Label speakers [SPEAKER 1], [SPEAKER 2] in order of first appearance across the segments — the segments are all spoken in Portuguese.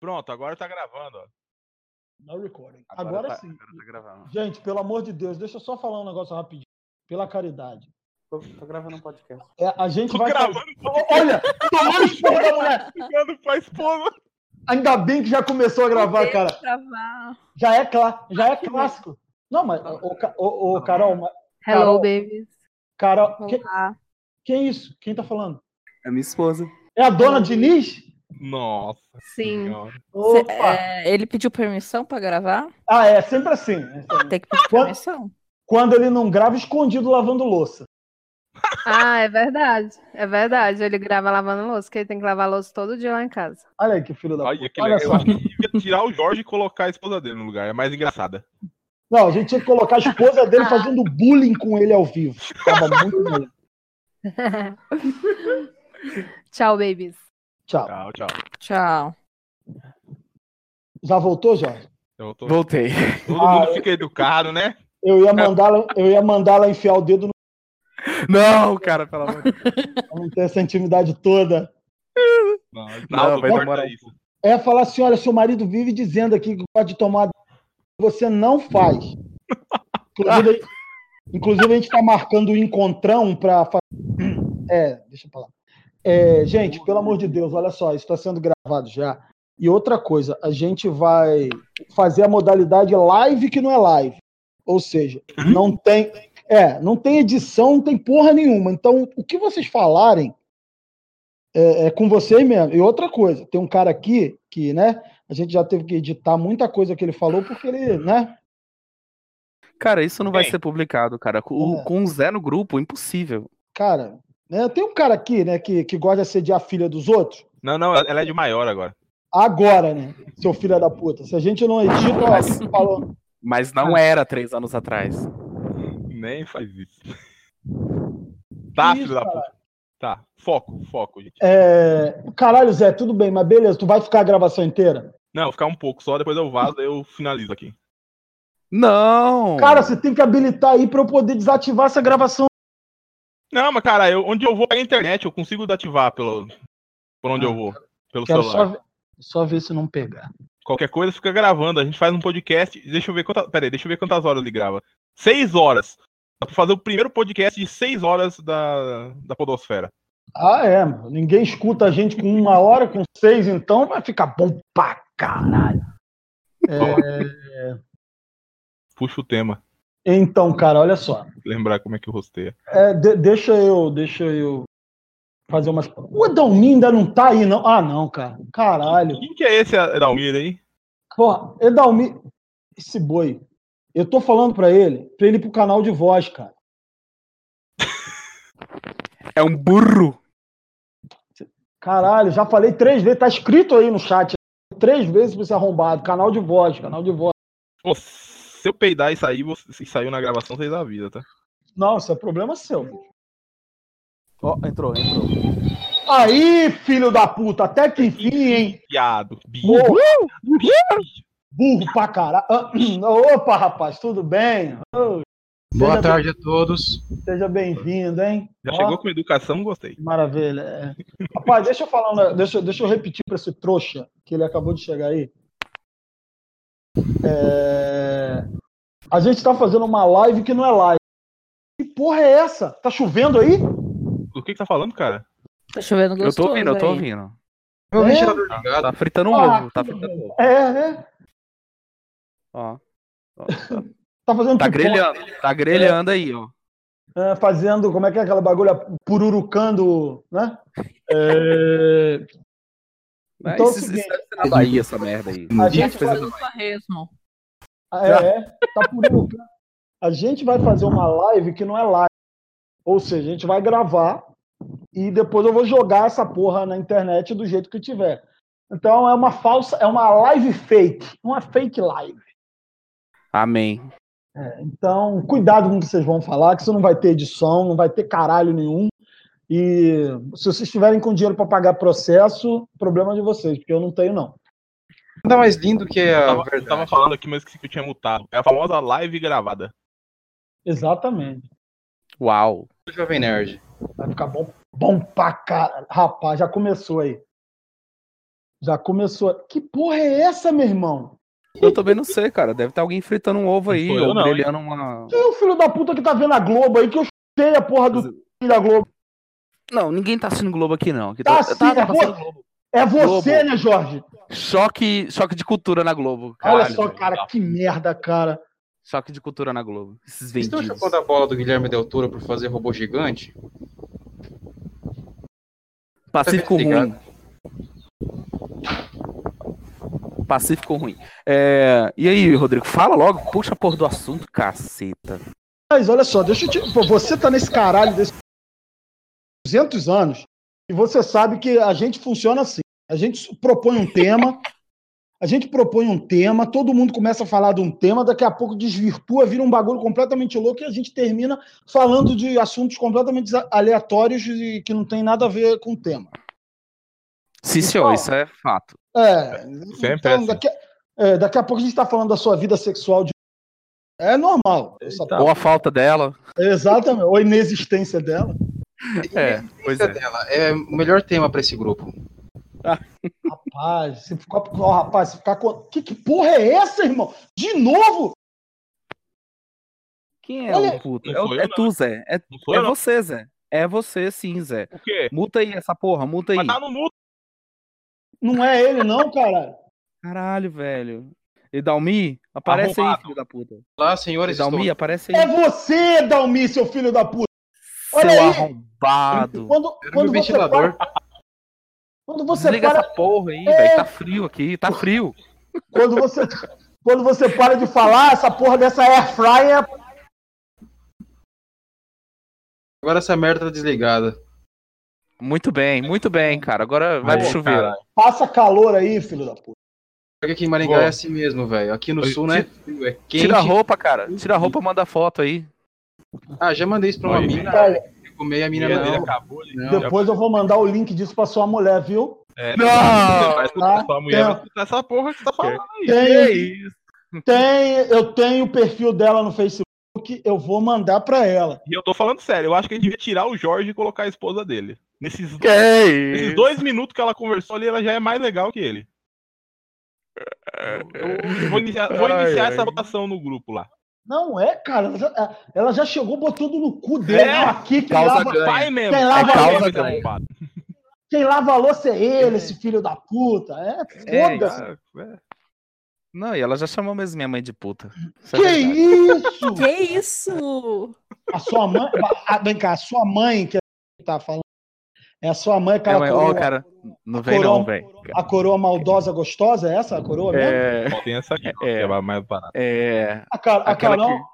[SPEAKER 1] Pronto, agora tá gravando, ó.
[SPEAKER 2] No recording.
[SPEAKER 3] Agora
[SPEAKER 2] Agora,
[SPEAKER 3] tá-
[SPEAKER 2] sim.
[SPEAKER 3] agora tá gravando.
[SPEAKER 2] Gente, pelo amor de Deus, deixa eu só falar um negócio rapidinho. Pela caridade.
[SPEAKER 3] Tô, tô gravando um podcast.
[SPEAKER 2] É, a gente
[SPEAKER 1] Tô
[SPEAKER 2] vai.
[SPEAKER 1] gravando, tô
[SPEAKER 2] Olha! Tomou esporro da mulher!
[SPEAKER 1] ligando pra esposa.
[SPEAKER 2] Ainda bem que já começou a gravar, cara.
[SPEAKER 4] Travar.
[SPEAKER 2] Já é, clá- já é clássico. Não, mas, ô, Ca- ô, ô, Carol, mas- Carol.
[SPEAKER 4] Hello, babies.
[SPEAKER 2] Carol, que,
[SPEAKER 4] Olá.
[SPEAKER 2] que é isso? Quem tá falando?
[SPEAKER 3] É minha esposa.
[SPEAKER 2] É a dona Diniz?
[SPEAKER 1] Nossa
[SPEAKER 4] Sim.
[SPEAKER 1] senhora.
[SPEAKER 4] Cê-
[SPEAKER 2] Opa!
[SPEAKER 4] é, ele pediu permissão pra gravar?
[SPEAKER 2] Ah, é, sempre assim.
[SPEAKER 4] Tem que pedir
[SPEAKER 2] Quando-
[SPEAKER 4] permissão.
[SPEAKER 2] Quando ele não grava, escondido lavando louça.
[SPEAKER 4] Ah, é verdade. É verdade. Ele grava lavando louça, que ele tem que lavar louça todo dia lá em casa.
[SPEAKER 2] Olha aí que filho da
[SPEAKER 1] Olha que
[SPEAKER 2] Olha
[SPEAKER 1] legal. Eu
[SPEAKER 2] só.
[SPEAKER 1] acho que devia tirar o Jorge e colocar a esposa dele no lugar. É mais engraçada.
[SPEAKER 2] Não, a gente tinha que colocar a esposa dele fazendo bullying com ele ao vivo. Tava muito bom.
[SPEAKER 4] Tchau, babies.
[SPEAKER 2] Tchau.
[SPEAKER 1] Tchau, tchau.
[SPEAKER 4] Tchau.
[SPEAKER 2] Já voltou, Jorge?
[SPEAKER 1] Eu tô-
[SPEAKER 3] Voltei.
[SPEAKER 1] Todo
[SPEAKER 2] Ah,
[SPEAKER 1] mundo fica educado, né?
[SPEAKER 2] Eu ia mandá-la, eu ia mandá-la enfiar o dedo no
[SPEAKER 3] Não, cara, pelo amor de Deus.
[SPEAKER 2] não ter essa intimidade toda.
[SPEAKER 1] Não,
[SPEAKER 3] Não, vai
[SPEAKER 1] corta
[SPEAKER 3] demorar um
[SPEAKER 1] isso.
[SPEAKER 2] É falar assim, olha, seu marido vive dizendo aqui que gosta de tomar você não faz. Inclusive, a- inclusive a gente está marcando o encontrão para é, deixa eu falar. É, gente, pelo amor de Deus, olha só, isso está sendo gravado já. E outra coisa, a gente vai fazer a modalidade live que não é live. Ou seja, não tem, é, não tem edição, não tem porra nenhuma. Então, o que vocês falarem é, é com vocês mesmo. E outra coisa, tem um cara aqui que, né, a gente já teve que editar muita coisa que ele falou porque ele, né,
[SPEAKER 3] Cara, isso não vai
[SPEAKER 1] Quem?
[SPEAKER 3] ser publicado, cara. Com,
[SPEAKER 2] É.
[SPEAKER 3] com um Zé no grupo, impossível.
[SPEAKER 2] cara, né, tem um cara aqui, né, que, que gosta de assediar a filha dos outros.
[SPEAKER 1] Não, não, ela é de maior agora.
[SPEAKER 2] Agora, né, seu filho da puta. Se a gente não edita, ó,
[SPEAKER 3] Mas-
[SPEAKER 2] ele falou,
[SPEAKER 3] Mas não
[SPEAKER 2] É.
[SPEAKER 3] era três anos atrás.
[SPEAKER 1] Nem faz isso. Tá,
[SPEAKER 2] Que isso,
[SPEAKER 1] filho da puta. Tá, foco, foco, gente.
[SPEAKER 2] é, caralho, Zé, tudo bem, mas beleza, tu vai ficar a gravação inteira?
[SPEAKER 1] Não, ficar um pouco só, depois eu vazo, aí eu finalizo aqui.
[SPEAKER 3] Não!
[SPEAKER 2] Cara, você tem que habilitar aí pra eu poder desativar essa gravação.
[SPEAKER 1] Não, mas cara, eu, onde eu vou é a internet, eu consigo desativar pelo, por onde eu vou, pelo
[SPEAKER 2] Ah, Quero
[SPEAKER 1] celular.
[SPEAKER 2] só, ver- só ver se não pegar.
[SPEAKER 1] Qualquer coisa fica gravando, a gente faz um podcast, deixa eu ver quantas, pera aí, deixa eu ver quantas horas ele grava. Seis horas. Dá pra fazer o primeiro podcast de seis horas da, da podosfera.
[SPEAKER 2] Ah, é, mano. ninguém escuta a gente com uma hora, com seis, então vai ficar bom pra caralho.
[SPEAKER 1] Puxa o tema,
[SPEAKER 2] Então, cara, olha só.
[SPEAKER 1] lembrar como é que eu rosteia.
[SPEAKER 2] É, de- deixa eu, deixa eu fazer umas. O Edelmin ainda não tá aí, não. Ah, não, cara. Caralho.
[SPEAKER 1] Quem que é esse Adalmir aí?
[SPEAKER 2] Porra, Edalmi, esse boi. Eu tô falando pra ele, pra ele ir pro canal de voz, cara.
[SPEAKER 3] É um burro.
[SPEAKER 2] Caralho, já falei três vezes, tá escrito aí no chat. Três vezes pra esse arrombado. Canal de voz, canal de voz.
[SPEAKER 1] Pô, se eu peidar e sair, você, se saiu na gravação, vocês avisam, tá?
[SPEAKER 2] Não, isso é problema seu.
[SPEAKER 3] Ó, entrou, entrou.
[SPEAKER 2] Aí, filho da puta, até que enfim, hein?
[SPEAKER 1] Piado,
[SPEAKER 2] Porra,
[SPEAKER 1] bicho.
[SPEAKER 2] burro pra caralho. Ah, Opa, rapaz, tudo bem? Ô,
[SPEAKER 5] Boa
[SPEAKER 2] seja
[SPEAKER 5] tarde a todos.
[SPEAKER 2] bem- Seja bem-vindo, hein?
[SPEAKER 1] Já
[SPEAKER 2] Ó.
[SPEAKER 1] chegou com educação, gostei.
[SPEAKER 2] Que Maravilha. é. Rapaz, deixa eu falar, um ne- deixa, eu- deixa eu repetir para esse trouxa que ele acabou de chegar aí. É, A gente tá fazendo uma live que não é live. Que porra é essa? Tá chovendo aí?
[SPEAKER 1] Do que que tá falando, cara?
[SPEAKER 4] Tá chovendo
[SPEAKER 3] Eu
[SPEAKER 4] gostoso
[SPEAKER 3] tô ouvindo, eu tô
[SPEAKER 4] aí.
[SPEAKER 3] ouvindo.
[SPEAKER 5] Meu
[SPEAKER 2] É?
[SPEAKER 5] ventilador
[SPEAKER 3] Tá
[SPEAKER 5] ligado.
[SPEAKER 3] fritando um
[SPEAKER 2] Ah,
[SPEAKER 3] ovo, tá
[SPEAKER 2] tudo
[SPEAKER 3] fritando ovo.
[SPEAKER 2] É, né?
[SPEAKER 3] Ó. Ó.
[SPEAKER 2] Tá fazendo
[SPEAKER 3] Tá
[SPEAKER 2] pipoca,
[SPEAKER 3] grelhando, tá grelhando aí, ó.
[SPEAKER 2] é, fazendo, como é que é aquela bagulha? Pururucando, né? É,
[SPEAKER 3] Mas
[SPEAKER 2] Então é o
[SPEAKER 3] isso- isso
[SPEAKER 2] seguinte-
[SPEAKER 3] deve ser na Bahia, essa merda aí.
[SPEAKER 2] A gente
[SPEAKER 3] Coisa
[SPEAKER 2] vai-
[SPEAKER 3] do-
[SPEAKER 4] Quaresma.
[SPEAKER 2] Ah, É, é, tá por aí. A gente vai fazer uma live que não é live. Ou seja, a gente vai gravar e depois eu vou jogar essa porra na internet do jeito que tiver. Então é uma falsa, é uma live fake, uma fake live.
[SPEAKER 3] Amém.
[SPEAKER 2] Então, cuidado com o que vocês vão falar, que isso não vai ter edição, não vai ter caralho nenhum. E se vocês estiverem com dinheiro para pagar processo, problema de vocês, porque eu não tenho, não.
[SPEAKER 5] Nada mais lindo que
[SPEAKER 1] Eu
[SPEAKER 5] a
[SPEAKER 1] tava, eu tava
[SPEAKER 5] verdade.
[SPEAKER 1] falando aqui, mas esqueci que eu tinha mutado. É a famosa live gravada.
[SPEAKER 2] Exatamente.
[SPEAKER 3] Uau.
[SPEAKER 5] do Jovem Nerd.
[SPEAKER 2] Vai ficar bom, bom pra caralho. Rapaz, já começou aí. Já começou. Que porra é essa, meu irmão?
[SPEAKER 3] Eu também não sei, cara. Deve ter alguém fritando um ovo aí,
[SPEAKER 1] Não sou eu
[SPEAKER 3] ou
[SPEAKER 1] não,
[SPEAKER 3] grelhando uma.
[SPEAKER 2] Quem é o filho da puta que tá vendo a Globo aí que eu chutei a porra do filho da Globo?
[SPEAKER 3] Não, ninguém tá assistindo Globo aqui, não. Aqui
[SPEAKER 2] Tá sim, é
[SPEAKER 3] passando
[SPEAKER 2] você.
[SPEAKER 3] Globo.
[SPEAKER 2] É você,
[SPEAKER 3] Globo.
[SPEAKER 2] né, Jorge?
[SPEAKER 3] Choque, choque de cultura na Globo.
[SPEAKER 2] Olha
[SPEAKER 3] Caralho,
[SPEAKER 2] só,
[SPEAKER 3] velho. tá
[SPEAKER 2] cara, que merda, cara.
[SPEAKER 3] Choque de cultura na Globo. Esses
[SPEAKER 6] Vocês estão
[SPEAKER 3] vendidos.
[SPEAKER 6] chupando a bola do Guilherme Del Toro por fazer robô gigante?
[SPEAKER 3] Pacífico
[SPEAKER 6] Tá
[SPEAKER 3] ruim. Pacífico ruim. É, E aí, Rodrigo, fala logo. Puxa a porra do assunto, caceta.
[SPEAKER 2] Mas olha só, deixa eu te. Pô, você tá nesse caralho desse 200 anos e você sabe que a gente funciona assim. A gente propõe um tema, a gente propõe um tema, todo mundo começa a falar de um tema, daqui a pouco desvirtua, vira um bagulho completamente louco e a gente termina falando de assuntos completamente aleatórios e que não tem nada a ver com o tema.
[SPEAKER 3] Sim, senhor, isso é fato.
[SPEAKER 2] É.
[SPEAKER 1] Sempre é assim.
[SPEAKER 2] daqui, é, daqui a pouco a gente está falando da sua vida sexual. De... É normal. essa
[SPEAKER 1] Eita.
[SPEAKER 2] porra.
[SPEAKER 3] Tá. Ou a falta dela.
[SPEAKER 2] Exatamente. Ou a inexistência dela.
[SPEAKER 3] É, pois é.
[SPEAKER 6] Dela. É o melhor tema pra esse grupo.
[SPEAKER 2] Rapaz, se ficar. ó, rapaz, se ficar com. Que, que porra é essa, irmão? De novo?
[SPEAKER 3] Quem é
[SPEAKER 2] Olha-
[SPEAKER 3] o puto?
[SPEAKER 1] Não sou
[SPEAKER 3] É,
[SPEAKER 1] eu,
[SPEAKER 3] é tu, Zé. É,
[SPEAKER 1] Não sou
[SPEAKER 3] é
[SPEAKER 1] eu, não.
[SPEAKER 3] você, Zé. É você, sim, Zé.
[SPEAKER 1] O quê?
[SPEAKER 3] Multa aí essa porra, multa aí.
[SPEAKER 1] Mas tá no mudo.
[SPEAKER 2] Não é ele, não, cara.
[SPEAKER 3] Caralho, velho. Edalmi, aparece aí,
[SPEAKER 1] Arrombado.
[SPEAKER 3] filho da puta.
[SPEAKER 6] Lá, senhores, estou...
[SPEAKER 3] Edalmi, aparece
[SPEAKER 2] É
[SPEAKER 3] aí.
[SPEAKER 2] você, Dalmi, seu filho da puta. olha
[SPEAKER 3] Seu
[SPEAKER 2] aí.
[SPEAKER 3] arrombado.
[SPEAKER 2] Quando,
[SPEAKER 6] Era meu
[SPEAKER 2] quando você
[SPEAKER 6] ventilador.
[SPEAKER 2] para, quando você
[SPEAKER 3] Desliga
[SPEAKER 2] para,
[SPEAKER 3] essa porra aí,
[SPEAKER 2] É.
[SPEAKER 3] velho. Tá frio aqui, tá frio.
[SPEAKER 2] quando você quando você para de falar, essa porra dessa air fryer
[SPEAKER 6] Agora essa merda tá desligada.
[SPEAKER 3] Muito bem, muito bem, cara. Agora vai
[SPEAKER 1] Pô,
[SPEAKER 3] pro chuveiro.
[SPEAKER 1] cara.
[SPEAKER 2] passa calor aí, filho da puta.
[SPEAKER 6] Porque aqui em Maringá
[SPEAKER 1] Bom.
[SPEAKER 6] é assim mesmo, velho. Aqui no
[SPEAKER 3] Oi,
[SPEAKER 6] sul, né? frio, É quente.
[SPEAKER 3] Tira a roupa, cara. Tira a roupa, manda foto aí.
[SPEAKER 6] Ah, já mandei isso pra uma
[SPEAKER 1] Oi,
[SPEAKER 6] mina.
[SPEAKER 2] Olha,
[SPEAKER 6] eu Comer a mina
[SPEAKER 1] Ele
[SPEAKER 6] não.
[SPEAKER 1] acabou ali.
[SPEAKER 6] Não.
[SPEAKER 1] Já-
[SPEAKER 2] depois eu vou mandar o link disso pra sua mulher, viu?
[SPEAKER 1] É,
[SPEAKER 3] Não!
[SPEAKER 1] Você vai escutar
[SPEAKER 2] Tá.
[SPEAKER 1] sua mulher, vai
[SPEAKER 2] Tem-
[SPEAKER 1] escutar essa porra que você tá falando aí.
[SPEAKER 2] Tem,
[SPEAKER 3] isso?
[SPEAKER 2] tem, eu tenho o perfil dela no Facebook, eu vou mandar pra ela.
[SPEAKER 1] E eu tô falando sério, eu acho que a gente devia tirar o Jorge e colocar a esposa dele. Nesses,
[SPEAKER 3] Que
[SPEAKER 2] é
[SPEAKER 1] nesses
[SPEAKER 3] isso?
[SPEAKER 1] dois minutos que ela conversou ali, ela já é mais legal que ele. Eu vou iniciar, vou
[SPEAKER 3] É, Ai,
[SPEAKER 1] iniciar
[SPEAKER 3] ai.
[SPEAKER 1] essa votação no grupo lá.
[SPEAKER 2] Não é, cara, ela já, ela já chegou botando no cu dele.
[SPEAKER 1] É,
[SPEAKER 2] Não, aqui quem
[SPEAKER 3] causa
[SPEAKER 2] lava,
[SPEAKER 3] grande. Ganha.
[SPEAKER 1] Pai mesmo.
[SPEAKER 2] Tem lá,
[SPEAKER 1] pai
[SPEAKER 2] vai,
[SPEAKER 1] mesmo,
[SPEAKER 3] vai,
[SPEAKER 1] esse
[SPEAKER 3] vai.
[SPEAKER 1] arrombado.
[SPEAKER 2] quem lava a louça é ele, esse filho da puta. É,
[SPEAKER 3] É
[SPEAKER 2] foda-se.
[SPEAKER 3] Não, e ela já chamou mesmo minha mãe de puta. Isso é
[SPEAKER 2] que
[SPEAKER 3] verdade.
[SPEAKER 2] isso?
[SPEAKER 4] Que isso?
[SPEAKER 2] A sua mãe, ah, vem cá, a sua mãe que tá falando, é a sua mãe,
[SPEAKER 3] Minha
[SPEAKER 2] cara,
[SPEAKER 3] mãe,
[SPEAKER 2] a coroa,
[SPEAKER 3] ó, cara, não vem
[SPEAKER 2] coroa-
[SPEAKER 3] não, velho.
[SPEAKER 2] a coroa maldosa gostosa, é essa a coroa mesmo?
[SPEAKER 3] É,
[SPEAKER 1] Ó, tem essa aqui, ó,
[SPEAKER 3] É.
[SPEAKER 1] que é mais barata.
[SPEAKER 3] é.
[SPEAKER 2] A, Car- a
[SPEAKER 3] Aquela
[SPEAKER 2] Carol,
[SPEAKER 3] que-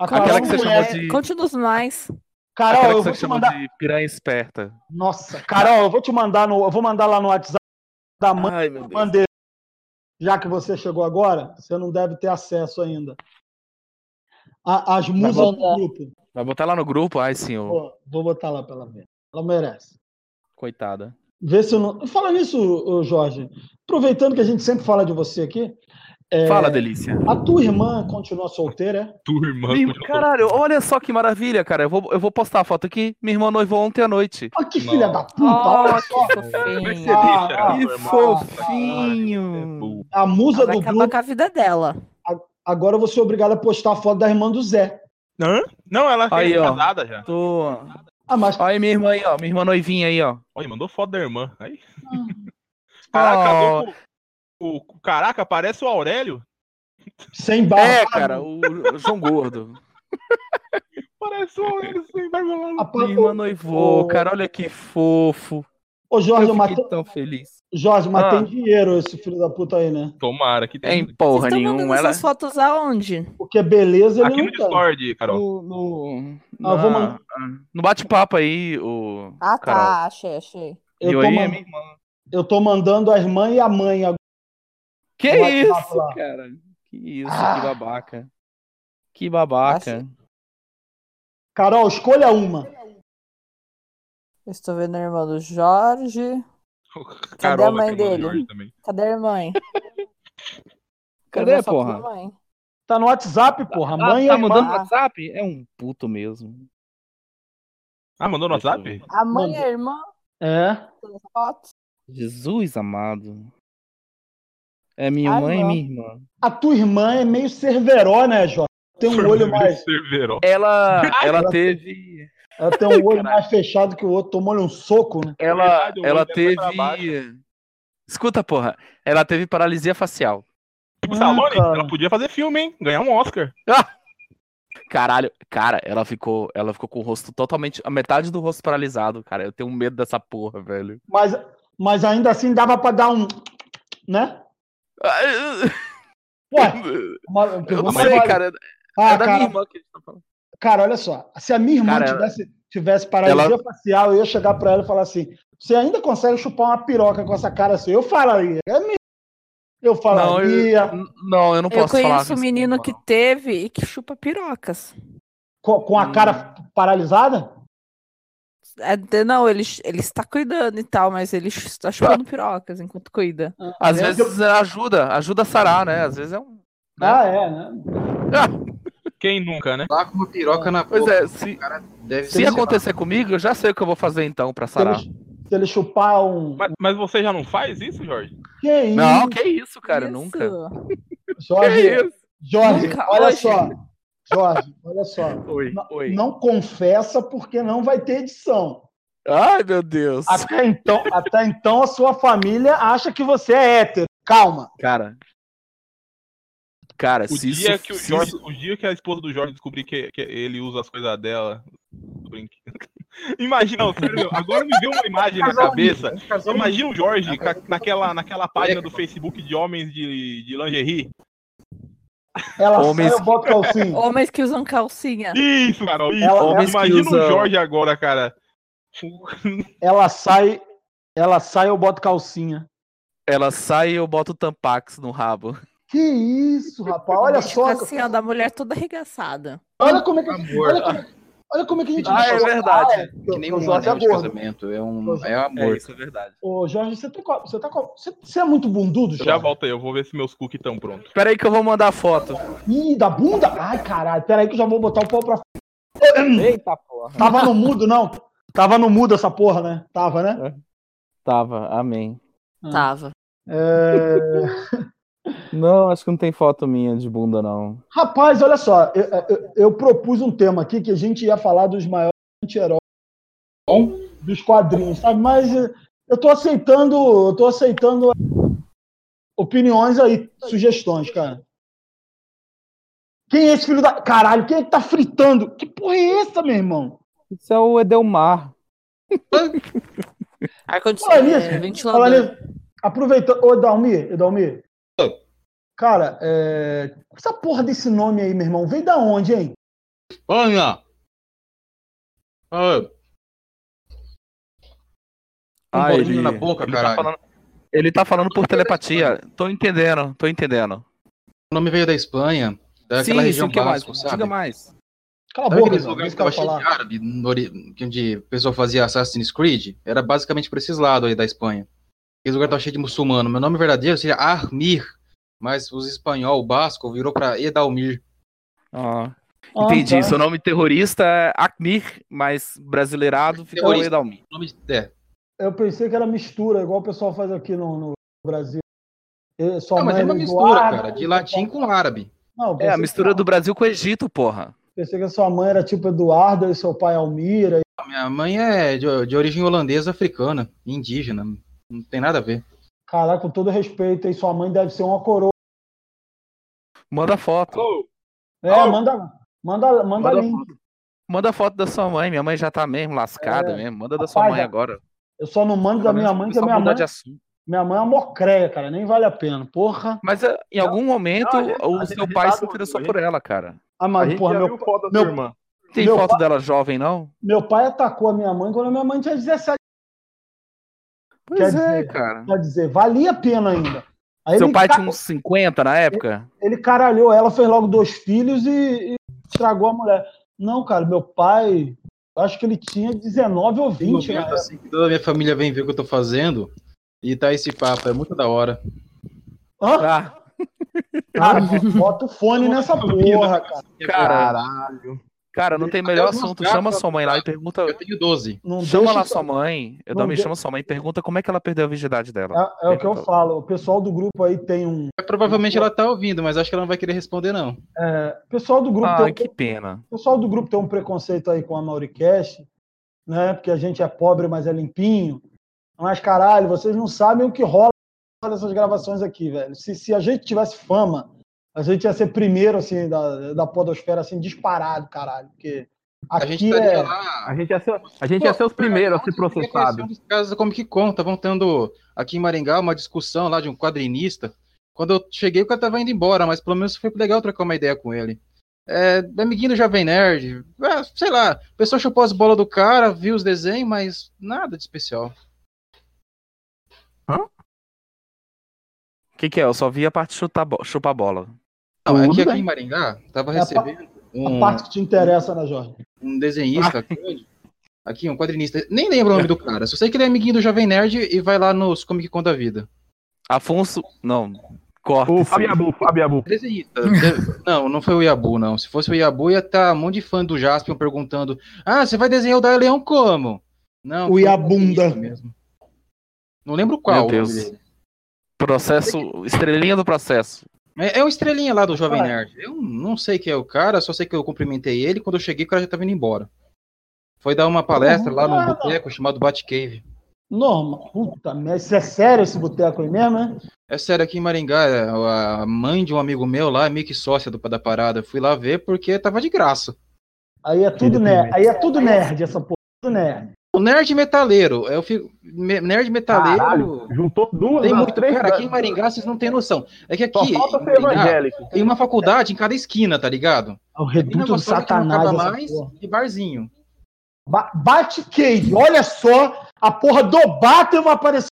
[SPEAKER 2] a Carol,
[SPEAKER 3] Aquela que você
[SPEAKER 2] mulher-
[SPEAKER 3] chamou de.
[SPEAKER 4] Conte nos mais.
[SPEAKER 2] Carol,
[SPEAKER 3] Aquela
[SPEAKER 2] eu
[SPEAKER 3] que você
[SPEAKER 2] vou te
[SPEAKER 3] chamou
[SPEAKER 2] mandar,
[SPEAKER 3] de piranha esperta.
[SPEAKER 2] Nossa, Carol, eu vou te mandar no, eu vou mandar lá no WhatsApp da mãe
[SPEAKER 3] Ai, Ah, meu Deus.
[SPEAKER 2] bandeira. Já que você chegou agora, você não deve ter acesso ainda. A- as musas do
[SPEAKER 4] botar.
[SPEAKER 2] grupo.
[SPEAKER 3] Vai botar lá no grupo? Ai, senhor.
[SPEAKER 2] Pô, vou botar lá pra ela ver. Ela merece.
[SPEAKER 3] Coitada.
[SPEAKER 2] Vê se eu não. Fala nisso, ô Jorge. Aproveitando que a gente sempre fala de você aqui, é,
[SPEAKER 3] Fala, delícia.
[SPEAKER 2] a tua irmã continua solteira, é?
[SPEAKER 1] Turma,
[SPEAKER 3] Minha-
[SPEAKER 1] turma.
[SPEAKER 3] Caralho, olha só que maravilha, cara. Eu vou, eu vou postar a foto aqui. Minha irmã noivou ontem à noite.
[SPEAKER 2] Olha que filha
[SPEAKER 1] Não.
[SPEAKER 2] da puta!
[SPEAKER 4] Ó,
[SPEAKER 2] olha só.
[SPEAKER 4] que
[SPEAKER 1] Como é que você
[SPEAKER 4] fofinho.
[SPEAKER 2] Ah,
[SPEAKER 1] deixa,
[SPEAKER 2] ah,
[SPEAKER 1] a
[SPEAKER 3] que
[SPEAKER 1] tua irmã? É
[SPEAKER 3] fofinho.
[SPEAKER 1] burro.
[SPEAKER 2] A musa
[SPEAKER 4] Ela vai
[SPEAKER 2] do
[SPEAKER 4] acabar
[SPEAKER 2] grupo.
[SPEAKER 4] com a vida dela.
[SPEAKER 2] Agora eu vou ser obrigado a postar a foto da irmã do Zé.
[SPEAKER 1] Hã? Não, ela
[SPEAKER 3] Aí,
[SPEAKER 1] é
[SPEAKER 3] ó.
[SPEAKER 1] casada já.
[SPEAKER 3] Tô...
[SPEAKER 2] Ah, mas
[SPEAKER 3] Olha minha irmã aí, ó. Minha irmã noivinha aí, ó.
[SPEAKER 1] Olha, mandou foto da irmã. Aí. Caraca, casou com- o, o- caraca, parece o Aurélio?
[SPEAKER 2] sem barba.
[SPEAKER 3] É, cara, o, o João Gordo.
[SPEAKER 1] Parece o Aurélio sem barba lá.
[SPEAKER 2] A pa-
[SPEAKER 3] Minha irmã noivou, cara. Olha que fofo.
[SPEAKER 2] Ô, Jorge, eu
[SPEAKER 3] Eu
[SPEAKER 2] matei,
[SPEAKER 3] fiquei tão feliz.
[SPEAKER 2] Jorge, mas
[SPEAKER 3] Ah.
[SPEAKER 2] tem dinheiro esse filho da puta aí, né?
[SPEAKER 1] Tomara que
[SPEAKER 3] É, Em
[SPEAKER 1] tem.
[SPEAKER 4] Vocês
[SPEAKER 3] porra
[SPEAKER 4] estão mandando
[SPEAKER 3] nenhuma. Ela... é
[SPEAKER 4] essas fotos aonde?
[SPEAKER 2] Porque beleza ele
[SPEAKER 1] Aqui no
[SPEAKER 2] não tem.
[SPEAKER 1] Discord, Carol.
[SPEAKER 3] No, no,
[SPEAKER 2] Ah, eu vou
[SPEAKER 3] na-
[SPEAKER 2] mandar.
[SPEAKER 3] no bate-papo aí, o.
[SPEAKER 4] Ah, tá.
[SPEAKER 3] Carol.
[SPEAKER 4] Achei, achei.
[SPEAKER 3] E
[SPEAKER 2] Eu tô,
[SPEAKER 3] aí,
[SPEAKER 2] man-
[SPEAKER 3] minha irmã.
[SPEAKER 2] eu tô mandando a irmã e a mãe agora.
[SPEAKER 3] Que
[SPEAKER 2] no WhatsApp
[SPEAKER 3] isso,
[SPEAKER 2] lá.
[SPEAKER 3] cara? Que isso,
[SPEAKER 2] Ah.
[SPEAKER 3] que babaca. Que babaca.
[SPEAKER 2] Carol, escolha uma.
[SPEAKER 4] Eu Estou vendo a irmã do Jorge.
[SPEAKER 1] Carol
[SPEAKER 4] a mãe
[SPEAKER 1] vai ter uma
[SPEAKER 4] dele?
[SPEAKER 1] Jorge também.
[SPEAKER 4] Cadê a irmã? Quero
[SPEAKER 3] Cadê,
[SPEAKER 4] ver foto
[SPEAKER 3] porra?
[SPEAKER 4] da mãe.
[SPEAKER 2] Tá no WhatsApp, porra. A mãe é e
[SPEAKER 3] ah, tá
[SPEAKER 2] a irmã.
[SPEAKER 3] mandando
[SPEAKER 4] irmã.
[SPEAKER 3] WhatsApp? É um puto mesmo.
[SPEAKER 1] Ah, mandou no
[SPEAKER 3] Deixa eu
[SPEAKER 1] WhatsApp?
[SPEAKER 4] A mãe e
[SPEAKER 2] Manda.
[SPEAKER 4] a irmã
[SPEAKER 2] É.
[SPEAKER 4] nas fotos.
[SPEAKER 3] Jesus amado.
[SPEAKER 7] É minha
[SPEAKER 2] Ah,
[SPEAKER 4] Ai,
[SPEAKER 7] mãe e
[SPEAKER 4] não.
[SPEAKER 7] minha irmã.
[SPEAKER 2] A tua irmã é meio cerveró, né, Jota? Tem um olho mais.
[SPEAKER 1] Cerveró.
[SPEAKER 3] Ela,
[SPEAKER 2] Ai,
[SPEAKER 3] ela
[SPEAKER 2] ela-
[SPEAKER 3] teve.
[SPEAKER 2] Ela tem um olho mais fechado que o outro, tomou-lhe um soco, né?
[SPEAKER 3] Ela,
[SPEAKER 1] verdade, o
[SPEAKER 3] ela
[SPEAKER 1] olho dela vai pra
[SPEAKER 3] teve. Escuta, porra. Ela teve paralisia facial.
[SPEAKER 1] Tipo, Stallone,
[SPEAKER 2] cara.
[SPEAKER 1] ela podia fazer filme, hein? Ganhar um Oscar.
[SPEAKER 3] Caralho, cara, ela ficou, ela ficou com o rosto totalmente, a metade do rosto paralisado, cara. Eu tenho medo dessa porra, velho.
[SPEAKER 2] Mas, mas ainda assim dava pra dar um. Né? Ué, uma,
[SPEAKER 3] Eu não
[SPEAKER 2] mas
[SPEAKER 3] sei,
[SPEAKER 2] olha-
[SPEAKER 3] é cara.
[SPEAKER 2] Ah,
[SPEAKER 3] é da minha
[SPEAKER 2] cara,
[SPEAKER 3] irmã que a gente tá falando.
[SPEAKER 2] cara, olha só. Se a minha irmã
[SPEAKER 3] Cara,
[SPEAKER 2] tivesse, tivesse paralisia
[SPEAKER 3] ela-
[SPEAKER 2] facial, eu ia chegar pra ela e falar assim: você ainda consegue chupar uma piroca com essa cara assim? Eu falaria. É mesmo. Eu
[SPEAKER 3] Não,
[SPEAKER 2] falaria.
[SPEAKER 3] eu, não, eu não
[SPEAKER 4] Eu
[SPEAKER 3] posso falar.
[SPEAKER 4] conheço um
[SPEAKER 3] isso,
[SPEAKER 4] menino
[SPEAKER 3] não.
[SPEAKER 4] que teve e que chupa pirocas.
[SPEAKER 2] Com, com
[SPEAKER 3] Hum.
[SPEAKER 2] a cara paralisada?
[SPEAKER 4] É, de- não, ele, ele está cuidando e tal, mas ele está chupando pirocas enquanto cuida.
[SPEAKER 3] Às vezes ajuda, ajuda a sarar, né? Às vezes é um. né?
[SPEAKER 2] Ah, é, né?
[SPEAKER 1] Quem nunca, né?
[SPEAKER 6] Lá com uma piroca na
[SPEAKER 3] Pois
[SPEAKER 6] boca.
[SPEAKER 3] é, se,
[SPEAKER 6] Deve
[SPEAKER 3] se acontecer comigo, eu já sei o que eu vou fazer então pra
[SPEAKER 2] Se ele,
[SPEAKER 3] sarar.
[SPEAKER 2] se ele chupar um.
[SPEAKER 1] Mas, mas você já não faz isso, Jorge?
[SPEAKER 2] Que isso,
[SPEAKER 3] Não, que isso, cara,
[SPEAKER 4] Isso.
[SPEAKER 3] nunca.
[SPEAKER 7] É
[SPEAKER 2] Jorge?
[SPEAKER 3] Que é isso?
[SPEAKER 2] Jorge,
[SPEAKER 4] Nunca,
[SPEAKER 2] olha
[SPEAKER 4] hoje.
[SPEAKER 2] só. Jorge, olha só.
[SPEAKER 3] Oi, oi.
[SPEAKER 2] Não confessa porque não vai ter edição.
[SPEAKER 3] Ai, meu Deus.
[SPEAKER 2] Até então, até então a sua família acha que você é hétero. Calma.
[SPEAKER 3] Cara. Cara,
[SPEAKER 1] O
[SPEAKER 3] se
[SPEAKER 1] dia,
[SPEAKER 3] isso,
[SPEAKER 1] que o,
[SPEAKER 3] se
[SPEAKER 1] Jorge,
[SPEAKER 3] isso-
[SPEAKER 1] o dia que a esposa do Jorge descobrir que, que ele usa as coisas dela. do brinquedo. Imagina, ó, sério, agora me veio uma imagem na cabeça.
[SPEAKER 6] assim. É um
[SPEAKER 1] Imagina o Jorge ca- naquela, naquela página do Facebook de homens de, de lingerie.
[SPEAKER 2] Ela
[SPEAKER 3] Homens-
[SPEAKER 2] sai, eu boto calcinha.
[SPEAKER 4] Homens que usam calcinha.
[SPEAKER 1] Isso, Carol. Isso.
[SPEAKER 2] Ela-
[SPEAKER 3] Homens que
[SPEAKER 1] Imagina
[SPEAKER 3] usam-
[SPEAKER 1] o Jorge agora, cara.
[SPEAKER 2] Ela sai, ela sai, eu boto calcinha.
[SPEAKER 3] ela sai e eu boto o tampax no rabo.
[SPEAKER 2] Que isso, rapaz? Olha só.
[SPEAKER 4] Tipo assim, ó, um da mulher toda arregaçada.
[SPEAKER 2] Olha como é que,
[SPEAKER 6] Amor.
[SPEAKER 2] olha como, olha como é que a gente
[SPEAKER 3] Ah, é verdade.
[SPEAKER 2] Ah, é, que
[SPEAKER 6] Que nem
[SPEAKER 2] o
[SPEAKER 6] um
[SPEAKER 2] Jorge é
[SPEAKER 6] anel
[SPEAKER 3] né?
[SPEAKER 6] de
[SPEAKER 2] gordo.
[SPEAKER 6] casamento. É um é um
[SPEAKER 3] É
[SPEAKER 6] amor.
[SPEAKER 3] isso, é verdade.
[SPEAKER 2] Ô, Jorge, você, tem, co- você, tá, co- você, você é muito bundudo,
[SPEAKER 1] Já
[SPEAKER 2] Jorge?
[SPEAKER 1] volta aí, eu vou ver se meus cookies estão prontos.
[SPEAKER 3] Pera aí que eu vou mandar a foto.
[SPEAKER 2] Ih, da bunda? Ai, caralho, peraí que eu já vou botar o pau pra
[SPEAKER 7] Eita porra.
[SPEAKER 2] Tava no mudo, não? Tava no mudo essa porra, né? Tava, né?
[SPEAKER 7] Tava, amém.
[SPEAKER 4] Ah. Tava.
[SPEAKER 2] É,
[SPEAKER 7] Não, acho que não tem foto minha de bunda, não.
[SPEAKER 2] Rapaz, olha só. Eu, eu- eu propus um tema aqui que a gente ia falar dos maiores anti-heróis dos quadrinhos, sabe? Mas eh, eu tô aceitando, eu tô aceitando opiniões aí, sugestões, cara. Quem é esse filho da. Caralho, quem é que tá fritando? Que porra é essa, meu irmão?
[SPEAKER 7] Isso é o Edelmar.
[SPEAKER 2] Fala
[SPEAKER 4] Ar-condicionado,
[SPEAKER 2] nisso,
[SPEAKER 4] é,
[SPEAKER 2] Fala
[SPEAKER 4] ventilador.
[SPEAKER 2] nisso. Aproveitando. Ô, Dalmir, Dalmir. Cara, é, essa porra desse nome aí, meu irmão, veio da onde, hein?
[SPEAKER 6] Espanha! Ah,
[SPEAKER 3] Ah,
[SPEAKER 6] bolinho
[SPEAKER 3] ele,
[SPEAKER 6] um na boca,
[SPEAKER 3] ele tá
[SPEAKER 6] caralho.
[SPEAKER 3] falando, ele tá falando por telepatia. Tô entendendo, tô entendendo.
[SPEAKER 6] o nome veio da Espanha, daquela É região
[SPEAKER 3] o que é mais?
[SPEAKER 6] Basco, sabe?
[SPEAKER 3] Diga mais.
[SPEAKER 2] Cala a
[SPEAKER 6] Sabe
[SPEAKER 2] boca,
[SPEAKER 6] aqueles
[SPEAKER 2] Dalmir,
[SPEAKER 6] lugares
[SPEAKER 2] isso
[SPEAKER 6] que
[SPEAKER 2] que eu vou
[SPEAKER 6] tava cheio de
[SPEAKER 2] falar.
[SPEAKER 6] árabe, no ori- onde o pessoal fazia Assassin's Creed? Era basicamente por esses lados aí da Espanha. Aqueles lugares tava cheio de muçulmano. Meu nome verdadeiro seria Armir, mas os espanhol, o basco, virou pra Edalmir.
[SPEAKER 3] Ah,
[SPEAKER 2] Ah,
[SPEAKER 3] entendi.
[SPEAKER 2] tá.
[SPEAKER 3] Seu nome terrorista é Akmir, mas brasileirado ficou
[SPEAKER 6] Terrorista.
[SPEAKER 3] Edalmir.
[SPEAKER 6] Nome de... é.
[SPEAKER 2] Eu pensei que era mistura, igual o pessoal faz aqui no, no Brasil. É, Sua
[SPEAKER 6] Não, mas
[SPEAKER 2] mãe
[SPEAKER 6] é uma
[SPEAKER 2] era do
[SPEAKER 6] mistura,
[SPEAKER 2] árabe,
[SPEAKER 6] cara, de latim com árabe.
[SPEAKER 2] Não,
[SPEAKER 3] É,
[SPEAKER 2] pensei
[SPEAKER 3] a
[SPEAKER 2] que-
[SPEAKER 3] mistura do Brasil com o Egito, porra.
[SPEAKER 2] Pensei que a sua mãe era tipo Eduarda e seu pai Almira. e-
[SPEAKER 6] Minha mãe é de, de origem holandesa africana, indígena. Não tem nada a ver.
[SPEAKER 2] Caraca, com todo respeito, e sua mãe deve ser uma coroa.
[SPEAKER 3] Manda foto.
[SPEAKER 2] É, manda, manda, manda,
[SPEAKER 3] Manda
[SPEAKER 2] link.
[SPEAKER 3] Manda foto da sua mãe. Minha mãe já tá mesmo lascada mesmo. Manda da sua
[SPEAKER 2] É. Rapaz,
[SPEAKER 3] mãe
[SPEAKER 2] a-
[SPEAKER 3] agora.
[SPEAKER 2] Eu só não mando da minha mãe, que
[SPEAKER 3] Só
[SPEAKER 2] a minha
[SPEAKER 3] mudar
[SPEAKER 2] mãe,
[SPEAKER 3] de assunto.
[SPEAKER 2] minha mãe é uma mocreia, cara. Nem vale a pena. Porra.
[SPEAKER 3] Mas eh, em algum momento
[SPEAKER 1] não, a gente- a
[SPEAKER 3] o
[SPEAKER 1] gente
[SPEAKER 3] seu
[SPEAKER 1] tá
[SPEAKER 3] pai se
[SPEAKER 1] doido,
[SPEAKER 3] interessou
[SPEAKER 1] a
[SPEAKER 3] por ela, cara.
[SPEAKER 2] Ah,
[SPEAKER 1] A
[SPEAKER 2] mas,
[SPEAKER 1] gente
[SPEAKER 2] porra,
[SPEAKER 1] já
[SPEAKER 2] meu,
[SPEAKER 1] viu foto da
[SPEAKER 2] meu-
[SPEAKER 1] sua irmã.
[SPEAKER 3] Não Tem
[SPEAKER 2] Meu
[SPEAKER 3] foto dela jovem, não?
[SPEAKER 2] meu pai atacou a minha mãe quando a minha mãe tinha 17
[SPEAKER 3] Pois
[SPEAKER 2] Quer
[SPEAKER 3] é,
[SPEAKER 2] dizer,
[SPEAKER 3] cara.
[SPEAKER 2] Quer dizer, valia a pena ainda. Aí
[SPEAKER 3] Seu
[SPEAKER 2] ele, tá
[SPEAKER 3] pai
[SPEAKER 2] ca-
[SPEAKER 3] tinha um uns 50 na época?
[SPEAKER 2] ele caralhou ela, fez logo dois filhos e, e estragou a mulher. Não, cara, meu pai, eu acho que ele tinha 19 ou né?
[SPEAKER 6] Tem
[SPEAKER 2] 20.
[SPEAKER 6] momento,
[SPEAKER 2] na época.
[SPEAKER 6] assim, que toda a minha família vem ver o que eu tô fazendo. E tá esse papo, é muito da hora.
[SPEAKER 2] Hã?
[SPEAKER 3] Ah,
[SPEAKER 2] Cara, bota o fone nessa porra, cara.
[SPEAKER 3] cara.
[SPEAKER 6] Caralho.
[SPEAKER 3] Cara, não tem melhor assunto.
[SPEAKER 2] tá
[SPEAKER 3] Chama sua mãe lá e pergunta.
[SPEAKER 6] Eu tenho 12.
[SPEAKER 2] Não
[SPEAKER 3] Chama
[SPEAKER 2] deixa
[SPEAKER 3] lá
[SPEAKER 2] isso-
[SPEAKER 3] sua mãe. Eu
[SPEAKER 2] não
[SPEAKER 3] também
[SPEAKER 2] de-
[SPEAKER 3] chamo sua mãe e pergunta como é que ela perdeu a virgindade dela.
[SPEAKER 2] É, é o que eu falo. O pessoal do grupo aí tem um.
[SPEAKER 6] É, Provavelmente ela tá ouvindo, mas acho que ela não vai querer responder, não.
[SPEAKER 2] é, o pessoal do grupo tem
[SPEAKER 3] Ah,
[SPEAKER 2] um
[SPEAKER 3] que pena.
[SPEAKER 2] O pessoal do grupo tem um preconceito aí com a Mauricast, né? Porque a gente é pobre, mas é limpinho. Mas, caralho, vocês não sabem o que rola nessas gravações aqui, velho. Se, se a gente tivesse fama, a gente ia ser primeiro, assim, da, da podosfera, assim, disparado, caralho. Porque
[SPEAKER 6] A
[SPEAKER 2] aqui
[SPEAKER 6] gente tá estaria
[SPEAKER 2] é...
[SPEAKER 6] lá.
[SPEAKER 1] A gente ia ser, a gente ia ser os primeiros a ser processado.
[SPEAKER 6] Os casos da Comic Con estavam tendo aqui em Maringá uma discussão lá de um quadrinista. Quando eu cheguei, o cara tava indo embora, mas pelo menos foi legal trocar uma ideia com ele. É, amiguinho do Jovem Nerd, é, sei lá, a pessoa chupou as bolas do cara, viu os desenhos, mas nada de especial.
[SPEAKER 3] O que, que é? Eu só vi a parte chutar bo- chupar bola.
[SPEAKER 6] Não, é
[SPEAKER 1] Tá Tudo
[SPEAKER 6] que aqui
[SPEAKER 1] bem.
[SPEAKER 6] em Maringá tava
[SPEAKER 2] É a pa-
[SPEAKER 6] recebendo
[SPEAKER 2] a
[SPEAKER 6] um,
[SPEAKER 2] parte que te interessa, né, Jorge?
[SPEAKER 6] um
[SPEAKER 3] Ah.
[SPEAKER 6] desenhista grande. aqui, um quadrinista. Nem lembro o nome do cara, só sei que ele é amiguinho do Jovem Nerd e vai lá nos Comic Con da vida.
[SPEAKER 3] Afonso. Não. Corta.
[SPEAKER 1] O
[SPEAKER 3] isso aí.
[SPEAKER 1] Fabiabu, Fabiabu.
[SPEAKER 6] Desenhista. De- Não, não foi o Iabu, não. Se fosse o Iabu, ia estar um monte de fã do Jaspion perguntando: Ah, você vai desenhar o Dai Leão como? Não.
[SPEAKER 2] O
[SPEAKER 6] foi
[SPEAKER 2] Iabunda.
[SPEAKER 6] desenhista mesmo. Não lembro qual.
[SPEAKER 3] Meu Deus.
[SPEAKER 6] o nome dele.
[SPEAKER 3] Processo. Estrelinha do processo.
[SPEAKER 6] É, é um estrelinha lá do
[SPEAKER 2] Ah.
[SPEAKER 6] Jovem Nerd. Eu não sei quem é o cara, só sei que eu cumprimentei ele. Quando eu cheguei, o cara já tava indo embora. Foi dar uma palestra lá
[SPEAKER 2] Ah,
[SPEAKER 6] num
[SPEAKER 2] não.
[SPEAKER 6] boteco chamado Batcave.
[SPEAKER 2] Norma, puta merda, isso é sério esse boteco aí mesmo, né?
[SPEAKER 6] É sério, aqui em Maringá, é, a mãe de um amigo meu lá é meio que sócia do, da parada. Eu Fui lá ver porque tava de graça.
[SPEAKER 2] Aí é tudo
[SPEAKER 1] Filho do
[SPEAKER 2] nerd, aí é tudo nerd, essa porra, tudo nerd.
[SPEAKER 6] O nerd metaleiro, eu fico. me- Nerd metaleiro.
[SPEAKER 1] Caralho, juntou duas,
[SPEAKER 6] Tem
[SPEAKER 1] não,
[SPEAKER 6] muito.
[SPEAKER 1] três.
[SPEAKER 6] Cara, aqui em Maringá vocês não têm noção. É que
[SPEAKER 1] Só
[SPEAKER 6] aqui.
[SPEAKER 1] falta
[SPEAKER 6] em
[SPEAKER 1] ser
[SPEAKER 6] Maringá,
[SPEAKER 1] evangélico.
[SPEAKER 6] tem uma faculdade em cada esquina, tá ligado?
[SPEAKER 2] É o
[SPEAKER 6] Tem uma
[SPEAKER 2] reduto do
[SPEAKER 6] gostosa que não
[SPEAKER 2] satanás.
[SPEAKER 6] acaba
[SPEAKER 2] essa
[SPEAKER 6] mais
[SPEAKER 2] porra.
[SPEAKER 6] e barzinho.
[SPEAKER 2] Ba Batcave, olha só, a porra do Batman vai aparecer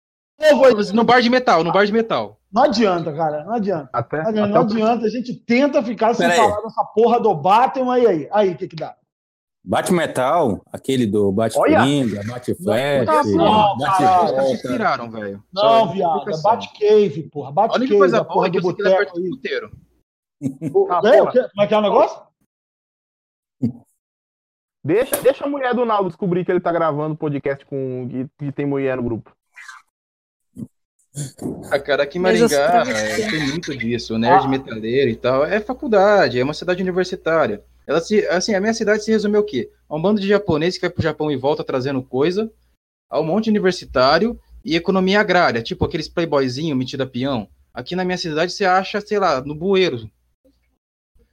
[SPEAKER 2] de novo aí.
[SPEAKER 6] Tipo assim, No bar de metal, no bar de metal.
[SPEAKER 2] Não adianta, cara, não adianta.
[SPEAKER 1] Até,
[SPEAKER 2] Não adianta,
[SPEAKER 1] até
[SPEAKER 2] não
[SPEAKER 1] o-
[SPEAKER 2] adianta, a gente tenta ficar sem
[SPEAKER 8] Pera aí.
[SPEAKER 2] falar dessa porra do Batman, aí, aí, aí, o que que dá?
[SPEAKER 8] Bate Metal, aquele do Bate
[SPEAKER 1] Olha!
[SPEAKER 8] Coringa, Bate Flash,
[SPEAKER 6] Não,
[SPEAKER 2] não,
[SPEAKER 8] Bate
[SPEAKER 1] Ah, é,
[SPEAKER 2] caralho.
[SPEAKER 6] Os caras se
[SPEAKER 8] Volta.
[SPEAKER 6] inspiraram, velho. Tipo
[SPEAKER 2] Não,
[SPEAKER 6] Só
[SPEAKER 2] viado, é
[SPEAKER 6] explicação.
[SPEAKER 2] Batcave, porra,
[SPEAKER 6] A
[SPEAKER 2] Batcave,
[SPEAKER 6] única coisa
[SPEAKER 2] a
[SPEAKER 6] boa
[SPEAKER 2] porra
[SPEAKER 6] é que
[SPEAKER 2] do
[SPEAKER 6] eu sei que ele é
[SPEAKER 2] boteco
[SPEAKER 6] perto do
[SPEAKER 2] aí.
[SPEAKER 6] puteiro.
[SPEAKER 1] Ah,
[SPEAKER 2] É, o
[SPEAKER 1] porra.
[SPEAKER 2] quê? Como é que é o negócio?
[SPEAKER 1] Deixa, deixa a mulher do Naldo descobrir que ele tá gravando podcast com que, que tem mulher no grupo.
[SPEAKER 6] Ah, cara, aqui em
[SPEAKER 4] Mas eu sei Ah.
[SPEAKER 6] Maringá
[SPEAKER 4] pra você.
[SPEAKER 6] é, tem muito disso. Nerd metaleiro e tal. É faculdade, é uma cidade universitária. Ela se, assim, a minha cidade se resume ao quê? A um bando de japoneses que vai pro Japão e volta trazendo coisa, a um monte de universitário e economia agrária, tipo aqueles playboyzinho metido a peão. Aqui na minha cidade você acha, sei lá, no bueiro.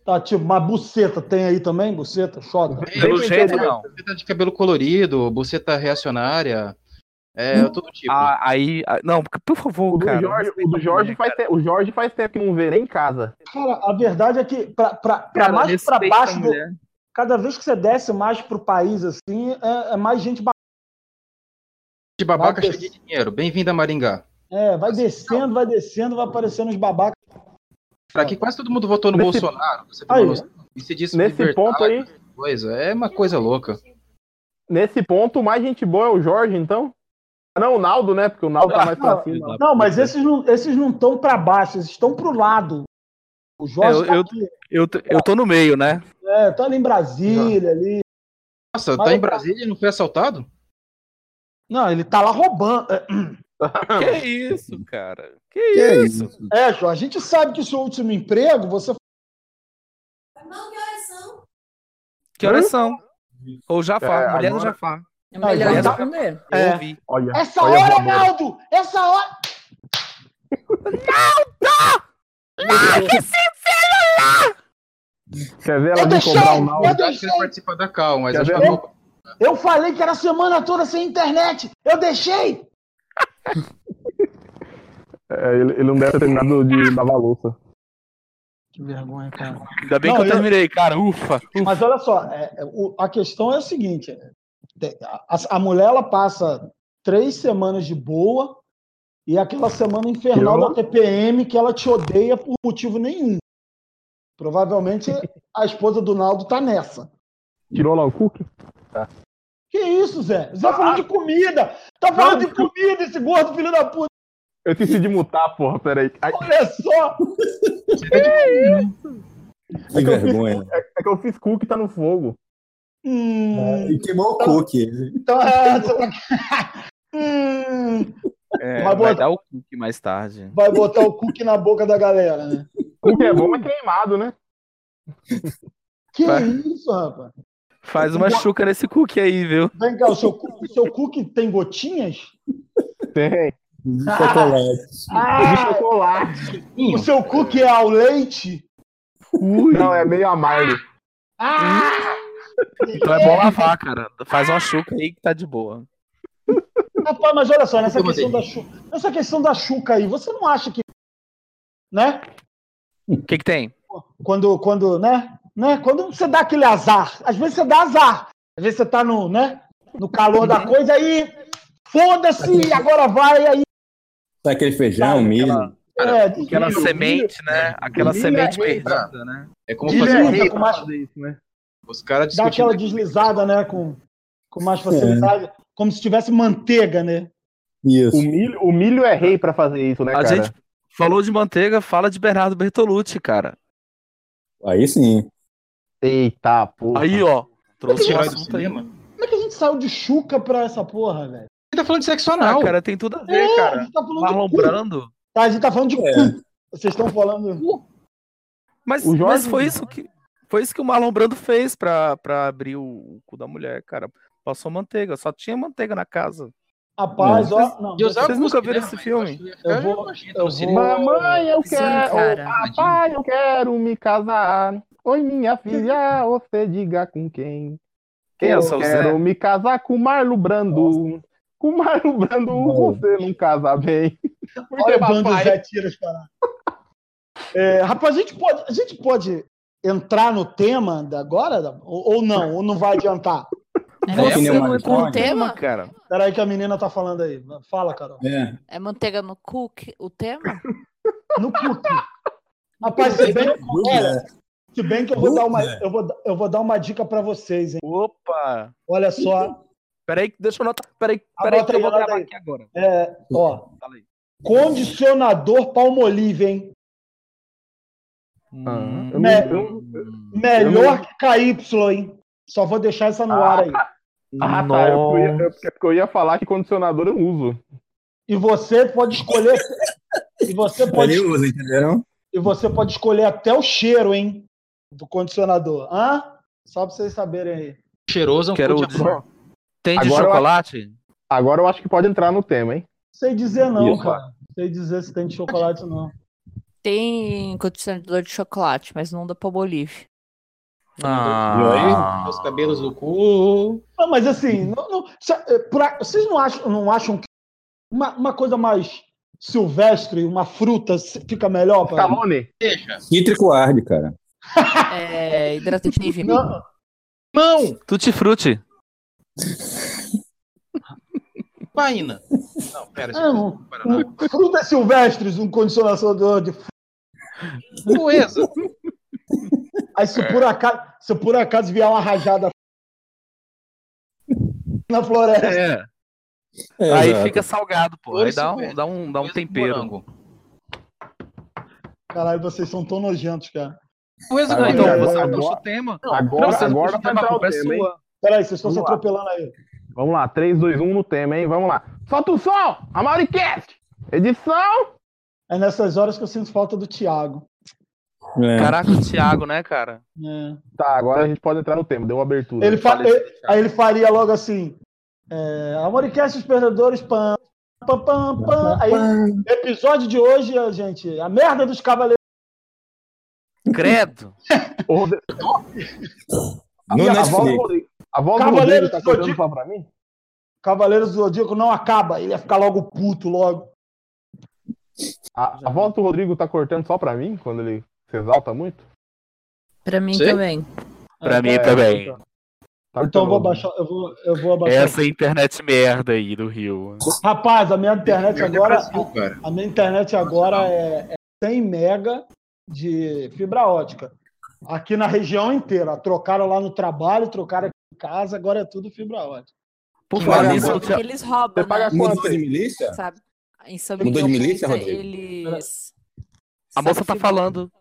[SPEAKER 2] Tá, tipo, uma buceta tem aí também, buceta, chota.
[SPEAKER 3] Pelo
[SPEAKER 1] Vem
[SPEAKER 3] jeito,
[SPEAKER 1] conhecer-
[SPEAKER 3] não.
[SPEAKER 6] Você tá É, de cabelo colorido, você tá reacionária, é,
[SPEAKER 4] Hum.
[SPEAKER 6] todo tipo.
[SPEAKER 3] Ah, aí. ah, Não, por favor,
[SPEAKER 1] O do
[SPEAKER 3] cara.
[SPEAKER 1] Jorge, o do Jorge faz tempo, o Jorge faz tempo que não vê nem em casa.
[SPEAKER 2] Cara, a verdade é que pra, pra, pra
[SPEAKER 4] Cara,
[SPEAKER 2] mais pra
[SPEAKER 4] respeita a
[SPEAKER 2] baixo, do-
[SPEAKER 4] mulher.
[SPEAKER 2] cada vez que você desce mais pro país, assim, é, é mais gente ba-
[SPEAKER 6] de babaca
[SPEAKER 2] Marcos.
[SPEAKER 6] cheio de dinheiro. Bem-vindo a Maringá.
[SPEAKER 2] É, vai descendo, vai descendo, vai aparecendo os babacas.
[SPEAKER 6] Pra que quase todo mundo votou no
[SPEAKER 1] Nesse-
[SPEAKER 6] Bolsonaro, pra você ter
[SPEAKER 2] Aí.
[SPEAKER 6] uma noção. E se diz
[SPEAKER 1] Nesse ponto aí,
[SPEAKER 6] coisa, é uma coisa louca.
[SPEAKER 1] nesse ponto, o mais gente boa é o Jorge, então? Não, o Naldo, né? Porque o Naldo tá mais pra cima.
[SPEAKER 2] Não, mas esses não esses não estão para baixo, eles estão para o lado. O Jorge
[SPEAKER 3] É, eu- eu-
[SPEAKER 2] tá, ali,
[SPEAKER 3] Eu, t- eu tô no meio, né?
[SPEAKER 2] é, tá ali em Brasília, ali.
[SPEAKER 6] Nossa,
[SPEAKER 2] Mas
[SPEAKER 6] tá em
[SPEAKER 2] eu-
[SPEAKER 6] Brasília e não foi assaltado?
[SPEAKER 2] Não, ele tá lá roubando. É,
[SPEAKER 3] Que isso, cara? Que,
[SPEAKER 8] Que é
[SPEAKER 3] isso?
[SPEAKER 8] isso?
[SPEAKER 2] É, Jorge, a gente sabe que o seu último emprego, você
[SPEAKER 3] Que horas são? Ou Jafar,
[SPEAKER 1] É,
[SPEAKER 3] mulher do
[SPEAKER 1] agora-
[SPEAKER 3] Jafar.
[SPEAKER 4] É melhor
[SPEAKER 2] Ah,
[SPEAKER 3] então-
[SPEAKER 4] responder.
[SPEAKER 3] Eu
[SPEAKER 2] É.
[SPEAKER 3] ouvi.
[SPEAKER 1] Olha,
[SPEAKER 2] Essa
[SPEAKER 1] olha o
[SPEAKER 2] hora,
[SPEAKER 1] Romero.
[SPEAKER 2] Naldo! Essa hora.
[SPEAKER 1] Quer ver
[SPEAKER 2] Eu
[SPEAKER 1] ela me
[SPEAKER 2] deixei,
[SPEAKER 1] cobrar um o Naldo?
[SPEAKER 2] eu
[SPEAKER 6] Eu acho que ele
[SPEAKER 2] deixei.
[SPEAKER 6] participa da Cal, mas
[SPEAKER 1] Quer
[SPEAKER 6] acho
[SPEAKER 1] ver?
[SPEAKER 6] que é um não.
[SPEAKER 2] Eu falei que era semana toda sem internet. Eu deixei.
[SPEAKER 1] É, ele, ele não deve ter terminado de lavar a louça.
[SPEAKER 2] Que vergonha, cara.
[SPEAKER 3] Ainda bem
[SPEAKER 2] Não,
[SPEAKER 3] que eu,
[SPEAKER 2] eu-
[SPEAKER 3] terminei, cara. Ufa. ufa.
[SPEAKER 2] Mas olha só, é, é, o- a questão é a seguinte: é, te- a, a mulher ela passa três semanas de boa e aquela semana infernal
[SPEAKER 1] Eu-
[SPEAKER 2] da TPM que ela te odeia por motivo nenhum. Provavelmente a esposa do Naldo tá nessa.
[SPEAKER 1] Tirou lá o cookie?
[SPEAKER 2] Que isso, Zé? Zé falando de comida! Tá falando de comida esse gordo, filho da puta!
[SPEAKER 1] Eu esqueci de mutar, porra, peraí. Ai,
[SPEAKER 2] Olha só!
[SPEAKER 8] Que vergonha.
[SPEAKER 1] É que eu fiz cookie tá no fogo.
[SPEAKER 2] Hum,
[SPEAKER 8] E queimou o cookie.
[SPEAKER 2] então, é, você tá- Hum,
[SPEAKER 3] É,
[SPEAKER 2] Mas
[SPEAKER 3] vai
[SPEAKER 2] boa-
[SPEAKER 3] dar o cookie mais tarde.
[SPEAKER 2] vai botar o cookie na boca da galera, né?
[SPEAKER 1] O que é bom é queimado, né?
[SPEAKER 2] Que
[SPEAKER 3] Vai.
[SPEAKER 2] isso, rapaz?
[SPEAKER 3] Faz uma chuca nesse cookie aí, viu?
[SPEAKER 2] Vem cá, o seu, cu- o seu cookie tem gotinhas?
[SPEAKER 1] Tem. é
[SPEAKER 8] Chocolate.
[SPEAKER 1] De
[SPEAKER 2] Ah,
[SPEAKER 1] chocolate.
[SPEAKER 2] o seu cookie é ao leite?
[SPEAKER 1] Não, é meio amargo.
[SPEAKER 2] Ah,
[SPEAKER 3] Então é bom lavar, cara. Faz uma chuca aí que tá de boa.
[SPEAKER 2] Hum. rapaz, mas olha só, nessa
[SPEAKER 6] Eu
[SPEAKER 2] questão da chuca, nessa questão da chuca aí, você não acha que, né?
[SPEAKER 3] O que que tem?
[SPEAKER 2] Quando, quando, né? né? Quando você dá aquele azar, às vezes você dá azar, às vezes você tá no, né? No calor da coisa aí, foda-se, agora vai aí.
[SPEAKER 8] Tá aquele feijão, milho.
[SPEAKER 2] É,
[SPEAKER 3] Aquela
[SPEAKER 2] milho,
[SPEAKER 3] semente, né? Aquela
[SPEAKER 1] milho
[SPEAKER 3] semente
[SPEAKER 1] é rei,
[SPEAKER 3] perdida, né?
[SPEAKER 6] É como
[SPEAKER 2] Milho
[SPEAKER 6] fazer
[SPEAKER 2] é
[SPEAKER 6] um-
[SPEAKER 2] rei, com mais,
[SPEAKER 6] os caras
[SPEAKER 2] dá
[SPEAKER 6] discutindo.
[SPEAKER 2] aquela deslizada, né? Com, com mais facilidade, como se tivesse manteiga, né?
[SPEAKER 8] Isso.
[SPEAKER 1] O milho, o milho é rei pra fazer isso, né,
[SPEAKER 3] A
[SPEAKER 1] cara?
[SPEAKER 3] gente falou de manteiga, fala de Bernardo Bertolucci, cara.
[SPEAKER 8] Aí sim.
[SPEAKER 1] Eita, porra.
[SPEAKER 3] Aí, ó. Trouxe um
[SPEAKER 6] Tirar do
[SPEAKER 3] assunto aí.
[SPEAKER 6] cinema.
[SPEAKER 2] Como é que a gente saiu de chuca pra essa porra, velho?
[SPEAKER 6] Ele tá falando de sexo
[SPEAKER 3] Ah,
[SPEAKER 6] anal.
[SPEAKER 3] cara, tem tudo a ver,
[SPEAKER 2] A
[SPEAKER 3] cara.
[SPEAKER 2] gente tá falando
[SPEAKER 3] Marlon
[SPEAKER 2] de cu.
[SPEAKER 3] Brando.
[SPEAKER 2] Tá, a gente tá falando de
[SPEAKER 8] É.
[SPEAKER 2] cu. Vocês estão falando.
[SPEAKER 3] Mas,
[SPEAKER 1] O Jorge-
[SPEAKER 3] mas foi isso que foi isso que o Marlon Brando fez pra, pra abrir o, o cu da mulher, cara. Passou manteiga, só tinha manteiga na casa.
[SPEAKER 2] Rapaz, ó. Não,
[SPEAKER 6] E usar
[SPEAKER 3] Vocês
[SPEAKER 6] o
[SPEAKER 3] nunca
[SPEAKER 6] cuspe,
[SPEAKER 3] viram
[SPEAKER 6] né,
[SPEAKER 3] esse
[SPEAKER 6] mãe?
[SPEAKER 3] filme?
[SPEAKER 6] Eu acho que ia ficar
[SPEAKER 2] Eu vou-
[SPEAKER 6] nojento
[SPEAKER 2] eu
[SPEAKER 6] no cinema.
[SPEAKER 1] Mamãe, eu
[SPEAKER 4] Sim,
[SPEAKER 1] quero.
[SPEAKER 4] cara.
[SPEAKER 1] Papai, eu quero me casar. Oi, minha filha, você diga com quem.
[SPEAKER 3] Quem é
[SPEAKER 1] eu
[SPEAKER 3] o seu
[SPEAKER 1] quero
[SPEAKER 3] Zé?
[SPEAKER 1] me casar com o Marlo Brando. Com o Marlo Brando, você não casa bem. Porque
[SPEAKER 6] um
[SPEAKER 2] Olha o bando
[SPEAKER 1] papai-
[SPEAKER 2] Zé Tiras parar. É, rapaz, a gente, pode, a gente pode entrar no tema da agora? da- Ou, ou não? Ou não vai adiantar?
[SPEAKER 4] É
[SPEAKER 8] Você
[SPEAKER 4] manteiga
[SPEAKER 8] não
[SPEAKER 4] no
[SPEAKER 8] entrou no
[SPEAKER 4] cu,
[SPEAKER 3] né?
[SPEAKER 4] tema?
[SPEAKER 3] Cara,
[SPEAKER 2] Peraí que a menina tá falando aí. Fala, Carol.
[SPEAKER 8] É.
[SPEAKER 4] É manteiga no cu que- o tema?
[SPEAKER 2] No cu. Rapaz, se
[SPEAKER 8] É.
[SPEAKER 2] bem, olha, se bem que eu vou dar uma, eu vou, eu vou dar uma dica pra vocês, hein?
[SPEAKER 3] opa!
[SPEAKER 2] Olha só.
[SPEAKER 3] Peraí, deixa eu anotar. Peraí, peraí
[SPEAKER 2] Anota
[SPEAKER 3] que eu
[SPEAKER 2] aí,
[SPEAKER 3] vou
[SPEAKER 2] anota
[SPEAKER 3] gravar
[SPEAKER 2] aí.
[SPEAKER 3] aqui agora.
[SPEAKER 2] É, ó,
[SPEAKER 3] Fala aí.
[SPEAKER 2] condicionador palmolive, hein?
[SPEAKER 1] Ah,
[SPEAKER 3] Hum.
[SPEAKER 1] eu não- eu-
[SPEAKER 6] Hum.
[SPEAKER 2] Melhor que KY, hein? Só vou deixar essa no ar aí.
[SPEAKER 1] Ah, tá. É porque eu ia- é porque eu ia falar que condicionador eu uso.
[SPEAKER 2] E você pode escolher. e, você pode,
[SPEAKER 8] Ele usa, entenderam?
[SPEAKER 2] e você pode escolher até o cheiro, hein? Do condicionador. Hã? Só pra vocês saberem aí.
[SPEAKER 6] Cheiroso é um
[SPEAKER 3] Quero
[SPEAKER 6] cu de
[SPEAKER 3] dizer-
[SPEAKER 6] amor.
[SPEAKER 3] Tem de
[SPEAKER 1] Agora eu-
[SPEAKER 3] chocolate?
[SPEAKER 1] Agora eu acho que pode entrar no tema, hein?
[SPEAKER 2] Sei dizer não,
[SPEAKER 8] Isso.
[SPEAKER 2] cara. Sei dizer se tem de chocolate ou não.
[SPEAKER 4] Tem condicionador de chocolate, mas não da Palmolive.
[SPEAKER 3] Ah.
[SPEAKER 6] Os cabelos do cu.
[SPEAKER 2] Não, mas assim, não- não- se- é, pra- vocês não acham, não acham que uma, uma coisa mais silvestre, uma fruta, se- fica melhor? Pra...
[SPEAKER 1] Stallone.
[SPEAKER 6] Deixa.
[SPEAKER 8] Cítrico arde, cara.
[SPEAKER 4] É, hidratante nível.
[SPEAKER 2] Não,
[SPEAKER 6] Mão.
[SPEAKER 3] Tutti frutti.
[SPEAKER 6] Paina. Não, pera.
[SPEAKER 2] é,
[SPEAKER 6] Isso
[SPEAKER 2] um-
[SPEAKER 6] para não.
[SPEAKER 2] um- frutas silvestres, um condicionador de
[SPEAKER 6] Coesa.
[SPEAKER 2] Aí se por acaso, se por acaso vier uma rajada na floresta,
[SPEAKER 3] É.
[SPEAKER 8] É,
[SPEAKER 3] Aí
[SPEAKER 8] exato.
[SPEAKER 3] fica salgado, pô. Aí
[SPEAKER 6] Flores
[SPEAKER 3] dá um,
[SPEAKER 6] silvestres.
[SPEAKER 3] dá um, dá um
[SPEAKER 6] Coisa com
[SPEAKER 3] tempero.
[SPEAKER 6] morango.
[SPEAKER 2] caralho, vocês são tão nojentos, cara.
[SPEAKER 6] Coesa
[SPEAKER 1] Agora-
[SPEAKER 3] Ah,
[SPEAKER 6] com
[SPEAKER 3] então,
[SPEAKER 6] morango.
[SPEAKER 1] agora-
[SPEAKER 3] você
[SPEAKER 1] agora-
[SPEAKER 3] puxa o tema.
[SPEAKER 1] Agora,
[SPEAKER 3] Você
[SPEAKER 1] agora
[SPEAKER 3] puxa
[SPEAKER 1] vai entrar o
[SPEAKER 3] culpa é
[SPEAKER 1] tema, hein?
[SPEAKER 3] sua.
[SPEAKER 2] Peraí, vocês estão se
[SPEAKER 1] Vamos lá.
[SPEAKER 2] atropelando aí.
[SPEAKER 1] Vamos lá, 3, 2, 1 no tema, hein? Vamos lá. Solta o som! A Mauricast! Edição!
[SPEAKER 2] É nessas horas que eu sinto falta do Thiago.
[SPEAKER 8] É.
[SPEAKER 3] Caraca, o Thiago, né, cara?
[SPEAKER 2] É.
[SPEAKER 1] Tá, agora a gente pode entrar no tema, deu uma abertura.
[SPEAKER 2] Ele fa- ele- aí ele faria logo assim: é, Amoricast os perdedores, pam, pam, pam, pam. Aí, episódio de hoje, a gente, a merda dos cavaleiros.
[SPEAKER 3] Credo.
[SPEAKER 1] O Rode-
[SPEAKER 8] No
[SPEAKER 1] a voz do
[SPEAKER 8] Netflix.
[SPEAKER 1] Rodrigo, a voz do
[SPEAKER 2] Cavaleiro
[SPEAKER 1] Rodrigo tá
[SPEAKER 2] do
[SPEAKER 1] cortando
[SPEAKER 2] Zodíaco.
[SPEAKER 1] só pra mim?
[SPEAKER 2] Cavaleiros do Zodíaco não acaba, ele ia ficar logo puto, logo.
[SPEAKER 1] A, a voz do Rodrigo tá cortando só pra mim quando ele se exalta muito?
[SPEAKER 4] Pra mim
[SPEAKER 6] Sei.
[SPEAKER 4] também.
[SPEAKER 3] Pra mim
[SPEAKER 1] é,
[SPEAKER 3] também.
[SPEAKER 1] Tá
[SPEAKER 2] Então eu vou
[SPEAKER 1] cortando.
[SPEAKER 2] abaixar, eu vou, eu vou abaixar.
[SPEAKER 3] Essa internet merda aí do Rio.
[SPEAKER 2] Rapaz, a minha internet agora, é
[SPEAKER 6] Brasil, cara.
[SPEAKER 2] A minha internet agora é, é 100 mega de fibra ótica. Aqui na região inteira. Trocaram lá no trabalho, trocaram aqui em casa, agora é tudo fibra ótica.
[SPEAKER 3] Por
[SPEAKER 8] Que
[SPEAKER 3] falar
[SPEAKER 8] maravilha.
[SPEAKER 3] nisso, o
[SPEAKER 4] Porque
[SPEAKER 3] Thi-
[SPEAKER 4] eles roubam,
[SPEAKER 1] Você paga
[SPEAKER 4] né?
[SPEAKER 1] quanto?
[SPEAKER 8] Mudou de milícia?
[SPEAKER 4] Sabe? Em São
[SPEAKER 8] Mudou
[SPEAKER 4] Miguel
[SPEAKER 8] de milícia,
[SPEAKER 4] Paulista,
[SPEAKER 8] Rodrigo?
[SPEAKER 4] eles...
[SPEAKER 3] a moça
[SPEAKER 4] Sabe
[SPEAKER 3] tá
[SPEAKER 4] que-
[SPEAKER 3] falando.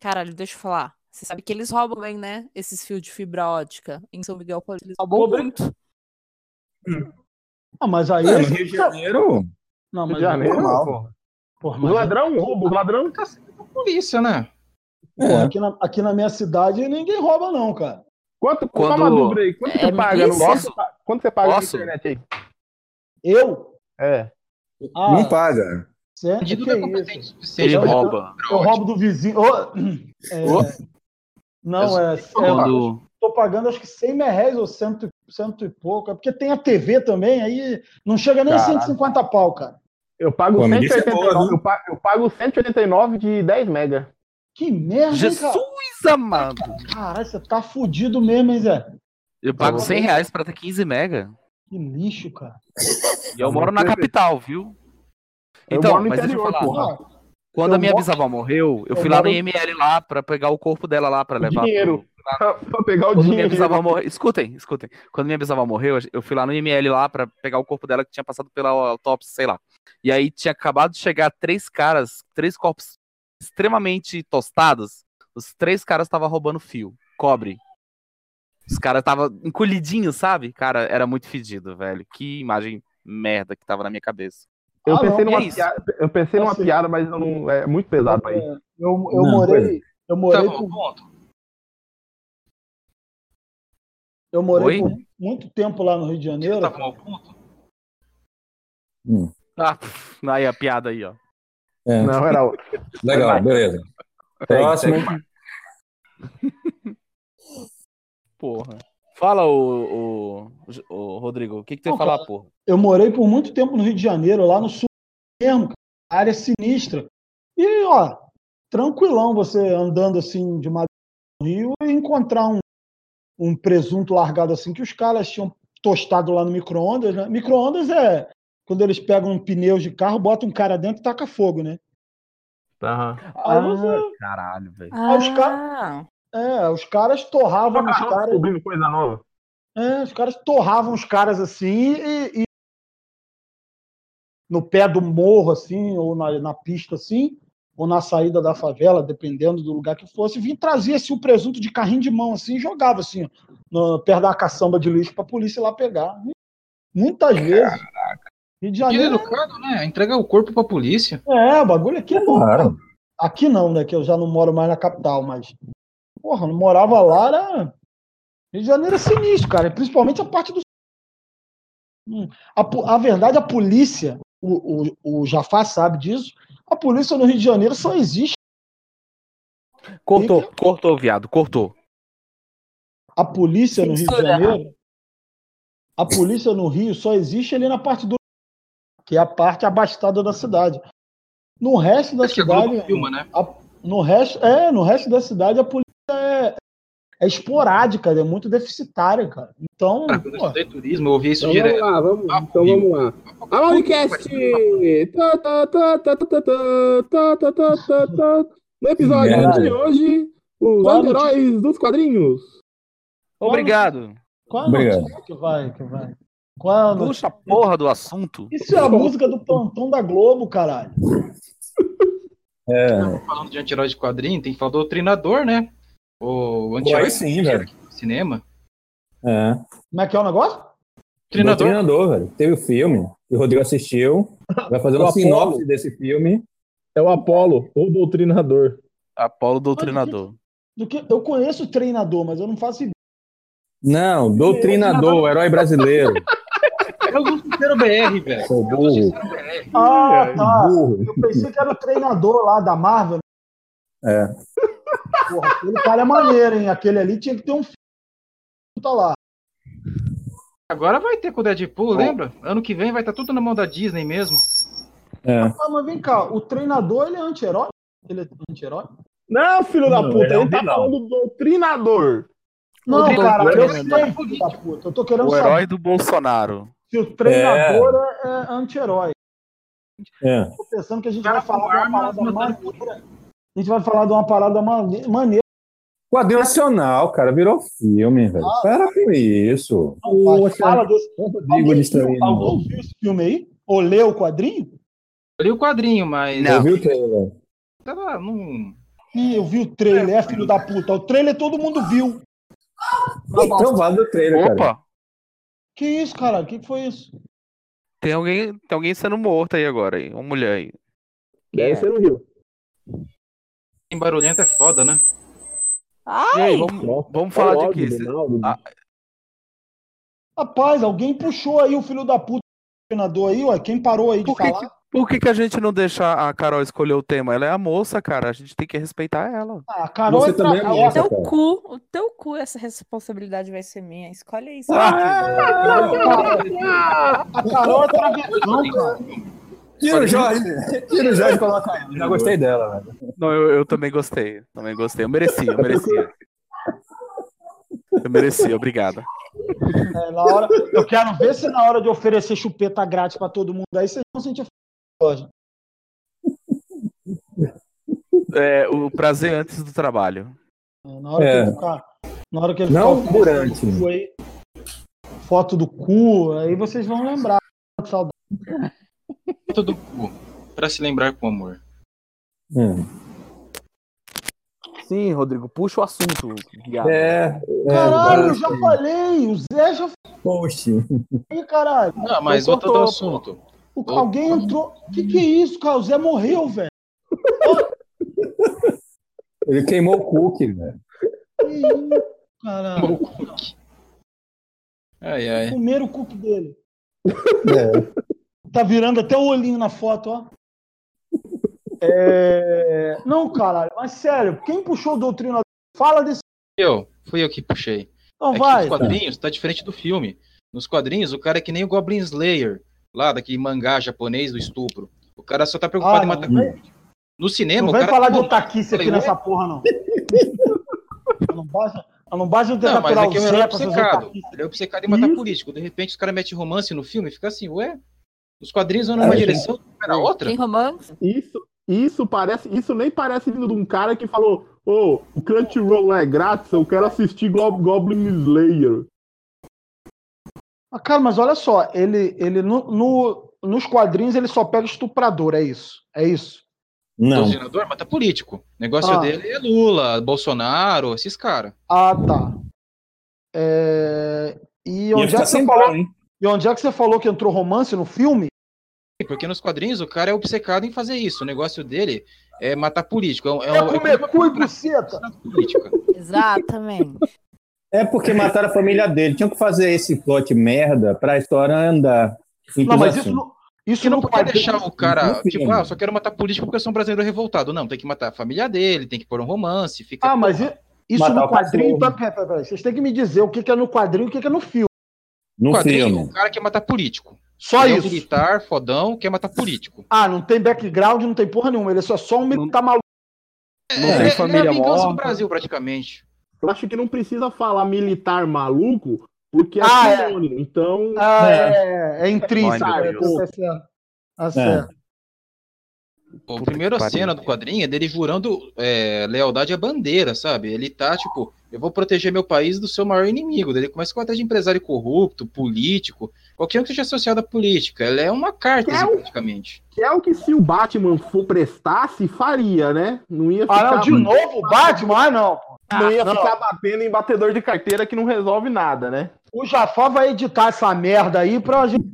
[SPEAKER 4] Caralho, deixa eu falar. Você sabe que eles roubam bem, né? Esses fios de fibra ótica. Em São Miguel Paulista, eles roubam
[SPEAKER 2] Roubam?
[SPEAKER 4] muito.
[SPEAKER 2] Ah, mas aí.
[SPEAKER 8] É, no Rio de Janeiro. é?
[SPEAKER 2] Não,
[SPEAKER 1] Rio
[SPEAKER 2] mas
[SPEAKER 1] de Janeiro,
[SPEAKER 8] normal.
[SPEAKER 1] porra.
[SPEAKER 2] porra,
[SPEAKER 1] Os
[SPEAKER 2] mas-
[SPEAKER 1] é ladrão, roubo, os ladrão.
[SPEAKER 6] Polícia, né?
[SPEAKER 2] porra,
[SPEAKER 8] É.
[SPEAKER 2] aqui, na, aqui na minha cidade ninguém rouba, não, cara.
[SPEAKER 1] Quanto,
[SPEAKER 3] Quando-
[SPEAKER 1] Quanto... uma dúvida aí. Quanto
[SPEAKER 4] É
[SPEAKER 1] você paga? No...
[SPEAKER 4] milícia?
[SPEAKER 1] Quanto- Quanto você paga
[SPEAKER 3] Posso?
[SPEAKER 1] na internet aí?
[SPEAKER 2] Eu?
[SPEAKER 1] É.
[SPEAKER 2] Ah,
[SPEAKER 8] Não paga.
[SPEAKER 2] cê-
[SPEAKER 6] Bandido
[SPEAKER 2] que
[SPEAKER 6] não é
[SPEAKER 2] isso?
[SPEAKER 6] competente o suficiente.
[SPEAKER 3] Ele
[SPEAKER 2] Então,
[SPEAKER 6] pra-
[SPEAKER 3] rouba.
[SPEAKER 2] Eu roubo do vizinho. Ô, é,
[SPEAKER 3] Ô.
[SPEAKER 2] Não, é. é
[SPEAKER 3] Quando...
[SPEAKER 2] tô pagando acho que 100 mil reais ou cento, cento e pouco. É porque tem a TV também, aí não chega nem a
[SPEAKER 1] Caralho.
[SPEAKER 2] 150 pau, cara.
[SPEAKER 1] Eu pago,
[SPEAKER 8] Pô, a milícia é
[SPEAKER 1] 189,
[SPEAKER 8] boa, viu?
[SPEAKER 1] eu pa- eu pago 189 de 10 mega.
[SPEAKER 2] Que merda, hein, cara?
[SPEAKER 3] Jesus amado!
[SPEAKER 2] Caralho, você tá fudido mesmo, hein, Zé?
[SPEAKER 3] Eu pago 100 reais pra ter 15 mega.
[SPEAKER 2] Que lixo, cara.
[SPEAKER 3] E eu moro na capital, viu?
[SPEAKER 1] Eu
[SPEAKER 3] Então,
[SPEAKER 1] moro no
[SPEAKER 3] mas deixa eu
[SPEAKER 1] interior,
[SPEAKER 3] falar.
[SPEAKER 1] porra.
[SPEAKER 2] Ah,
[SPEAKER 3] Quando
[SPEAKER 2] Eu
[SPEAKER 3] a minha
[SPEAKER 2] moro-
[SPEAKER 3] bisavó morreu,
[SPEAKER 2] eu
[SPEAKER 3] eu fui lá no
[SPEAKER 2] moro-
[SPEAKER 3] IML lá pra pegar o corpo dela lá pra levar. pro-
[SPEAKER 1] Dinheiro. Pra pra pegar o
[SPEAKER 3] Tá. Quando minha
[SPEAKER 1] dinheiro.
[SPEAKER 3] bisavó morreu. Escutem, escutem. Quando minha bisavó morreu, eu fui lá no IML lá pra pegar o corpo dela que tinha passado pela autópsia, sei lá. E aí tinha acabado de chegar três caras, três corpos extremamente tostados. Os três caras estavam roubando fio, cobre. Os caras estavam encolhidinhos, sabe? Cara, era muito fedido, velho. Que imagem merda que tava na minha cabeça.
[SPEAKER 1] Eu
[SPEAKER 2] Ah,
[SPEAKER 1] pensei
[SPEAKER 2] não,
[SPEAKER 1] numa
[SPEAKER 3] é isso.
[SPEAKER 1] piada, eu pensei numa
[SPEAKER 2] Assim.
[SPEAKER 1] piada, mas eu não, é muito pesado pra isso.
[SPEAKER 2] é, eu, eu
[SPEAKER 8] Não,
[SPEAKER 2] morei. Eu
[SPEAKER 6] Tá
[SPEAKER 2] morei,
[SPEAKER 6] bom,
[SPEAKER 2] por,
[SPEAKER 6] ponto.
[SPEAKER 2] eu morei
[SPEAKER 3] Oi?
[SPEAKER 2] por muito tempo lá no Rio de Janeiro.
[SPEAKER 6] Tá bom, ponto.
[SPEAKER 3] Ah, pff, aí a piada aí, ó.
[SPEAKER 8] É.
[SPEAKER 1] Não, era outro.
[SPEAKER 8] Legal, beleza. Próximo.
[SPEAKER 3] Porra. Fala, o, o, Rodrigo, o que, que tu ia
[SPEAKER 2] Não,
[SPEAKER 3] falar,
[SPEAKER 2] cara.
[SPEAKER 3] porra?
[SPEAKER 2] Eu morei por muito tempo no Rio de Janeiro, lá no sul mesmo, cara, área sinistra. E, ó, tranquilão você andando assim de madrugada no Rio e encontrar um, um presunto largado assim, que os caras tinham tostado lá no micro-ondas, né? Micro-ondas é quando eles pegam um pneu de carro, botam um cara dentro e taca fogo, né? Aí você-
[SPEAKER 3] Caralho, velho.
[SPEAKER 2] Ah, os é, os caras torravam os
[SPEAKER 1] Macarrão
[SPEAKER 2] caras.
[SPEAKER 1] descobrindo coisa nova.
[SPEAKER 2] É, os caras torravam os caras assim e, e- no pé do morro, assim, ou na, na pista, assim, ou na saída da favela, dependendo do lugar que fosse, vinha trazia assim, o presunto de carrinho de mão, assim, e jogava assim, no, perto da caçamba de lixo pra polícia ir lá pegar. Muitas vezes. Rio de
[SPEAKER 6] Bandido
[SPEAKER 2] Janeiro.
[SPEAKER 6] educado, né? Entrega o corpo pra polícia.
[SPEAKER 2] É, o bagulho aqui é bom.
[SPEAKER 8] Claro.
[SPEAKER 2] Aqui não, né? Que eu já não moro mais na capital, mas. Porra, não morava lá, era. Rio de Janeiro é sinistro, cara. Principalmente a parte do. Hum, A, po- a verdade, a polícia, o, o, o Jafá sabe disso, a polícia no Rio de Janeiro só existe.
[SPEAKER 3] Cortou, cortou, viado, cortou.
[SPEAKER 2] A polícia no Rio de
[SPEAKER 4] Censura.
[SPEAKER 2] Janeiro. A polícia no Rio só existe ali na parte do. Que é a parte abastada da cidade. No resto da
[SPEAKER 6] Acho que a Globo
[SPEAKER 2] cidade.
[SPEAKER 6] filma, né?
[SPEAKER 2] No resto, é, no resto da cidade a polícia é, é esporádica, é muito deficitária, cara. Então,
[SPEAKER 6] Cara, Ah, quando eu
[SPEAKER 2] pô,
[SPEAKER 6] estudei turismo, eu ouvi isso
[SPEAKER 9] Então vamos
[SPEAKER 6] direto.
[SPEAKER 9] lá, vamos,
[SPEAKER 6] Ah,
[SPEAKER 9] então
[SPEAKER 6] comigo.
[SPEAKER 9] vamos lá. A
[SPEAKER 2] é
[SPEAKER 9] Auricast! Tá, tá, tá, tá, tá, tá, tá, tá, tá, tá, tá. No episódio
[SPEAKER 8] Merda.
[SPEAKER 9] de hoje, os
[SPEAKER 2] Vamos.
[SPEAKER 9] anti-heróis dos quadrinhos.
[SPEAKER 3] Obrigado.
[SPEAKER 2] qual é a
[SPEAKER 8] Obrigado.
[SPEAKER 2] notícia que vai, que vai? Qual é a notícia?
[SPEAKER 3] Puxa a porra do assunto.
[SPEAKER 2] Isso é a música do plantão da Globo, caralho.
[SPEAKER 8] É.
[SPEAKER 6] Falando de anti-herói de quadrinho, tem que falar do treinador, né? O anti-herói
[SPEAKER 8] Aí sim, velho.
[SPEAKER 6] do cinema.
[SPEAKER 8] É.
[SPEAKER 2] Como é que é o negócio?
[SPEAKER 6] Treinador.
[SPEAKER 8] Treinador. treinador, velho. Teve o filme, que o Rodrigo assistiu. Vai fazer
[SPEAKER 9] O
[SPEAKER 8] uma
[SPEAKER 9] Apollo.
[SPEAKER 8] sinopse desse filme.
[SPEAKER 9] É o Apolo, o doutrinador.
[SPEAKER 3] Apolo Doutrinador.
[SPEAKER 2] Do que, eu conheço o treinador, mas eu não faço ideia.
[SPEAKER 8] Não, Doutrinador, herói brasileiro.
[SPEAKER 6] Eu gosto do Cero BR, velho.
[SPEAKER 8] Sou
[SPEAKER 6] Eu gosto do
[SPEAKER 8] burro.
[SPEAKER 6] Cero BR.
[SPEAKER 2] Ah, tá.
[SPEAKER 8] burro.
[SPEAKER 2] Eu pensei que era o treinador lá da Marvel.
[SPEAKER 8] É.
[SPEAKER 2] Porra, aquele cara é maneiro, hein? Aquele ali tinha que ter um filho. Tá lá.
[SPEAKER 6] Agora vai ter com o Deadpool, lembra? Ano que vem vai estar tudo na mão da Disney mesmo.
[SPEAKER 8] É.
[SPEAKER 2] Ah, mas vem cá, o treinador ele é anti-herói? Ele é anti-herói?
[SPEAKER 9] Não, filho da
[SPEAKER 8] Não,
[SPEAKER 9] puta,
[SPEAKER 8] ele é um
[SPEAKER 9] ele tá
[SPEAKER 8] vilão.
[SPEAKER 9] falando do doutrinador.
[SPEAKER 2] Não,
[SPEAKER 3] Rodrigo,
[SPEAKER 2] cara, eu
[SPEAKER 3] né?
[SPEAKER 2] sei, filho da puta. Eu tô querendo
[SPEAKER 3] O
[SPEAKER 2] saber
[SPEAKER 3] herói do Bolsonaro.
[SPEAKER 2] se o treinador é, é anti-herói.
[SPEAKER 8] É.
[SPEAKER 2] Tô pensando que a gente
[SPEAKER 6] Cara,
[SPEAKER 2] vai falar de uma
[SPEAKER 6] com
[SPEAKER 2] parada
[SPEAKER 6] armas,
[SPEAKER 2] maneira. A gente vai falar de uma parada mane- maneira.
[SPEAKER 8] Quadrinho nacional, cara, virou filme, velho. Para com isso.
[SPEAKER 2] Fala
[SPEAKER 8] Poxa,
[SPEAKER 2] desse...
[SPEAKER 8] não digo
[SPEAKER 2] Alguém,
[SPEAKER 8] eles também,
[SPEAKER 2] viu,
[SPEAKER 8] não.
[SPEAKER 2] alguém viu esse filme aí? Ou leu o quadrinho?
[SPEAKER 6] Eu li o quadrinho, mas
[SPEAKER 3] Não.
[SPEAKER 8] Tá Eu vi o trailer.
[SPEAKER 6] ela não.
[SPEAKER 2] Ih, eu vi o trailer, é filho da puta. O trailer todo mundo viu.
[SPEAKER 8] Então vá do trailer,
[SPEAKER 3] Opa,
[SPEAKER 8] cara.
[SPEAKER 2] Que isso, cara? O que que foi isso?
[SPEAKER 3] tem alguém, tem alguém sendo morto aí agora, aí. Uma mulher aí.
[SPEAKER 10] Deve ser no Rio.
[SPEAKER 6] Em barulhento é foda, né?
[SPEAKER 3] E
[SPEAKER 4] Ai!
[SPEAKER 3] aí, vamos, vamos falar de quê?
[SPEAKER 8] né,
[SPEAKER 3] Cê- Ah,
[SPEAKER 2] Rapaz, alguém puxou aí o filho da puta do treinador aí, ué. Quem parou aí de
[SPEAKER 3] Por que
[SPEAKER 2] falar?
[SPEAKER 3] Por que, que a gente não deixa a Carol escolher o tema? Ela é a moça, cara. A gente tem que respeitar ela.
[SPEAKER 2] Ah, a Carol
[SPEAKER 8] Você
[SPEAKER 2] é
[SPEAKER 8] também é
[SPEAKER 2] trabalho.
[SPEAKER 8] moça.
[SPEAKER 4] Teu
[SPEAKER 8] cara.
[SPEAKER 4] cu, o teu cu, essa responsabilidade vai ser minha. Escolhe isso.
[SPEAKER 2] A Carol é travessão, cara.
[SPEAKER 8] Tira o Jorge. Tira o Jorge e coloca ela. Já gostei dela, velho.
[SPEAKER 3] Não, eu, eu também gostei. Também gostei. Eu merecia, eu merecia. Eu merecia, obrigada.
[SPEAKER 2] É, na hora, eu quero ver se na hora de oferecer chupeta grátis pra todo mundo aí, vocês vão sentir falta.
[SPEAKER 3] É, o prazer antes do trabalho.
[SPEAKER 2] É, Na hora
[SPEAKER 8] É.
[SPEAKER 2] que ele ficar. Na hora que ele
[SPEAKER 8] Não
[SPEAKER 2] ficar
[SPEAKER 8] durante.
[SPEAKER 2] oferecendo cu aí, foto do cu, aí vocês vão lembrar. Que saudade.
[SPEAKER 6] Foto do cu. Pra se lembrar com amor.
[SPEAKER 8] Hum.
[SPEAKER 3] Sim, Rodrigo, puxa o assunto. viado.
[SPEAKER 8] É. é,
[SPEAKER 2] Caralho, eu já
[SPEAKER 8] post.
[SPEAKER 2] falei. O Zé já
[SPEAKER 8] Post.
[SPEAKER 2] foi, caralho.
[SPEAKER 6] Ah, mas
[SPEAKER 2] Eu
[SPEAKER 6] voltando
[SPEAKER 2] tô-
[SPEAKER 6] ao assunto.
[SPEAKER 2] O- alguém entrou. Que que é isso, cara? O Zé morreu, velho.
[SPEAKER 8] Ele queimou o cookie, velho.
[SPEAKER 2] Que isso, Caralho.
[SPEAKER 6] O cookie. Ai, ai.
[SPEAKER 2] Comeram o cookie dele.
[SPEAKER 8] É.
[SPEAKER 2] Tá virando até o olhinho na foto, ó. É... Não, caralho, mas sério, quem puxou o doutrinador? Fala desse.
[SPEAKER 6] Eu, fui eu que puxei.
[SPEAKER 2] Não,
[SPEAKER 6] É que
[SPEAKER 2] vai.
[SPEAKER 6] nos quadrinhos tá diferente do filme. Nos quadrinhos, o cara é que nem o Goblin Slayer, lá daquele mangá japonês do estupro. O cara só tá preocupado
[SPEAKER 2] Ah,
[SPEAKER 6] em
[SPEAKER 2] não
[SPEAKER 6] matar.
[SPEAKER 2] vem-
[SPEAKER 6] No cinema,
[SPEAKER 2] Não
[SPEAKER 6] o
[SPEAKER 2] vem
[SPEAKER 6] cara.
[SPEAKER 2] falar de
[SPEAKER 6] tá
[SPEAKER 2] otaquice aqui
[SPEAKER 6] Falei,
[SPEAKER 2] nessa porra, não. Não basta, não basta eu tentar
[SPEAKER 6] Não, mas
[SPEAKER 2] pegar
[SPEAKER 6] é
[SPEAKER 2] o
[SPEAKER 6] que eu
[SPEAKER 2] Zé
[SPEAKER 6] era
[SPEAKER 2] pra fazer
[SPEAKER 6] obcecado.
[SPEAKER 2] otaquice.
[SPEAKER 6] Ele é obcecado em matar
[SPEAKER 2] Isso.
[SPEAKER 6] político. De repente, os caras metem romance no filme e fica assim, ué? Os quadrinhos vão
[SPEAKER 8] É,
[SPEAKER 6] numa
[SPEAKER 8] gente.
[SPEAKER 6] direção, o cara na
[SPEAKER 3] Ah,
[SPEAKER 6] outra?
[SPEAKER 4] Tem romance?
[SPEAKER 1] Isso, isso parece, isso nem parece vindo de um cara que falou, ô, o Crunchyroll é grátis, eu quero assistir Gob- Goblin Slayer.
[SPEAKER 2] Ah, Cara, mas olha só, ele, ele no, no- nos quadrinhos ele só pega estuprador, é isso? É isso?
[SPEAKER 8] Não.
[SPEAKER 6] O senador mata tá político. O negócio
[SPEAKER 2] Ah.
[SPEAKER 6] dele é Lula, Bolsonaro, esses caras.
[SPEAKER 2] Ah, tá. É, E,
[SPEAKER 8] Ia
[SPEAKER 2] onde é
[SPEAKER 8] ficar
[SPEAKER 2] que você
[SPEAKER 8] tá sem
[SPEAKER 2] falou...
[SPEAKER 8] pau, hein?
[SPEAKER 2] e onde é que você falou que entrou romance no filme?
[SPEAKER 6] Porque nos quadrinhos o cara é obcecado em fazer isso. O negócio dele é matar político. É, um- é,
[SPEAKER 2] É
[SPEAKER 6] um- é
[SPEAKER 2] comer cu e buceta.
[SPEAKER 6] uma política.
[SPEAKER 4] Exatamente.
[SPEAKER 8] É porque mataram a família dele. Tinham que fazer esse plot merda pra história andar. Simples
[SPEAKER 2] Não, mas
[SPEAKER 8] assim.
[SPEAKER 2] isso no, isso
[SPEAKER 6] Você não
[SPEAKER 2] no
[SPEAKER 6] pode
[SPEAKER 2] quadrinho-
[SPEAKER 6] deixar o cara,
[SPEAKER 8] no filme.
[SPEAKER 6] tipo, ah, eu só quero matar político porque eu sou um brasileiro revoltado. Não, tem que matar a família dele, tem que pôr um romance, fica.
[SPEAKER 2] Ah, mas i- isso
[SPEAKER 8] Matar
[SPEAKER 2] no
[SPEAKER 8] o
[SPEAKER 2] quadrinho. tá-
[SPEAKER 8] cachorro.
[SPEAKER 2] Pera, pera, pera, pera. Vocês têm que me dizer o que que é no quadrinho e o que que é no filme.
[SPEAKER 8] No
[SPEAKER 6] quadrinho,
[SPEAKER 8] filme.
[SPEAKER 6] o cara quer matar político.
[SPEAKER 2] Só
[SPEAKER 6] Ele é um
[SPEAKER 2] isso.
[SPEAKER 6] militar, fodão, quer matar político.
[SPEAKER 2] Ah, não tem background, não tem porra nenhuma. Ele é só, só um militar maluco.
[SPEAKER 6] Não
[SPEAKER 8] tem
[SPEAKER 6] é
[SPEAKER 3] família
[SPEAKER 6] a vingança do
[SPEAKER 3] morta.
[SPEAKER 6] Brasil, praticamente.
[SPEAKER 1] Eu acho que não precisa falar militar maluco, porque é
[SPEAKER 2] Ah, é.
[SPEAKER 1] sinônimo. Então,
[SPEAKER 2] Ah, é, é intrínseco.
[SPEAKER 3] Ai,
[SPEAKER 2] é,
[SPEAKER 3] meu
[SPEAKER 2] tá certo.
[SPEAKER 8] É.
[SPEAKER 2] Tá certo.
[SPEAKER 6] Pô,
[SPEAKER 3] Puta
[SPEAKER 6] a primeira
[SPEAKER 3] que pariu.
[SPEAKER 6] cena do quadrinho é dele jurando é, lealdade à bandeira, sabe? Ele tá, tipo, eu vou proteger meu país do seu maior inimigo. Daí Ele começa com atrás de empresário corrupto, político, qualquer um que seja associado à política. Ela é uma carta,
[SPEAKER 1] É um-
[SPEAKER 6] praticamente.
[SPEAKER 1] que é o que se o Batman for prestasse, faria, né? Não ia
[SPEAKER 2] Ah,
[SPEAKER 1] ficar,
[SPEAKER 2] não, de novo? Batman? Ah, não.
[SPEAKER 1] não ia
[SPEAKER 2] não.
[SPEAKER 1] ficar batendo em batedor de carteira que não resolve nada, né?
[SPEAKER 2] O Jafá vai editar essa merda aí pra gente.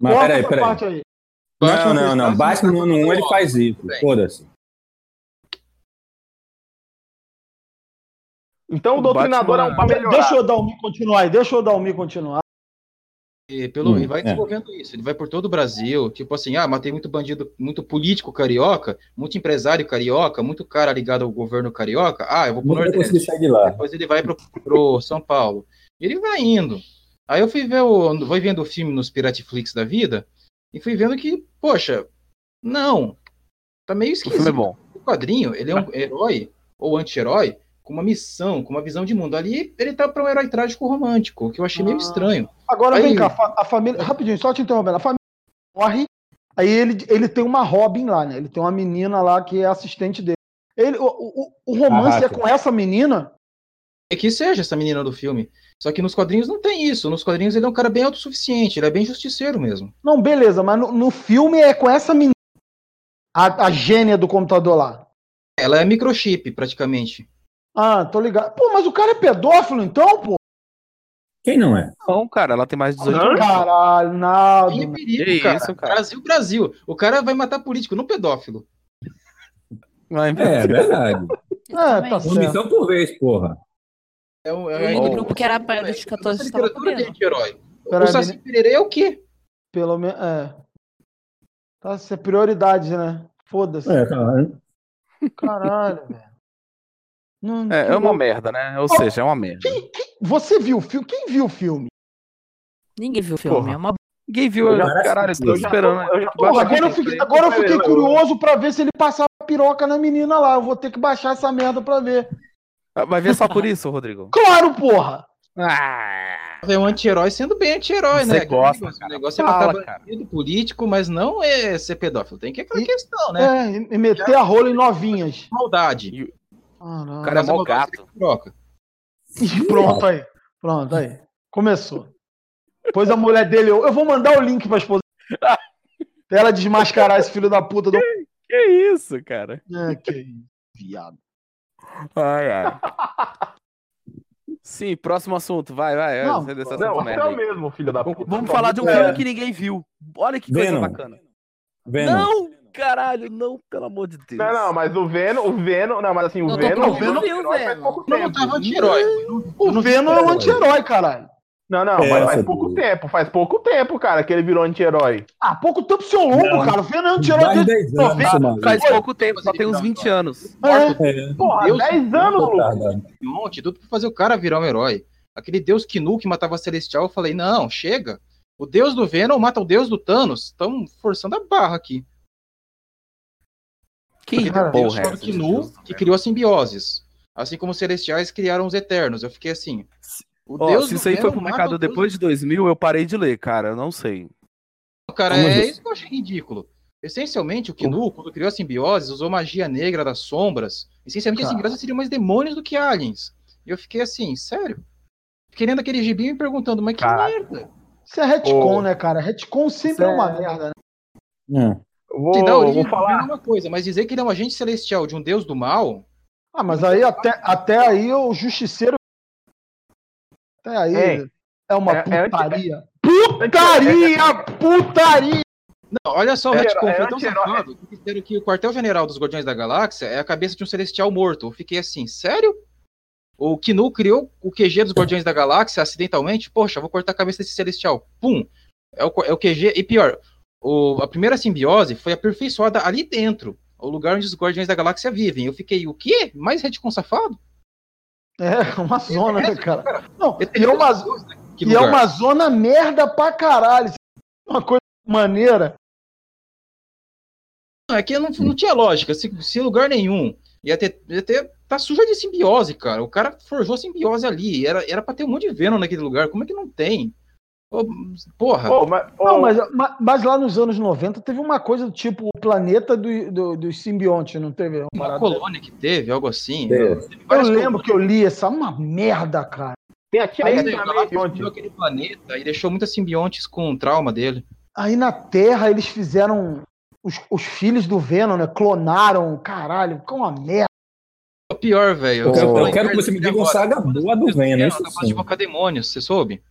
[SPEAKER 8] Mas
[SPEAKER 2] Corta
[SPEAKER 8] peraí,
[SPEAKER 2] essa
[SPEAKER 8] peraí.
[SPEAKER 2] parte aí.
[SPEAKER 8] Não, não,
[SPEAKER 6] tá
[SPEAKER 8] não. Batman no ano 1 ele faz isso.
[SPEAKER 6] assim, Bem.
[SPEAKER 8] Foda-se.
[SPEAKER 1] Então o,
[SPEAKER 3] O
[SPEAKER 1] doutrinador
[SPEAKER 3] Batman-
[SPEAKER 1] é um pra melhorar.
[SPEAKER 2] Deixa eu dar o Mi continuar aí, deixa eu dar o Mi continuar.
[SPEAKER 6] E, pelo,
[SPEAKER 8] Hum,
[SPEAKER 6] e vai
[SPEAKER 8] é.
[SPEAKER 6] desenvolvendo isso. Ele vai por todo o Brasil, tipo assim, ah, matei muito bandido, muito político carioca, muito empresário carioca, muito cara ligado ao governo carioca. Ah, eu vou pro
[SPEAKER 8] Nunca consegui
[SPEAKER 6] Nordeste.
[SPEAKER 8] sair de lá.
[SPEAKER 6] Depois ele vai pro, pro São Paulo. Ele vai indo. Aí eu fui ver o. Vou vendo o filme nos Piratflix da vida e fui vendo que, poxa, não. Tá meio
[SPEAKER 3] O filme é
[SPEAKER 6] esquisito.
[SPEAKER 3] bom.
[SPEAKER 6] O quadrinho, ele é um herói ou anti-herói com uma missão, com uma visão de mundo. Ali ele tá pra um herói trágico romântico, o que eu achei meio
[SPEAKER 2] Ah.
[SPEAKER 6] estranho.
[SPEAKER 2] Agora
[SPEAKER 6] Aí-
[SPEAKER 2] vem cá, a fa- a família. Rapidinho, só te interrompendo. A família morre. Aí ele, ele tem uma Robin lá, né? Ele tem uma menina lá que é assistente dele. Ele, o, o, o romance
[SPEAKER 8] Caraca.
[SPEAKER 2] é com essa menina?
[SPEAKER 6] É que seja essa menina do filme. Só que nos quadrinhos não tem isso. Nos quadrinhos ele é um cara bem autossuficiente, ele é bem justiceiro mesmo.
[SPEAKER 2] Não, beleza, mas no, no filme é com essa menina. A, a gênia do computador lá.
[SPEAKER 6] Ela é microchip, praticamente.
[SPEAKER 2] Ah, tô ligado. Pô, mas o cara é pedófilo então, pô?
[SPEAKER 8] Quem não é?
[SPEAKER 3] Não, cara, ela tem mais de 18 anos.
[SPEAKER 2] Caralho, nada.
[SPEAKER 6] Que um perigo, cara.
[SPEAKER 3] isso, cara.
[SPEAKER 6] Brasil, Brasil. O cara vai matar político, não pedófilo.
[SPEAKER 8] É, verdade.
[SPEAKER 4] Ah,
[SPEAKER 2] É, tá
[SPEAKER 8] Uma
[SPEAKER 2] certo.
[SPEAKER 8] missão por vez, porra.
[SPEAKER 6] É um,
[SPEAKER 4] Eu
[SPEAKER 6] é,
[SPEAKER 4] lembro do
[SPEAKER 6] é-
[SPEAKER 4] grupo que tá era apanhando dos 14
[SPEAKER 6] Essa
[SPEAKER 4] tava
[SPEAKER 6] literatura de
[SPEAKER 4] comendo.
[SPEAKER 6] anti-herói.
[SPEAKER 2] Peraí,
[SPEAKER 6] O Saci Pereira é o quê?
[SPEAKER 2] Pelo menos. É. Tá, isso é prioridade, né? Foda-se.
[SPEAKER 8] É, tá.
[SPEAKER 2] Caralho, velho. Não-
[SPEAKER 3] É, é uma merda, né? Ou seja, é uma merda.
[SPEAKER 2] Quem- quem- Você viu o filme? Quem viu o filme?
[SPEAKER 4] Ninguém viu o filme,
[SPEAKER 3] Porra.
[SPEAKER 4] é uma
[SPEAKER 3] Ninguém viu,
[SPEAKER 8] Eu já-
[SPEAKER 3] caralho, eu tô esperando. né?
[SPEAKER 2] Porra, agora eu fiquei, agora eu fiquei curioso pra ver se ele passava piroca na menina lá. Eu vou ter que baixar essa merda pra ver.
[SPEAKER 3] né? Vai ver só por isso, Rodrigo?
[SPEAKER 2] Claro, porra!
[SPEAKER 3] Ah,
[SPEAKER 6] É um anti-herói sendo bem anti-herói,
[SPEAKER 3] Você
[SPEAKER 6] né? Aquele
[SPEAKER 3] gosta,
[SPEAKER 6] negócio,
[SPEAKER 3] cara.
[SPEAKER 6] O negócio é
[SPEAKER 3] Fala,
[SPEAKER 6] matar
[SPEAKER 3] cara.
[SPEAKER 6] bandido político, mas não é ser pedófilo. Tem que aquela
[SPEAKER 2] E-
[SPEAKER 6] questão, né?
[SPEAKER 2] É, e- e meter a rola em novinhas.
[SPEAKER 6] Maldade.
[SPEAKER 2] Caralho.
[SPEAKER 3] o cara é
[SPEAKER 6] Mas eu
[SPEAKER 3] mó
[SPEAKER 6] vou dar
[SPEAKER 3] gato.
[SPEAKER 6] Troca.
[SPEAKER 2] Ih, Pronto aí. Pronto aí. Começou. Pois a mulher dele, eu, eu vou mandar o link pra esposa. Pra ela desmascarar esse filho da puta do.
[SPEAKER 3] Que isso, cara?
[SPEAKER 2] É, que isso, viado.
[SPEAKER 3] Ai, ai. Sim, próximo assunto, vai, vai.
[SPEAKER 2] Não,
[SPEAKER 3] vai, dessa
[SPEAKER 1] Não,
[SPEAKER 3] merda
[SPEAKER 1] até
[SPEAKER 3] aí.
[SPEAKER 1] o mesmo, filho da puta.
[SPEAKER 3] Vamos falar de um
[SPEAKER 8] É.
[SPEAKER 3] filme que ninguém viu. Olha que coisa
[SPEAKER 8] Venom.
[SPEAKER 3] bacana.
[SPEAKER 8] Venom.
[SPEAKER 3] Não, caralho, não, pelo amor de Deus.
[SPEAKER 1] Não, não, mas o Venom, o Venom, não, mas assim, o
[SPEAKER 4] Não, todo
[SPEAKER 1] Venom,
[SPEAKER 4] mundo
[SPEAKER 1] o Venom,
[SPEAKER 4] viu o
[SPEAKER 1] herói faz
[SPEAKER 4] Venom.
[SPEAKER 6] Não, não tava é um anti-herói.
[SPEAKER 2] O Venom é um anti-herói, caralho.
[SPEAKER 1] Não, não,
[SPEAKER 8] É,
[SPEAKER 1] mas faz
[SPEAKER 8] essa
[SPEAKER 1] pouco
[SPEAKER 8] do-
[SPEAKER 1] tempo, faz pouco tempo, cara, que ele virou anti-herói.
[SPEAKER 2] Ah, pouco tempo seu longo,
[SPEAKER 8] Não.
[SPEAKER 2] cara. O Venom é um anti-herói
[SPEAKER 8] Mais
[SPEAKER 2] desde
[SPEAKER 8] 10 anos, É,
[SPEAKER 2] noventa,
[SPEAKER 8] mano.
[SPEAKER 3] Faz pouco tempo, só tem uns 20 anos.
[SPEAKER 2] É,
[SPEAKER 8] É,
[SPEAKER 1] Porra,
[SPEAKER 6] Deus,
[SPEAKER 1] 10 anos, Lucas.
[SPEAKER 8] retardado.
[SPEAKER 6] monte, tudo pra fazer o cara virar um herói. Aquele deus Kinu que matava Celestial, eu falei, não, chega. O deus do Venom mata o deus do Thanos. Estão forçando a barra aqui.
[SPEAKER 3] Que
[SPEAKER 6] Aquele deus
[SPEAKER 3] porra é
[SPEAKER 6] chamado
[SPEAKER 3] essa?
[SPEAKER 6] Kinu que criou as simbioses. Assim como os Celestiais criaram os Eternos. Eu fiquei assim... O
[SPEAKER 3] Ó, se
[SPEAKER 6] do
[SPEAKER 3] isso aí foi
[SPEAKER 6] Venom mata
[SPEAKER 3] publicado
[SPEAKER 6] o deus
[SPEAKER 3] depois de 2000, eu parei de ler, cara, eu não sei.
[SPEAKER 6] Cara,
[SPEAKER 8] Como
[SPEAKER 6] é
[SPEAKER 8] isso?
[SPEAKER 6] isso que eu achei ridículo. Essencialmente, o Kinu, quando criou a simbiose, usou magia negra das sombras. Essencialmente,
[SPEAKER 2] Cara.
[SPEAKER 6] a simbiose seria mais demônios do que aliens. E eu fiquei assim, sério? Querendo aquele gibi e me perguntando, mas que
[SPEAKER 1] Cara.
[SPEAKER 6] merda?
[SPEAKER 2] Isso é retcon,
[SPEAKER 1] Pô.
[SPEAKER 2] né, cara? Retcon sempre é uma merda, né?
[SPEAKER 8] É.
[SPEAKER 1] Eu
[SPEAKER 6] Se dá
[SPEAKER 1] Vou,
[SPEAKER 6] origem
[SPEAKER 1] vou
[SPEAKER 6] do
[SPEAKER 1] falar.
[SPEAKER 6] Venom é uma coisa, mas dizer que ele é um agente celestial de um deus do mal,
[SPEAKER 2] Ah, mas aí até, até aí o justiceiro. Até aí
[SPEAKER 1] Ei,
[SPEAKER 2] é uma
[SPEAKER 1] é- é anti-
[SPEAKER 2] putaria. Putaria! Putaria!
[SPEAKER 6] não, olha só, o
[SPEAKER 1] É,
[SPEAKER 6] retcon
[SPEAKER 1] é
[SPEAKER 6] foi tão
[SPEAKER 1] anti-herói.
[SPEAKER 6] safado que disseram que o quartel-general dos Guardiões da Galáxia é a cabeça de um celestial morto. Eu fiquei assim, sério? O Kinu criou o QG dos Guardiões da Galáxia acidentalmente? Poxa, vou cortar a cabeça desse celestial. Pum! É o, co- é o QG. E pior, o- a primeira simbiose foi aperfeiçoada ali dentro, o lugar onde os Guardiões da Galáxia vivem. Eu fiquei, o quê? Mais retcon safado?
[SPEAKER 2] É uma zona, né, cara? Não,
[SPEAKER 6] Eu
[SPEAKER 2] e é
[SPEAKER 6] tenho
[SPEAKER 2] uma,
[SPEAKER 6] certeza que
[SPEAKER 2] e é
[SPEAKER 6] lugar.
[SPEAKER 2] uma zona merda pra caralho. Uma coisa maneira.
[SPEAKER 6] Não, é que não, não tinha lógica. Se, se lugar nenhum ia ter, ia ter. Tá suja de simbiose, cara. O cara forjou simbiose ali. Era, era pra ter um monte de Venom naquele lugar. Como é que não tem? Ô, porra.
[SPEAKER 1] Ô, mas, ô,
[SPEAKER 2] Não, mas, ma- mas lá nos anos 90 teve uma coisa do tipo o planeta do, do- dos simbiontes, não teve? Uma
[SPEAKER 6] uma
[SPEAKER 2] parada-
[SPEAKER 6] colônia que teve, algo assim.
[SPEAKER 8] É.
[SPEAKER 6] Teve
[SPEAKER 2] Eu
[SPEAKER 6] várias
[SPEAKER 2] lembro que eu li essa, uma merda, cara.
[SPEAKER 1] tem aqui
[SPEAKER 6] colônias.
[SPEAKER 1] aí,
[SPEAKER 6] Aí, o Galactus criou aquele planeta e deixou muitas simbiontes com o trauma dele.
[SPEAKER 2] Aí na Terra eles fizeram. Os, os filhos do Venom, né? Clonaram, caralho, ficou uma merda.
[SPEAKER 6] É O pior, velho.
[SPEAKER 8] Eu,
[SPEAKER 11] quero-
[SPEAKER 6] vou
[SPEAKER 8] quero,
[SPEAKER 11] eu
[SPEAKER 6] falar
[SPEAKER 8] que você me diga uma
[SPEAKER 6] agora.
[SPEAKER 8] saga boa do Venom, é
[SPEAKER 6] Venom
[SPEAKER 8] isso
[SPEAKER 6] capaz um de
[SPEAKER 8] sim.
[SPEAKER 6] invocar demônios, você soube?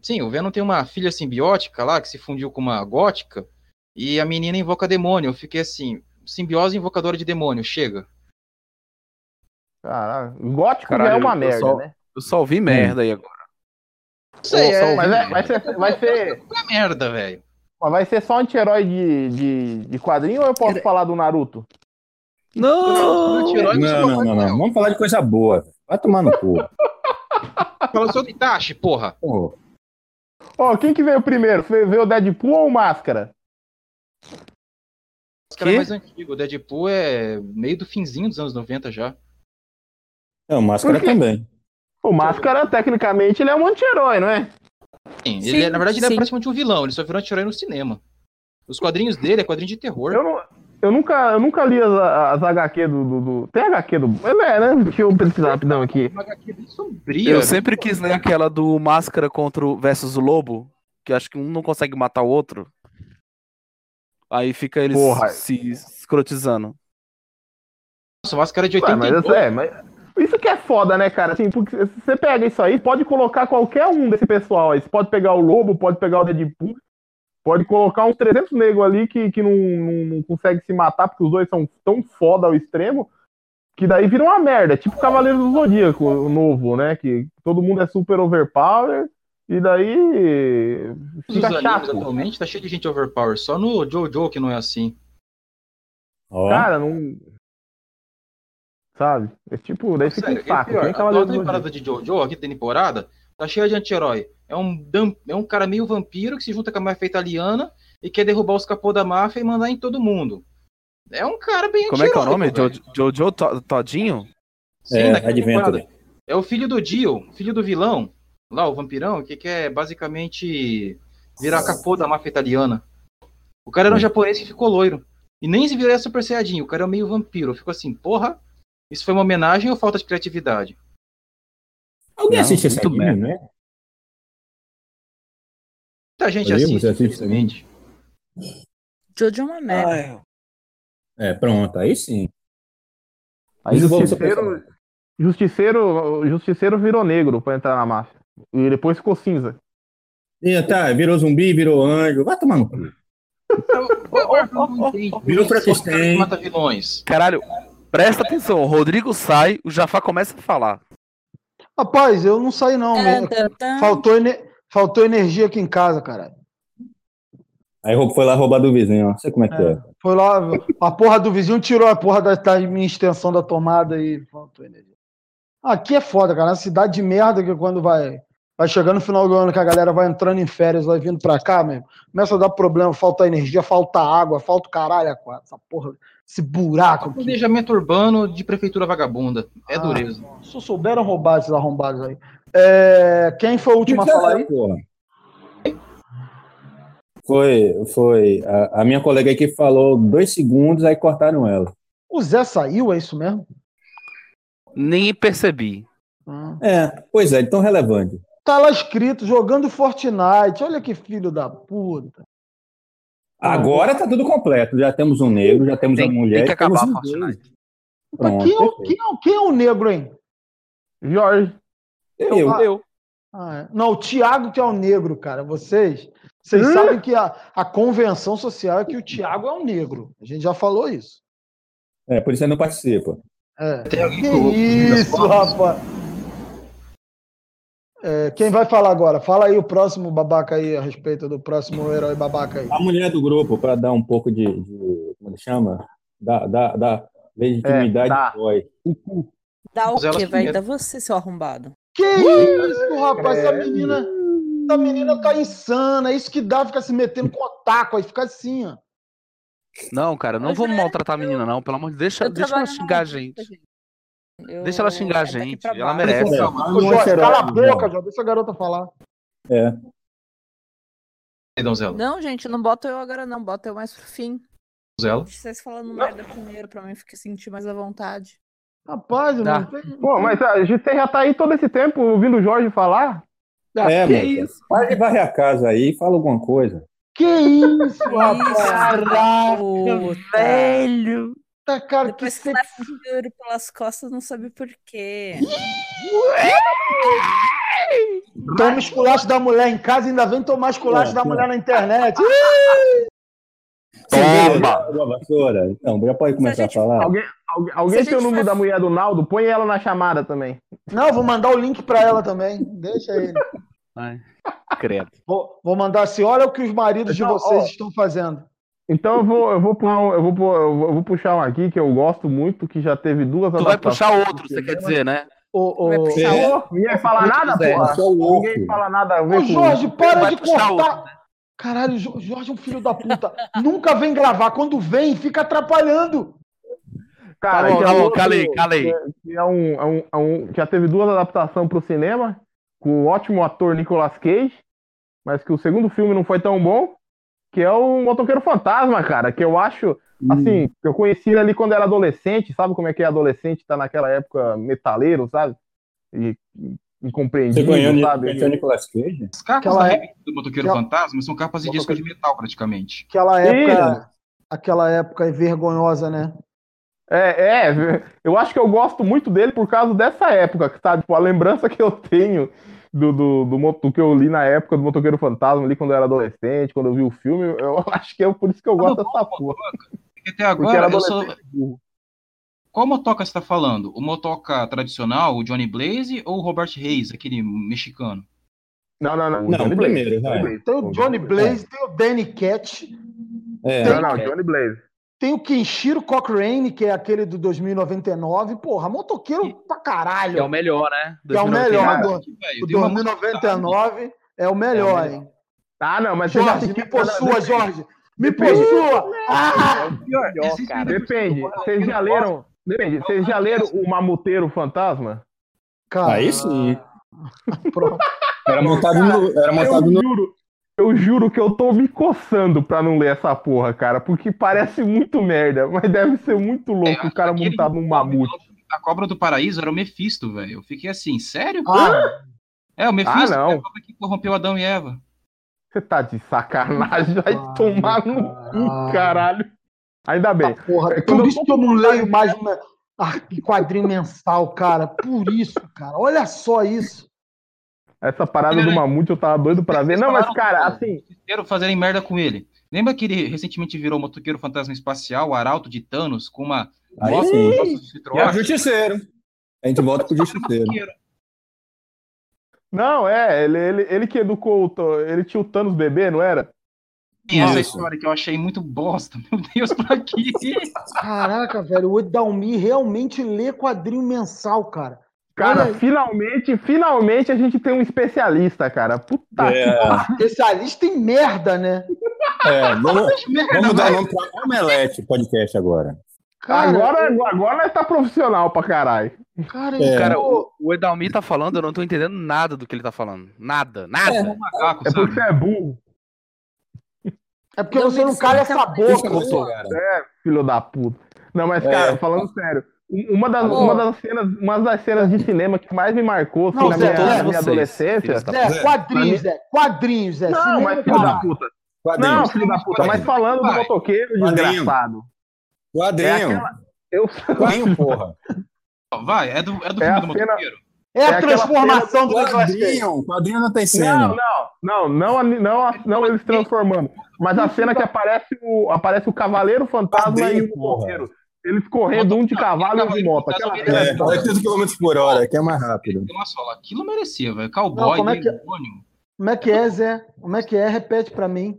[SPEAKER 6] Sim, o Venom tem uma filha simbiótica lá que se fundiu com uma gótica e a menina invoca demônio. Eu fiquei assim, simbiose invocadora de demônio, chega.
[SPEAKER 1] Caralho, gótico
[SPEAKER 3] Caralho,
[SPEAKER 1] já é uma
[SPEAKER 3] eu
[SPEAKER 1] merda,
[SPEAKER 3] só-
[SPEAKER 1] né?
[SPEAKER 3] Eu só ouvi merda aí agora.
[SPEAKER 6] sei,
[SPEAKER 3] Ou só
[SPEAKER 6] é,
[SPEAKER 3] ouvi
[SPEAKER 1] Mas é- vai,
[SPEAKER 3] merda.
[SPEAKER 1] ser, vai, ser,
[SPEAKER 6] É merda, velho.
[SPEAKER 1] mas vai ser só anti-herói de, de, de quadrinho ou eu posso falar do Naruto?
[SPEAKER 3] Não!
[SPEAKER 6] Anti-herói você
[SPEAKER 8] Não, não, não, não. Vamos falar de coisa boa. Vai tomar no cu.
[SPEAKER 6] Fala só do Itachi, porra.
[SPEAKER 8] Pô,
[SPEAKER 1] Ó, quem que veio primeiro? Fe- Veio o Deadpool ou o Máscara?
[SPEAKER 6] Esse cara
[SPEAKER 3] Quê?
[SPEAKER 6] é mais antigo. O Deadpool é meio do finzinho dos anos 90 já.
[SPEAKER 8] É, o Máscara
[SPEAKER 1] Por quê?
[SPEAKER 8] também.
[SPEAKER 1] O Máscara, tecnicamente, ele é um anti-herói, não é?
[SPEAKER 6] Sim,
[SPEAKER 4] Sim,
[SPEAKER 6] ele, é- na verdade, ele é
[SPEAKER 4] sim.
[SPEAKER 6] praticamente um vilão, ele só virou anti-herói no cinema. Os quadrinhos dele é quadrinho de terror.
[SPEAKER 1] Eu, não, eu, nunca, eu nunca li as, as HQ do, do, do- Tem HQ do. Ele é, né? Deixa eu pesquisar rapidão aqui.
[SPEAKER 6] Uma HQ bem sombria. né?
[SPEAKER 3] Eu sempre quis ler aquela do Máscara contra o versus o Lobo, que eu acho que um não consegue matar o outro. Aí fica eles
[SPEAKER 1] Porra.
[SPEAKER 3] se escrotizando.
[SPEAKER 6] Nossa, máscara de
[SPEAKER 1] Ué,
[SPEAKER 6] 80
[SPEAKER 1] mas isso é, mas isso que é foda, né, cara? Assim, porque se você pega isso aí, pode colocar qualquer um desse pessoal aí. Você pode pegar o Lobo, pode pegar o Deadpool, pode colocar uns 300 negros ali que, que não, não, não consegue se matar porque os dois são tão foda ao extremo que daí vira uma merda. É Tipo o Cavaleiro do Zodíaco o novo, né? Que todo mundo é super overpower e daí
[SPEAKER 6] Os
[SPEAKER 1] fica
[SPEAKER 6] animes
[SPEAKER 1] chato.
[SPEAKER 6] atualmente tá cheio de gente overpower. Só no Jojo que não é assim.
[SPEAKER 1] Cara, não... Sabe? É tipo, daí fica um
[SPEAKER 6] Sério, e
[SPEAKER 1] saco.
[SPEAKER 6] pior,
[SPEAKER 1] nem
[SPEAKER 6] a
[SPEAKER 1] Cavaleiro
[SPEAKER 6] atual
[SPEAKER 1] do Zodíaco.
[SPEAKER 6] temporada de Jojo, aqui temporada, tá cheia de anti-herói. É um, dam- é um cara meio vampiro que se junta com a máfia italiana e quer derrubar os capô da máfia e mandar em todo mundo. É um cara bem
[SPEAKER 3] Como é que é o
[SPEAKER 6] anti-herói,
[SPEAKER 3] nome?
[SPEAKER 6] velho.
[SPEAKER 3] Jo- Jojo To- Todinho?
[SPEAKER 6] Sim, daquela
[SPEAKER 8] É, Adventure.
[SPEAKER 6] temporada. É o filho do Dio, filho do vilão, lá, o vampirão, que quer basicamente virar capô da máfia italiana. O cara era um japonês que ficou loiro. E nem se virou Super Saiyajin, o cara é meio vampiro. Ficou assim, porra, isso foi uma homenagem ou falta de criatividade?
[SPEAKER 8] Alguém
[SPEAKER 6] Não,
[SPEAKER 8] assiste esse
[SPEAKER 6] muito
[SPEAKER 8] anime,
[SPEAKER 6] merda.
[SPEAKER 8] né?
[SPEAKER 6] Muita gente
[SPEAKER 8] Rodrigo,
[SPEAKER 6] assiste.
[SPEAKER 8] você assiste esse anime?
[SPEAKER 4] Jojo é uma merda.
[SPEAKER 8] É, pronto, aí sim.
[SPEAKER 1] Aí
[SPEAKER 8] Mas eu vou-
[SPEAKER 1] justiceiro, justiceiro, justiceiro virou negro pra entrar na máfia. E depois ficou cinza.
[SPEAKER 8] Ih, tá, virou zumbi, virou anjo. Vai tomar no cu. Virou Frankenstein.
[SPEAKER 6] Mata vilões.
[SPEAKER 3] Caralho, presta atenção. O Rodrigo sai, o Jafar começa a falar.
[SPEAKER 2] Rapaz, eu não saí
[SPEAKER 8] Ah,
[SPEAKER 2] não.
[SPEAKER 8] é
[SPEAKER 4] É,
[SPEAKER 8] um
[SPEAKER 2] né? Faltou, ene- Faltou energia aqui em casa, cara.
[SPEAKER 8] Aí rou- foi lá roubar do vizinho, ó. Sei como é que é.
[SPEAKER 2] Foi lá, a porra do vizinho tirou a porra da, da minha extensão da tomada e faltou energia. Aqui é foda, cara. É uma cidade de merda que quando vai, vai chegando no final do ano que a galera vai entrando em férias, vai vindo pra cá mesmo, começa a dar problema, falta energia, falta água, falta o caralho, a quatro, essa porra, esse buraco. aqui.
[SPEAKER 6] Planejamento Um urbano de prefeitura vagabunda. É
[SPEAKER 2] Ah,
[SPEAKER 6] dureza.
[SPEAKER 2] Se souberam roubar esses arrombados aí. É, quem foi o último a falar aí?
[SPEAKER 8] Porra. Foi, foi. A, a minha colega aqui falou dois segundos, aí cortaram ela.
[SPEAKER 2] O Zé saiu, é isso mesmo?
[SPEAKER 3] Nem percebi.
[SPEAKER 8] É, pois é, então relevante.
[SPEAKER 2] Ah. Tá lá escrito, jogando Fortnite. Olha que filho da puta.
[SPEAKER 8] Agora tá tudo completo. Já temos um negro, já temos
[SPEAKER 3] Tem-
[SPEAKER 8] a mulher.
[SPEAKER 3] tem que
[SPEAKER 8] e temos
[SPEAKER 3] acabar
[SPEAKER 8] um
[SPEAKER 3] a
[SPEAKER 8] gay.
[SPEAKER 3] Fortnite.
[SPEAKER 8] Pronto,
[SPEAKER 2] Quem é, o-
[SPEAKER 8] perfeito.
[SPEAKER 2] quem, é, o- quem é o negro, hein?
[SPEAKER 1] Jorge.
[SPEAKER 8] Eu,
[SPEAKER 2] Ah,
[SPEAKER 3] eu.
[SPEAKER 2] ah, é. Não, o Tiago que é o negro, cara. Vocês, vocês
[SPEAKER 1] Hã?
[SPEAKER 2] sabem que a, a convenção social é que o Tiago é um negro. A gente já falou isso.
[SPEAKER 8] É, por isso eu não participo.
[SPEAKER 2] É.
[SPEAKER 6] Tem alguém
[SPEAKER 2] Que
[SPEAKER 6] com o-
[SPEAKER 2] isso, rapaz. É, quem vai falar agora? Fala aí o próximo babaca aí a respeito do próximo herói babaca aí.
[SPEAKER 8] A mulher do grupo, para dar um pouco de, de- como ele chama? Da, da,
[SPEAKER 3] É,
[SPEAKER 8] da legitimidade
[SPEAKER 1] É, tá.
[SPEAKER 8] de voz.
[SPEAKER 4] Dá o
[SPEAKER 6] Mas elas
[SPEAKER 8] assim,
[SPEAKER 4] quê? Vai
[SPEAKER 8] né?
[SPEAKER 6] primeiro.
[SPEAKER 4] dar você, seu arrombado.
[SPEAKER 2] Que isso, rapaz? Essa menina, essa menina tá insana. É isso que dá ficar se metendo com otaku, aí fica assim, ó.
[SPEAKER 3] Não, cara, não
[SPEAKER 4] é, Eu
[SPEAKER 3] vamos
[SPEAKER 4] já-
[SPEAKER 3] maltratar a menina, não. Pelo amor de Deus, deixa,
[SPEAKER 4] Eu
[SPEAKER 3] deixa ela
[SPEAKER 4] trabalho na
[SPEAKER 3] xingar a
[SPEAKER 4] logística,
[SPEAKER 3] gente.
[SPEAKER 4] gente. Eu-
[SPEAKER 3] Deixa ela xingar a
[SPEAKER 4] é daqui
[SPEAKER 3] gente,
[SPEAKER 4] pra
[SPEAKER 3] ela
[SPEAKER 4] baixo.
[SPEAKER 3] merece.
[SPEAKER 8] É,
[SPEAKER 1] Ah,
[SPEAKER 2] Ô,
[SPEAKER 8] não é
[SPEAKER 2] Jorge,
[SPEAKER 8] herói,
[SPEAKER 2] cala a
[SPEAKER 8] não.
[SPEAKER 2] boca, Jorge, deixa a garota falar.
[SPEAKER 8] É.
[SPEAKER 6] Aí, donzela.
[SPEAKER 4] Não, gente, não bota eu agora, não. Bota eu mais pro fim.
[SPEAKER 6] Donzela.
[SPEAKER 4] Deixa vocês falando merda primeiro pra mim ficar sentir mais à vontade.
[SPEAKER 2] Rapaz,
[SPEAKER 3] Tá.
[SPEAKER 2] não tem...
[SPEAKER 1] Pô, mas a gente já tá aí todo esse tempo ouvindo o Jorge falar?
[SPEAKER 3] Ah,
[SPEAKER 8] é,
[SPEAKER 3] que
[SPEAKER 8] moça. Para de varrer a casa aí e fala alguma coisa.
[SPEAKER 2] que isso,
[SPEAKER 4] Isso, puta.
[SPEAKER 3] Velho!
[SPEAKER 2] rapaz, cara, que
[SPEAKER 4] Depois que leva o dinheiro pelas costas, não sabe por quê.
[SPEAKER 2] toma esculacho da mulher em casa e ainda vem tomar esculacho
[SPEAKER 8] Ué,
[SPEAKER 2] da
[SPEAKER 8] ué.
[SPEAKER 2] mulher na internet. Ih,
[SPEAKER 8] Toma! Uma vassoura. Então, já pode começar a,
[SPEAKER 4] gente
[SPEAKER 8] falar.
[SPEAKER 1] Alguém, alguém, alguém
[SPEAKER 4] Se a
[SPEAKER 1] tem o
[SPEAKER 4] gente
[SPEAKER 1] número
[SPEAKER 4] faz-
[SPEAKER 1] da mulher do Naldo? Põe ela na chamada também.
[SPEAKER 2] Não, vou mandar o link pra ela também. Deixa ele.
[SPEAKER 3] Ai, credo.
[SPEAKER 2] Vou, vou mandar assim, olha o que os maridos de
[SPEAKER 1] Não,
[SPEAKER 2] vocês
[SPEAKER 1] ó.
[SPEAKER 2] estão fazendo.
[SPEAKER 1] Então eu vou, eu vou, pular um- eu vou, pu- eu vou- eu vou puxar um aqui que eu gosto muito, que já teve duas
[SPEAKER 3] Tu vai puxar outro, você quer dizer, né?
[SPEAKER 2] Ô, ô,
[SPEAKER 4] Vai puxar
[SPEAKER 8] É.
[SPEAKER 1] Ô, Ninguém fala nada,
[SPEAKER 8] Zé,
[SPEAKER 1] porra.
[SPEAKER 8] só o outro.
[SPEAKER 1] Ninguém fala nada a ver
[SPEAKER 2] Ô,
[SPEAKER 1] com
[SPEAKER 2] Jorge, para
[SPEAKER 3] Vai
[SPEAKER 2] de
[SPEAKER 3] puxar
[SPEAKER 2] cortar. Caralho, Jo- Jorge é um filho da puta. Nunca vem gravar. Quando vem, fica atrapalhando.
[SPEAKER 1] Cara,
[SPEAKER 3] Tá bom,
[SPEAKER 1] que é
[SPEAKER 3] tá bom,
[SPEAKER 1] outro-
[SPEAKER 3] calei, calei.
[SPEAKER 1] Que é um, é um- é um- já teve duas adaptações pro cinema, com o ótimo ator Nicolas Cage, mas que o segundo filme não foi tão bom, que é o Motoqueiro Fantasma, cara, que eu acho,
[SPEAKER 8] Hum.
[SPEAKER 1] assim, que eu conheci ele ali quando era adolescente, sabe como é que é adolescente, tá naquela época metaleiro, sabe? E, e
[SPEAKER 8] Você
[SPEAKER 1] incompreendido,
[SPEAKER 8] ganhou
[SPEAKER 1] sabe?
[SPEAKER 8] o Nicolas Cage?
[SPEAKER 6] As capas
[SPEAKER 2] Aquela
[SPEAKER 6] da
[SPEAKER 2] é-
[SPEAKER 6] revista do Motoqueiro
[SPEAKER 2] aquela-
[SPEAKER 6] Fantasma são capas de disco de metal, praticamente.
[SPEAKER 2] Aquela
[SPEAKER 1] Ih,
[SPEAKER 2] época, aquela época é vergonhosa, né?
[SPEAKER 1] É, é, eu acho que eu gosto muito dele por causa dessa época, sabe? Tipo, a lembrança que eu tenho do, do, do, mo- do que eu li na época do Motoqueiro Fantasma, ali quando eu era adolescente, quando eu vi o filme, eu acho que é por
[SPEAKER 2] Ah,
[SPEAKER 1] isso que eu gosto dessa porra.
[SPEAKER 6] Porque até
[SPEAKER 1] Porque era
[SPEAKER 6] agora eu sou.
[SPEAKER 1] adolescente burro.
[SPEAKER 6] Qual motoca você tá falando? O motoca tradicional, o Johnny Blaze ou o Robert Reis, aquele mexicano?
[SPEAKER 1] Não, não, não.
[SPEAKER 6] O Johnny Blaze.
[SPEAKER 2] Tem o Johnny Blaze, tem o Danny Cat.
[SPEAKER 8] É.
[SPEAKER 2] Tem,
[SPEAKER 1] Não, não, Johnny Blaze.
[SPEAKER 2] tem o Kenshiro Cochrane, que é aquele do 2099. Porra, motoqueiro pra caralho.
[SPEAKER 3] Que é o melhor, né?
[SPEAKER 2] Que é o melhor. do-
[SPEAKER 6] velho,
[SPEAKER 2] O
[SPEAKER 6] dei uma
[SPEAKER 2] 2099 é o melhor, hein?
[SPEAKER 1] Ah, não, mas você já
[SPEAKER 2] Jorge,
[SPEAKER 1] assistiu
[SPEAKER 2] me possua,
[SPEAKER 1] cada-
[SPEAKER 2] Jorge. Me
[SPEAKER 1] Depende.
[SPEAKER 2] possua. Ah!
[SPEAKER 6] Existe-
[SPEAKER 1] Depende. Vocês já leram? Depende. Vocês já leram o Mamuteiro Fantasma?
[SPEAKER 2] Cara,
[SPEAKER 8] Aí sim.
[SPEAKER 2] Ah. Pronto.
[SPEAKER 8] Era montado no. Era montado
[SPEAKER 1] Eu
[SPEAKER 8] no.
[SPEAKER 1] juro, eu juro que eu tô me coçando pra não ler essa porra, cara, porque parece muito merda, mas deve ser muito louco
[SPEAKER 6] É,
[SPEAKER 1] o cara
[SPEAKER 6] aquele-
[SPEAKER 1] montado num mamute.
[SPEAKER 6] A Cobra do Paraíso era o Mephisto, velho. Eu fiquei assim, sério?
[SPEAKER 2] Ah,
[SPEAKER 6] É, o Mephisto
[SPEAKER 1] não.
[SPEAKER 6] é a cobra que corrompeu Adão e Eva.
[SPEAKER 1] Você tá de sacanagem, vai
[SPEAKER 2] Ah,
[SPEAKER 1] tomar no cu,
[SPEAKER 2] caralho.
[SPEAKER 1] caralho. Ainda bem.
[SPEAKER 2] porra,
[SPEAKER 1] É, quando
[SPEAKER 2] por
[SPEAKER 1] eu
[SPEAKER 2] isso que eu não leio mais uma... ah, que quadrinho mensal, cara. Por isso, cara. Olha só isso.
[SPEAKER 1] Essa parada do mamute eu tava doido pra ver. Não, mas, cara, assim.
[SPEAKER 6] Quero fazerem merda com ele. Lembra que ele recentemente virou motoqueiro fantasma espacial, o arauto de Thanos, com uma
[SPEAKER 8] Aí
[SPEAKER 6] Nossa,
[SPEAKER 8] sim.
[SPEAKER 6] nossa, de
[SPEAKER 8] É o
[SPEAKER 6] troca?
[SPEAKER 8] justiceiro. A gente volta pro justiceiro.
[SPEAKER 1] Não, é, ele, ele, ele que educou o. To- Ele tinha o Thanos bebê, não era?
[SPEAKER 6] Tem essa
[SPEAKER 8] Isso.
[SPEAKER 6] história que eu achei muito bosta. Meu Deus, pra quê?
[SPEAKER 2] Caraca, velho. O Edalmi realmente lê quadrinho mensal, cara.
[SPEAKER 1] Cara,
[SPEAKER 2] Olha aí.
[SPEAKER 1] finalmente, finalmente a gente tem um especialista, cara. Puta que
[SPEAKER 8] É,
[SPEAKER 2] Especialista em merda, né?
[SPEAKER 8] é, vamos,
[SPEAKER 6] Merda,
[SPEAKER 8] vamos dar o
[SPEAKER 6] vai.
[SPEAKER 8] nome pra Omelete Podcast agora.
[SPEAKER 2] Cara,
[SPEAKER 1] agora, agora nós tá profissional pra caralho.
[SPEAKER 2] cara,
[SPEAKER 8] É.
[SPEAKER 3] Cara,
[SPEAKER 2] pô,
[SPEAKER 3] o, o Edalmi tá falando, eu não tô entendendo nada do que ele tá falando. Nada, nada.
[SPEAKER 6] Macaco,
[SPEAKER 1] É porque
[SPEAKER 6] sabe?
[SPEAKER 1] você é burro,
[SPEAKER 2] é porque
[SPEAKER 4] Não
[SPEAKER 2] você
[SPEAKER 4] me
[SPEAKER 2] não cala essa
[SPEAKER 8] Deixa
[SPEAKER 2] boca.
[SPEAKER 8] eu
[SPEAKER 2] pô.
[SPEAKER 8] cara.
[SPEAKER 1] filho da puta. Não, mas, cara,
[SPEAKER 8] É.
[SPEAKER 1] falando sério, um- uma das,
[SPEAKER 4] Pô.
[SPEAKER 1] uma das cenas, uma das cenas de cinema que mais me marcou assim,
[SPEAKER 2] Não,
[SPEAKER 1] na
[SPEAKER 2] Zé,
[SPEAKER 1] minha,
[SPEAKER 2] todos
[SPEAKER 1] na minha
[SPEAKER 3] vocês,
[SPEAKER 1] adolescência.
[SPEAKER 3] filhos da-
[SPEAKER 2] Zé,
[SPEAKER 8] Zé,
[SPEAKER 2] quadrinhos, Zé. Quadrinhos, Zé.
[SPEAKER 1] Não,
[SPEAKER 2] Cinema
[SPEAKER 1] mas
[SPEAKER 2] é
[SPEAKER 1] filho da
[SPEAKER 2] caralho.
[SPEAKER 1] puta. Não,
[SPEAKER 8] Quadrinho.
[SPEAKER 1] filho da puta, mas falando do
[SPEAKER 6] Vai.
[SPEAKER 1] motoqueiro,
[SPEAKER 8] Quadrinho.
[SPEAKER 1] desgraçado.
[SPEAKER 8] Quadrinho.
[SPEAKER 1] É Eu
[SPEAKER 8] Quadrinho, porra.
[SPEAKER 6] Vai, é do, é do
[SPEAKER 1] É
[SPEAKER 6] filme
[SPEAKER 1] a
[SPEAKER 6] do
[SPEAKER 1] cena-
[SPEAKER 6] motoqueiro.
[SPEAKER 2] É a
[SPEAKER 1] aquela
[SPEAKER 2] transformação do Nicolas
[SPEAKER 8] Quadrinho. Quadrinho não tem cena.
[SPEAKER 1] Não, não, não, não, a- não, a- não eles transformando. Mas a cena que aparece o, aparece o Cavaleiro Fantasma
[SPEAKER 8] Cadê,
[SPEAKER 1] e o
[SPEAKER 8] porra?
[SPEAKER 1] Motoqueiro. Eles correndo, um de cavalo e um de moto. Aquela
[SPEAKER 6] É,
[SPEAKER 1] cena
[SPEAKER 8] É, 80 km por hora, que é mais rápido.
[SPEAKER 6] Tem uma sola. Aquilo merecia, velho. Cowboy,
[SPEAKER 2] como é que-
[SPEAKER 6] demônio.
[SPEAKER 2] Como é que é, Zé? Como é que é? Repete pra mim.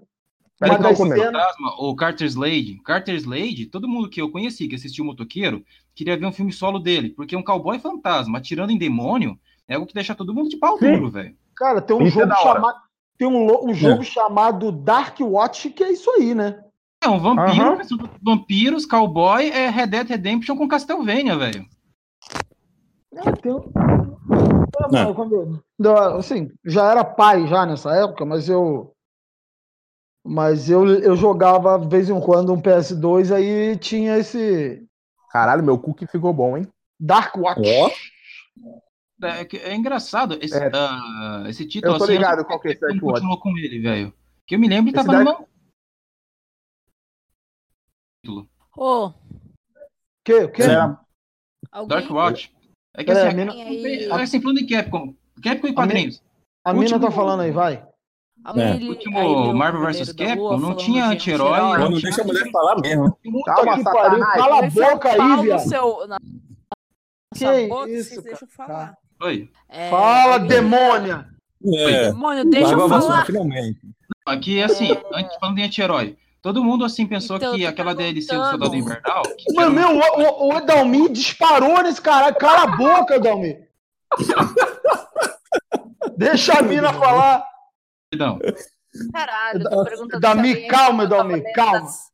[SPEAKER 2] é
[SPEAKER 1] Peraí que eu
[SPEAKER 2] Uma das
[SPEAKER 1] vou comer.
[SPEAKER 2] cenas-
[SPEAKER 6] Fantasma ou Carter Slade. Carter Slade, todo mundo que eu conheci que assistiu o Motoqueiro, queria ver um filme solo dele, porque um cowboy fantasma atirando em demônio é algo que deixa todo mundo de pau
[SPEAKER 1] Sim.
[SPEAKER 6] duro, velho.
[SPEAKER 2] Cara, tem um
[SPEAKER 1] Isso é
[SPEAKER 2] jogo
[SPEAKER 1] da hora. É.
[SPEAKER 2] chamado. Tem um, lo- um jogo chamado Dark Watch, que é isso aí, né?
[SPEAKER 6] É um vampiro,
[SPEAKER 1] Aham.
[SPEAKER 6] caçando vampiros, cowboy, é Red Dead Redemption com Castlevania, velho.
[SPEAKER 2] É, tem um-
[SPEAKER 1] É.
[SPEAKER 2] Eu, quando- eu, assim, já era pai já nessa época, mas eu. Mas eu, eu jogava, de vez em quando, um PS2, aí tinha esse
[SPEAKER 1] Caralho, meu cu que ficou bom, hein?
[SPEAKER 2] Dark Watch.
[SPEAKER 8] Ó,
[SPEAKER 6] É, que- é engraçado esse,
[SPEAKER 1] É.
[SPEAKER 6] ah, esse título.
[SPEAKER 1] Eu tô
[SPEAKER 6] assim,
[SPEAKER 1] ligado
[SPEAKER 6] não
[SPEAKER 1] qual que é esse
[SPEAKER 6] sei como
[SPEAKER 1] Dark Watch.
[SPEAKER 6] continuou com ele, velho. Que eu me lembro que
[SPEAKER 1] Esse
[SPEAKER 6] tava no
[SPEAKER 1] Dark-
[SPEAKER 6] meu
[SPEAKER 4] Ô,
[SPEAKER 2] Que, que?
[SPEAKER 1] É.
[SPEAKER 8] era-
[SPEAKER 4] alguém...
[SPEAKER 6] Dark Watch. É que
[SPEAKER 2] Pera,
[SPEAKER 6] assim,
[SPEAKER 2] a mina-
[SPEAKER 4] tem aí-
[SPEAKER 6] Olha, assim, falando em Capcom. Capcom e quadrinhos.
[SPEAKER 2] A mina
[SPEAKER 6] último-
[SPEAKER 2] tá falando aí, vai.
[SPEAKER 4] alguém
[SPEAKER 8] É.
[SPEAKER 4] li-
[SPEAKER 6] O último
[SPEAKER 4] aí leu
[SPEAKER 6] Marvel
[SPEAKER 4] o
[SPEAKER 6] vs.
[SPEAKER 4] Cavaleiro da Lua
[SPEAKER 6] Capcom não
[SPEAKER 4] falando
[SPEAKER 6] tinha
[SPEAKER 4] de
[SPEAKER 6] anti-herói,
[SPEAKER 8] não,
[SPEAKER 4] anti-herói?
[SPEAKER 8] não deixa a mulher falar mesmo.
[SPEAKER 1] Calma,
[SPEAKER 2] que pariu,
[SPEAKER 1] Satanás.
[SPEAKER 2] cala a
[SPEAKER 4] Vai enfiar
[SPEAKER 2] boca
[SPEAKER 4] o pau
[SPEAKER 2] aí,
[SPEAKER 4] no
[SPEAKER 2] viado.
[SPEAKER 4] seu- na-
[SPEAKER 2] Que
[SPEAKER 4] nossa boca,
[SPEAKER 2] isso,
[SPEAKER 4] vocês deixam eu falar.
[SPEAKER 6] Oi.
[SPEAKER 4] É,
[SPEAKER 2] Fala,
[SPEAKER 4] alguém-
[SPEAKER 2] demônia!
[SPEAKER 8] É.
[SPEAKER 4] Demônio, deixa
[SPEAKER 8] Mas
[SPEAKER 4] eu
[SPEAKER 8] vamos
[SPEAKER 4] falar.
[SPEAKER 8] finalmente.
[SPEAKER 6] Aqui, assim, antes, falando em anti-herói. Todo mundo, assim,
[SPEAKER 4] É.
[SPEAKER 6] pensou
[SPEAKER 4] Então,
[SPEAKER 6] que
[SPEAKER 4] eu tô
[SPEAKER 6] aquela DLC do Soldado
[SPEAKER 4] perguntando.
[SPEAKER 6] Invernal... que
[SPEAKER 2] Mas,
[SPEAKER 6] era um-
[SPEAKER 2] meu, o, o, o Edalmi disparou nesse caralho. Cala a boca, Edalmi. Deixa a mina falar.
[SPEAKER 6] Perdão.
[SPEAKER 4] É Caralho, eu tô
[SPEAKER 8] Da-
[SPEAKER 4] perguntando
[SPEAKER 2] Dami,
[SPEAKER 4] se alguém-
[SPEAKER 2] calma, Dami,
[SPEAKER 4] Cavaleiro
[SPEAKER 2] calma.
[SPEAKER 4] das-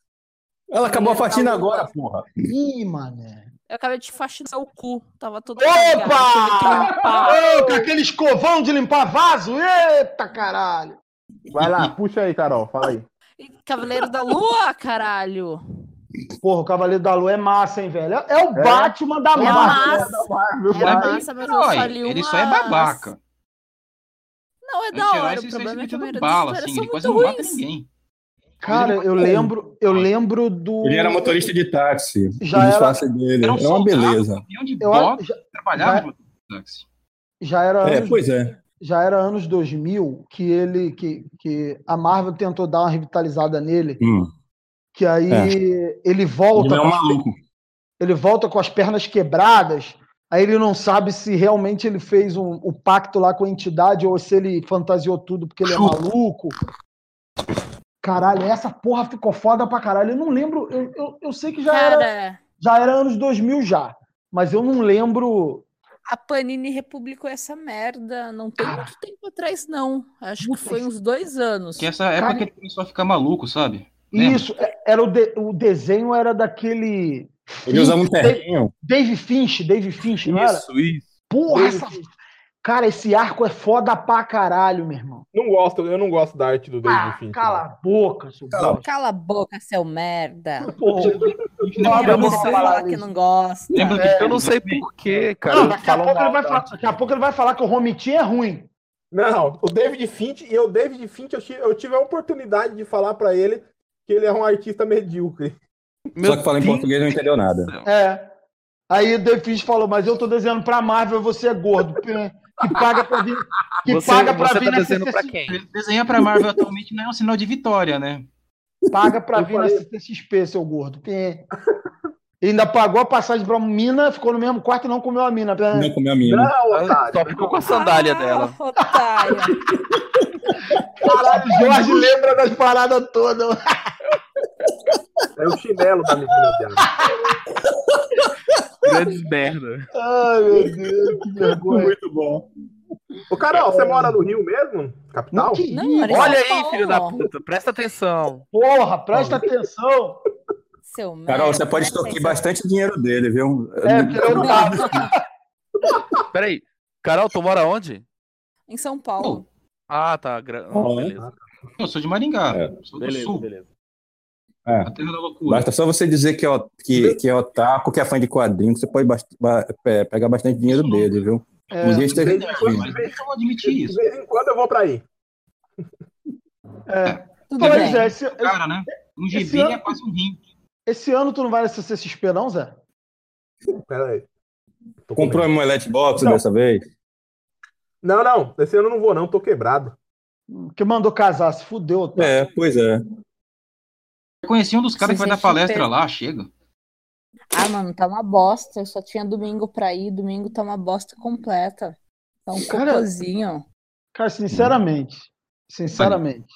[SPEAKER 8] Ela acabou a faxina
[SPEAKER 4] Tá bom.
[SPEAKER 8] agora, porra.
[SPEAKER 2] Ih, mané.
[SPEAKER 4] Eu acabei de faxinar o cu. Tava todo
[SPEAKER 2] Opa! Ô, com aquele escovão de limpar vaso. Eita, caralho.
[SPEAKER 1] Vai lá, puxa aí, Carol, fala aí.
[SPEAKER 4] E Cavaleiro da Lua, caralho!
[SPEAKER 2] Porra, o Cavaleiro da Lua é massa, hein, velho? É o
[SPEAKER 1] É.
[SPEAKER 2] Batman da
[SPEAKER 4] É
[SPEAKER 2] Marvel. É.
[SPEAKER 4] massa!
[SPEAKER 1] Marvel,
[SPEAKER 4] Era
[SPEAKER 1] vai.
[SPEAKER 4] massa, mas eu
[SPEAKER 6] é Herói,
[SPEAKER 4] só li uma...
[SPEAKER 6] Ele só é babaca.
[SPEAKER 4] Não, é da
[SPEAKER 6] Anti-herói,
[SPEAKER 4] hora. O
[SPEAKER 6] vocês estão
[SPEAKER 4] problema é que a
[SPEAKER 6] metendo
[SPEAKER 4] maioria dos
[SPEAKER 6] bala,
[SPEAKER 4] caras
[SPEAKER 6] assim.
[SPEAKER 4] são
[SPEAKER 6] Ele quase
[SPEAKER 4] muito
[SPEAKER 6] não mata
[SPEAKER 4] ruins.
[SPEAKER 6] ninguém.
[SPEAKER 2] Cara, eu lembro, eu lembro do.
[SPEAKER 8] Ele era motorista de táxi.
[SPEAKER 2] Já
[SPEAKER 8] o
[SPEAKER 2] era-
[SPEAKER 8] disfarce dele.
[SPEAKER 2] era
[SPEAKER 8] Era,
[SPEAKER 2] um
[SPEAKER 8] uma
[SPEAKER 2] soldado,
[SPEAKER 8] beleza.
[SPEAKER 2] Eu acho- já,
[SPEAKER 6] Trabalhava no táxi.
[SPEAKER 2] já era.
[SPEAKER 8] É,
[SPEAKER 2] anos-
[SPEAKER 8] pois é.
[SPEAKER 2] Já era anos 2000 que ele, que, que a Marvel tentou dar uma revitalizada nele,
[SPEAKER 8] Hum.
[SPEAKER 2] que aí ele volta.
[SPEAKER 8] Ele é um
[SPEAKER 2] com as-
[SPEAKER 8] maluco.
[SPEAKER 2] ele volta com as pernas quebradas, aí ele não sabe se realmente ele fez um- o pacto lá com a entidade ou se ele fantasiou tudo porque ele é maluco. Caralho, essa porra ficou foda pra caralho. Eu não lembro, eu, eu, eu sei que já era,
[SPEAKER 4] Cara.
[SPEAKER 2] já era anos 2000 já, mas eu não lembro.
[SPEAKER 4] A Panini republicou essa merda não tem muito tempo atrás, não. Acho que foi uns dois anos.
[SPEAKER 6] Que é essa época
[SPEAKER 4] Cara,
[SPEAKER 6] que ele começou a ficar maluco, sabe?
[SPEAKER 2] Isso, é- era o, de- o desenho era daquele.
[SPEAKER 6] Ele usava um
[SPEAKER 2] Finch,
[SPEAKER 6] terninho.
[SPEAKER 2] Dave Finch, Dave Finch, não era?
[SPEAKER 12] Isso, isso.
[SPEAKER 2] Porra,
[SPEAKER 12] Dave
[SPEAKER 2] essa... cara, esse arco é foda pra caralho, meu irmão.
[SPEAKER 1] Não gosto, eu não gosto da arte do David Fincher.
[SPEAKER 2] Ah, Cala a boca, seu bosta.
[SPEAKER 4] Cala a boca, seu merda.
[SPEAKER 2] Porra.
[SPEAKER 4] Para
[SPEAKER 2] não
[SPEAKER 4] de
[SPEAKER 2] vou
[SPEAKER 4] falar que não gosta.
[SPEAKER 6] Lembra
[SPEAKER 2] É,
[SPEAKER 6] que
[SPEAKER 3] Eu não sei porquê, cara.
[SPEAKER 2] Não,
[SPEAKER 3] Eles
[SPEAKER 2] daqui, a
[SPEAKER 3] falam
[SPEAKER 2] pouco ele
[SPEAKER 3] mal,
[SPEAKER 2] vai
[SPEAKER 3] tá?
[SPEAKER 2] falar, daqui a pouco ele vai falar que o Romitinho é ruim.
[SPEAKER 1] Não, o David Finch, e o David Finch, eu, ti- eu tive a oportunidade de falar pra ele que ele é um artista medíocre.
[SPEAKER 8] Só que fala em português não entendeu nada.
[SPEAKER 2] É. Aí o Defis falou, mas eu tô desenhando pra Marvel, você é gordo. Que que paga pra vir, que
[SPEAKER 3] Você-
[SPEAKER 2] paga pra
[SPEAKER 3] você
[SPEAKER 2] vir
[SPEAKER 3] tá
[SPEAKER 2] na
[SPEAKER 3] desenhando pra
[SPEAKER 2] CCXP.
[SPEAKER 3] quem?
[SPEAKER 6] desenhar pra Marvel atualmente não é um sinal de vitória, né?
[SPEAKER 2] Paga pra
[SPEAKER 1] Eu
[SPEAKER 2] vir na
[SPEAKER 1] falei-
[SPEAKER 2] CCXP, seu gordo. Quem é? Ainda pagou a passagem pra mina, ficou no mesmo quarto e não comeu a mina.
[SPEAKER 8] Não comeu a mina.
[SPEAKER 1] Não, otário.
[SPEAKER 3] Ah, Só ficou com a é sandália dela.
[SPEAKER 4] Ah, otário.
[SPEAKER 2] Caralho, Jorge lembra das paradas todas.
[SPEAKER 1] É o chinelo da menina dela.
[SPEAKER 3] Grandes merda.
[SPEAKER 2] Ai, meu Deus, que vergonha.
[SPEAKER 8] Muito bom.
[SPEAKER 1] Ô, Carol,
[SPEAKER 13] É.
[SPEAKER 1] você mora no Rio mesmo? Capital?
[SPEAKER 2] que
[SPEAKER 4] Não,
[SPEAKER 2] rir,
[SPEAKER 4] olha-
[SPEAKER 2] olha,
[SPEAKER 3] Olha aí,
[SPEAKER 4] Paulo.
[SPEAKER 3] filho da puta. Presta atenção.
[SPEAKER 2] porra, presta atenção.
[SPEAKER 4] Seu merda.
[SPEAKER 8] Carol, você pode
[SPEAKER 4] Não sei
[SPEAKER 8] extorquir
[SPEAKER 4] se-
[SPEAKER 8] bastante dinheiro dele, viu?
[SPEAKER 2] É, porque eu tava.
[SPEAKER 3] Peraí. Carol, tu mora onde?
[SPEAKER 4] Em São Paulo.
[SPEAKER 3] Ah, tá. gra- ah,
[SPEAKER 8] Bom,
[SPEAKER 3] beleza.
[SPEAKER 6] Eu sou de Maringá,
[SPEAKER 8] É.
[SPEAKER 6] sou do sul,
[SPEAKER 8] É.
[SPEAKER 6] a terra da loucura.
[SPEAKER 8] Basta só você dizer que é, o- que, que é otaku, que é fã de quadrinho, que você pode bast- ba- pe- pegar bastante dinheiro dele, viu?
[SPEAKER 2] É.
[SPEAKER 8] Um dia esteja
[SPEAKER 6] Mas eu vou admitir
[SPEAKER 1] De
[SPEAKER 6] isso,
[SPEAKER 1] vez em quando eu vou pra aí.
[SPEAKER 4] Tudo
[SPEAKER 2] Pois
[SPEAKER 4] bem.
[SPEAKER 2] é, esse,
[SPEAKER 6] cara, né? Um
[SPEAKER 2] Esse
[SPEAKER 6] gibi
[SPEAKER 2] ano-
[SPEAKER 6] é quase um rim.
[SPEAKER 2] esse ano tu não vai na CCXP, não, Zé?
[SPEAKER 1] Pera aí. Tô com
[SPEAKER 8] Comprou
[SPEAKER 1] medo.
[SPEAKER 8] um Moelete Box
[SPEAKER 1] Não.
[SPEAKER 8] dessa vez?
[SPEAKER 1] Não, não, esse ano eu não vou, não, tô quebrado.
[SPEAKER 2] Que mandou casar, se fudeu. Tá?
[SPEAKER 8] É, pois é.
[SPEAKER 6] Eu conheci um dos caras que vai
[SPEAKER 4] Sim,
[SPEAKER 6] dar
[SPEAKER 4] sim,
[SPEAKER 6] palestra
[SPEAKER 4] super.
[SPEAKER 6] lá, chega.
[SPEAKER 4] Ah, mano, tá uma bosta. Eu só tinha domingo pra ir. Domingo tá uma bosta completa. Tá um
[SPEAKER 2] Cara-
[SPEAKER 4] cocôzinho.
[SPEAKER 2] Cara, sinceramente, sinceramente,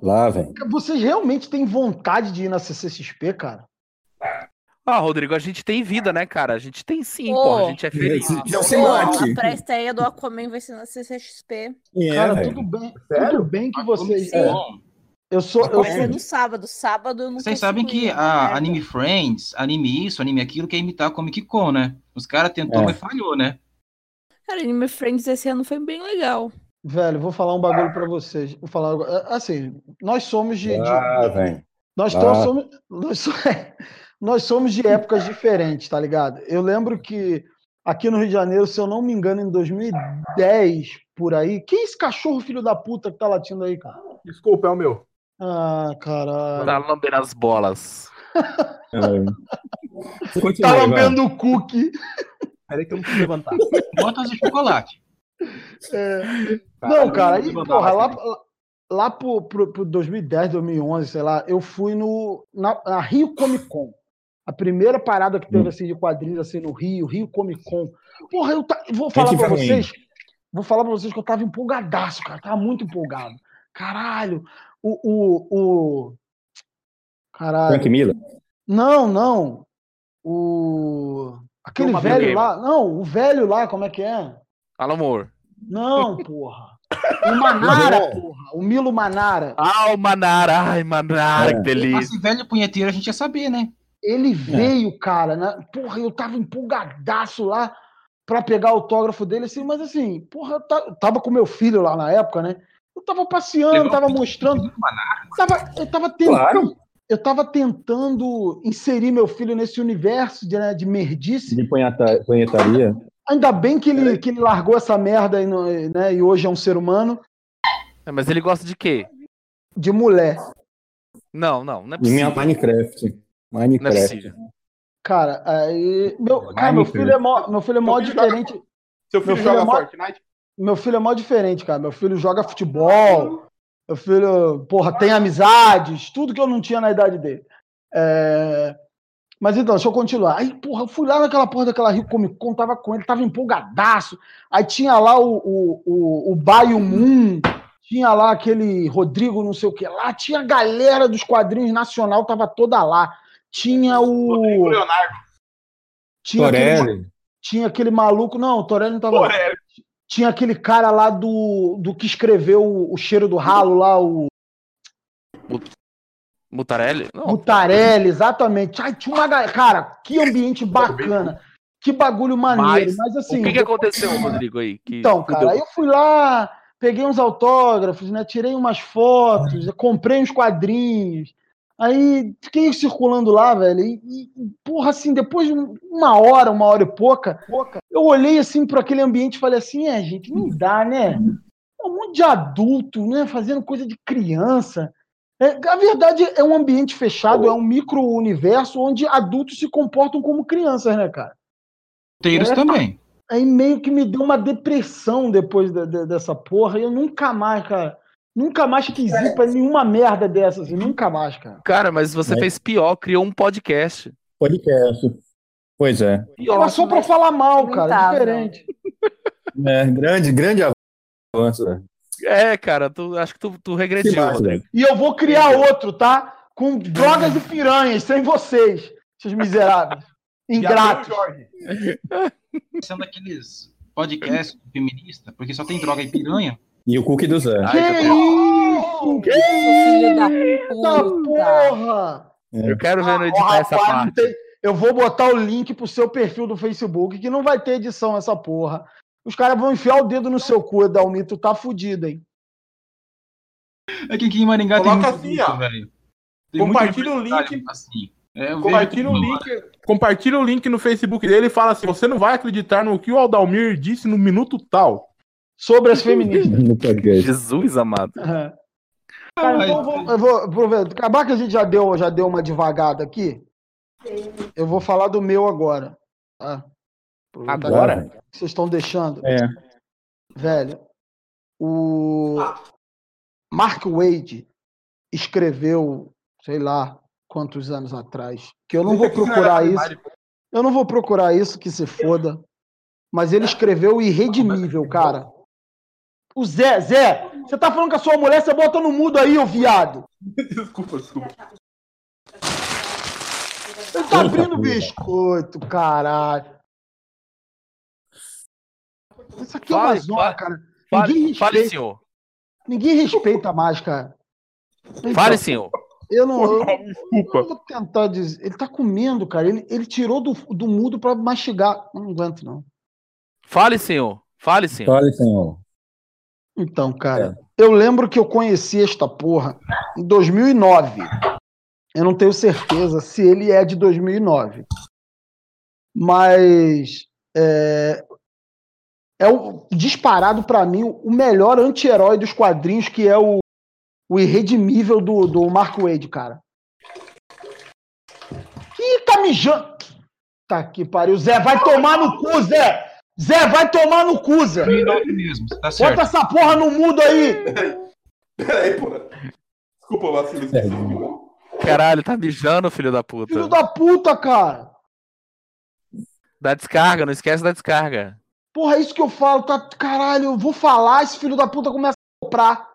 [SPEAKER 8] Lá, vem.
[SPEAKER 2] vocês realmente têm vontade de ir na CCXP, cara?
[SPEAKER 3] Ah, Rodrigo, a gente tem vida, né, cara? A gente tem sim,
[SPEAKER 4] Ô.
[SPEAKER 3] porra. A gente é feliz.
[SPEAKER 8] Esse- Não se
[SPEAKER 4] Pô,
[SPEAKER 8] mate.
[SPEAKER 4] A pré-estreia do Aquaman vai ser na CCXP.
[SPEAKER 8] É,
[SPEAKER 2] cara,
[SPEAKER 8] velho.
[SPEAKER 2] tudo bem,
[SPEAKER 1] Sério?
[SPEAKER 2] tudo bem que
[SPEAKER 6] Vocês,
[SPEAKER 2] vocês. é, eu sou, eu
[SPEAKER 4] Vai ser
[SPEAKER 2] sou,
[SPEAKER 4] no sábado. Sábado eu não
[SPEAKER 6] vocês
[SPEAKER 4] consigo
[SPEAKER 6] sabem que
[SPEAKER 4] ir,
[SPEAKER 6] a
[SPEAKER 4] tipo merda.
[SPEAKER 6] Anime Friends, anime isso, anime aquilo, quer imitar a Comic Con, né? Os caras tentou,
[SPEAKER 8] É.
[SPEAKER 6] mas falhou, né?
[SPEAKER 4] Cara, Anime Friends esse ano foi bem legal.
[SPEAKER 2] velho, vou falar um bagulho pra vocês. Vou falar um- é, assim, nós somos de, de-
[SPEAKER 8] Lá, vem.
[SPEAKER 2] nós
[SPEAKER 8] lá.
[SPEAKER 2] todos somos, nós, so- nós somos de épocas diferentes, tá ligado? Eu lembro que aqui no Rio de Janeiro, se eu não me engano, em 2010 por aí, quem é esse cachorro filho da puta que tá latindo aí, cara?
[SPEAKER 1] Desculpa, é o meu.
[SPEAKER 2] Ah, caralho.
[SPEAKER 3] Tá lambendo as bolas.
[SPEAKER 8] É.
[SPEAKER 2] Tá
[SPEAKER 8] Continua, vai.
[SPEAKER 2] lambendo o cookie.
[SPEAKER 1] Peraí que eu não preciso levantar.
[SPEAKER 6] Botas de chocolate.
[SPEAKER 2] É. Não, cara, e,
[SPEAKER 1] eu vou mandar
[SPEAKER 2] porra,
[SPEAKER 1] mais
[SPEAKER 2] lá,
[SPEAKER 1] também.
[SPEAKER 2] lá- lá pro, pro, pro 2010, 2011, sei lá, eu fui no, na, na Rio Comic Con. A primeira parada que teve assim, de quadrinhos assim, no Rio, Rio Comic Con. Porra, eu ta- vou falar
[SPEAKER 8] Gente
[SPEAKER 2] pra
[SPEAKER 8] ruim.
[SPEAKER 2] vocês. Vou falar pra vocês que eu tava empolgadaço, cara. Tava muito empolgado. Caralho. O. o, o... Caralho.
[SPEAKER 8] Frank Miller.
[SPEAKER 2] Não, não. O. Aquele
[SPEAKER 3] Vilma
[SPEAKER 2] velho
[SPEAKER 3] Vilma.
[SPEAKER 2] lá. Não, o velho lá, como é que é?
[SPEAKER 3] Fala, amor.
[SPEAKER 2] Não, porra. O Manara, porra. O Milo Manara.
[SPEAKER 3] Ah, o Manara. Ai, Manara,
[SPEAKER 8] É.
[SPEAKER 3] que delícia.
[SPEAKER 6] Esse velho punheteiro a gente ia saber, né?
[SPEAKER 14] É.
[SPEAKER 2] Ele veio, cara. Na... Porra, eu tava empolgadaço lá pra pegar autógrafo dele, assim, mas assim, porra, eu ta- eu tava com meu filho lá na época, né? Eu tava passeando,
[SPEAKER 6] Pegou
[SPEAKER 2] tava
[SPEAKER 6] um-
[SPEAKER 2] mostrando. Tava, eu tava tentando.
[SPEAKER 8] Claro.
[SPEAKER 2] Eu tava tentando inserir meu filho nesse universo de, né, de merdice.
[SPEAKER 8] De punhata- punhetaria.
[SPEAKER 2] Ainda bem que
[SPEAKER 14] É.
[SPEAKER 2] ele, que ele largou essa merda e, não- e, né, e hoje é um ser humano
[SPEAKER 3] É, Mas ele gosta de quê?
[SPEAKER 2] de mulher.
[SPEAKER 3] Não, não, não é
[SPEAKER 2] Minha
[SPEAKER 3] possível.
[SPEAKER 2] Minecraft. Minecraft.
[SPEAKER 14] Cara, aí. Meu, cara, meu filho é mó, meu filho é mó diferente.
[SPEAKER 13] Seu filho é
[SPEAKER 14] meu
[SPEAKER 13] joga
[SPEAKER 14] mó-
[SPEAKER 13] Fortnite?
[SPEAKER 14] Meu filho é mó diferente, cara. Meu filho joga futebol. Meu filho, porra, tem amizades, tudo que eu não tinha na idade dele. É, Mas então, deixa eu continuar. Aí, porra, eu fui lá naquela porra daquela Rio Comic Con, tava com ele, tava empolgadaço. Aí tinha lá o, o, o, o Baio Moon, tinha lá aquele Rodrigo não sei o que lá, tinha a galera dos quadrinhos nacional, tava toda lá. Tinha o. Rodrigo
[SPEAKER 13] Leonardo.
[SPEAKER 14] Tinha aquele,
[SPEAKER 2] Torelli.
[SPEAKER 14] tinha aquele maluco. Não, o Torelli não tava. lá.
[SPEAKER 13] Torelli.
[SPEAKER 14] Tinha aquele cara lá do, do que escreveu o, o cheiro do ralo lá, o
[SPEAKER 3] Mutarelli? Não.
[SPEAKER 14] Mutarelli, exatamente. Ai, tinha uma galera. Cara, que ambiente bacana. Que bagulho maneiro.
[SPEAKER 3] Mas,
[SPEAKER 14] Mas, assim.
[SPEAKER 3] o que, que
[SPEAKER 14] depois-
[SPEAKER 3] aconteceu, Rodrigo, aí? Que
[SPEAKER 14] Então, cara,
[SPEAKER 3] fudeu?
[SPEAKER 14] aí eu fui lá, peguei uns autógrafos, né? Tirei umas fotos, eu comprei uns quadrinhos. Aí fiquei circulando lá, velho. E, e, porra, assim, depois de uma hora, uma hora e pouca, eu olhei assim para aquele ambiente e falei assim: é, gente, não dá, né? É um monte de adulto, né? Fazendo coisa de criança. É, a verdade é um ambiente fechado, é um micro-universo onde adultos se comportam como crianças, né, cara?
[SPEAKER 6] Roteiros também.
[SPEAKER 14] Aí meio que me deu uma depressão depois da- da- dessa porra. E eu nunca mais, cara. Nunca mais quis ir pra nenhuma merda dessas. assim, Nunca mais, cara.
[SPEAKER 3] Cara, mas você
[SPEAKER 14] É.
[SPEAKER 2] Mas-
[SPEAKER 3] fez pior, criou um podcast.
[SPEAKER 2] Podcast. Pois é.
[SPEAKER 14] Era só pra falar mal, cara.
[SPEAKER 4] Lamentável.
[SPEAKER 14] Diferente.
[SPEAKER 2] É, grande, grande avanço. velho.
[SPEAKER 3] É, cara, tu, acho que tu, tu regrediu.
[SPEAKER 2] Que massa,
[SPEAKER 3] é Rodrigo.
[SPEAKER 2] velho.
[SPEAKER 14] E eu vou criar outro, tá? Com drogas e piranhas, sem vocês, seus miseráveis. Ingratos.
[SPEAKER 6] Sendo aqueles podcasts feministas, porque só tem droga e piranha.
[SPEAKER 2] E o cookie do Zé.
[SPEAKER 14] Que
[SPEAKER 3] Ai, tá bom.
[SPEAKER 14] isso? Que
[SPEAKER 4] Filho da
[SPEAKER 14] Eita
[SPEAKER 4] puta.
[SPEAKER 14] porra!
[SPEAKER 3] eu quero ver no
[SPEAKER 14] Ó,
[SPEAKER 3] editar essa
[SPEAKER 14] Ah, rapaz, não
[SPEAKER 3] parte.
[SPEAKER 14] tem- Eu vou botar o link pro seu perfil do Facebook, que não vai ter edição essa porra. Os caras vão enfiar o dedo no seu cu, Edalmir. Tu tá fudido, hein?
[SPEAKER 6] É que aqui em Maringá
[SPEAKER 13] Coloca
[SPEAKER 6] tem muito
[SPEAKER 13] assim,
[SPEAKER 6] disso,
[SPEAKER 13] ó.
[SPEAKER 6] velho.
[SPEAKER 13] Compartilha
[SPEAKER 6] muito
[SPEAKER 13] o link.
[SPEAKER 6] publicitário Assim. É, eu
[SPEAKER 13] Compartilha o
[SPEAKER 6] vejo-
[SPEAKER 13] link. Compartilha o link no Facebook dele e fala assim: você não vai acreditar no que o Aldalmir disse no minuto tal.
[SPEAKER 14] Sobre as feministas.
[SPEAKER 2] No podcast.
[SPEAKER 3] Jesus amado.
[SPEAKER 14] Aham. Cara, então eu vou, eu vou aproveitar. Acabar que a gente já deu, já deu uma devagada aqui. Eu vou falar do meu agora. tá? Aproveitar
[SPEAKER 2] Agora?
[SPEAKER 14] que Vocês estão deixando.
[SPEAKER 2] É.
[SPEAKER 14] Velho, o Mark Wade escreveu, sei lá, quantos anos atrás, que eu não vou procurar isso. Eu não vou procurar isso, que se foda. Mas ele escreveu Irredimível, cara. O Zé, Zé, você tá falando com a sua mulher, você bota no mudo aí, ô viado.
[SPEAKER 13] Desculpa, desculpa.
[SPEAKER 14] Ele tá abrindo biscoito, caralho. Isso aqui é uma
[SPEAKER 3] Fale,
[SPEAKER 14] zona,
[SPEAKER 3] fale,
[SPEAKER 14] cara. Ninguém
[SPEAKER 3] Fale, fale,
[SPEAKER 14] respeita.
[SPEAKER 3] senhor.
[SPEAKER 14] Ninguém respeita mais, cara. Então,
[SPEAKER 3] Fale, senhor.
[SPEAKER 14] Eu não, eu,
[SPEAKER 13] Desculpa.
[SPEAKER 14] eu vou tentar dizer. Ele tá comendo, cara. Ele, ele tirou do, do mudo pra mastigar. Eu não aguento, não.
[SPEAKER 3] Fale, senhor. Fale, senhor.
[SPEAKER 2] Olha, senhor.
[SPEAKER 14] Então, cara, eu lembro que eu conheci esta porra em 2009. Eu não tenho certeza se ele é de 2009. Mas é, é o, disparado pra mim o melhor anti-herói dos quadrinhos, que é o, o irredimível do, do Mark Wade, cara. Ih, tá mijando. Tá que pariu. Zé, vai tomar no cu, Zé! Zé, vai tomar no cu, Zé!
[SPEAKER 6] Verdade mesmo, você tá certo.
[SPEAKER 14] Bota essa porra no mudo aí!
[SPEAKER 13] Peraí, porra. Desculpa, vacilo.
[SPEAKER 3] É. Caralho, tá mijando, filho da puta.
[SPEAKER 14] Então- Filho da puta, cara!
[SPEAKER 3] Dá descarga, não esquece da descarga.
[SPEAKER 14] Porra, é isso que eu falo, tá? Caralho, eu vou falar, esse filho da puta começa a comprar.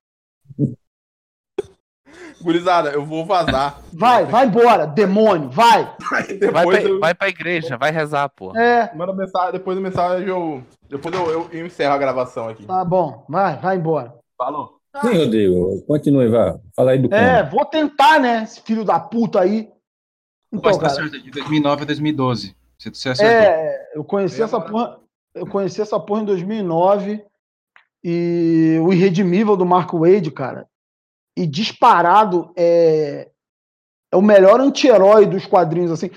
[SPEAKER 13] Gurizada, eu vou vazar.
[SPEAKER 14] Vai, vai embora, demônio, vai!
[SPEAKER 13] Aí
[SPEAKER 3] Vai
[SPEAKER 13] depois
[SPEAKER 3] pra,
[SPEAKER 13] eu.
[SPEAKER 3] vai pra igreja, vai rezar, porra.
[SPEAKER 14] É,
[SPEAKER 13] Manda mensagem, depois da mensagem eu. Depois eu, eu, eu encerro a gravação aqui.
[SPEAKER 14] tá bom, vai, vai embora.
[SPEAKER 13] Falou.
[SPEAKER 3] Tá.
[SPEAKER 2] Sim, Rodrigo. Continue, vá. Fala aí do
[SPEAKER 14] É,
[SPEAKER 2] é.
[SPEAKER 14] vou tentar, né, esse filho da puta aí. Então,
[SPEAKER 6] Mas tá
[SPEAKER 14] cara,
[SPEAKER 6] certo, é de 2009 a 2012. Você, você acertou.
[SPEAKER 14] é, eu conheci essa porra, eu conheci essa porra em 2009 e o Irredimível do Mark Wade, cara. E disparado é, é o melhor anti-herói dos quadrinhos, assim.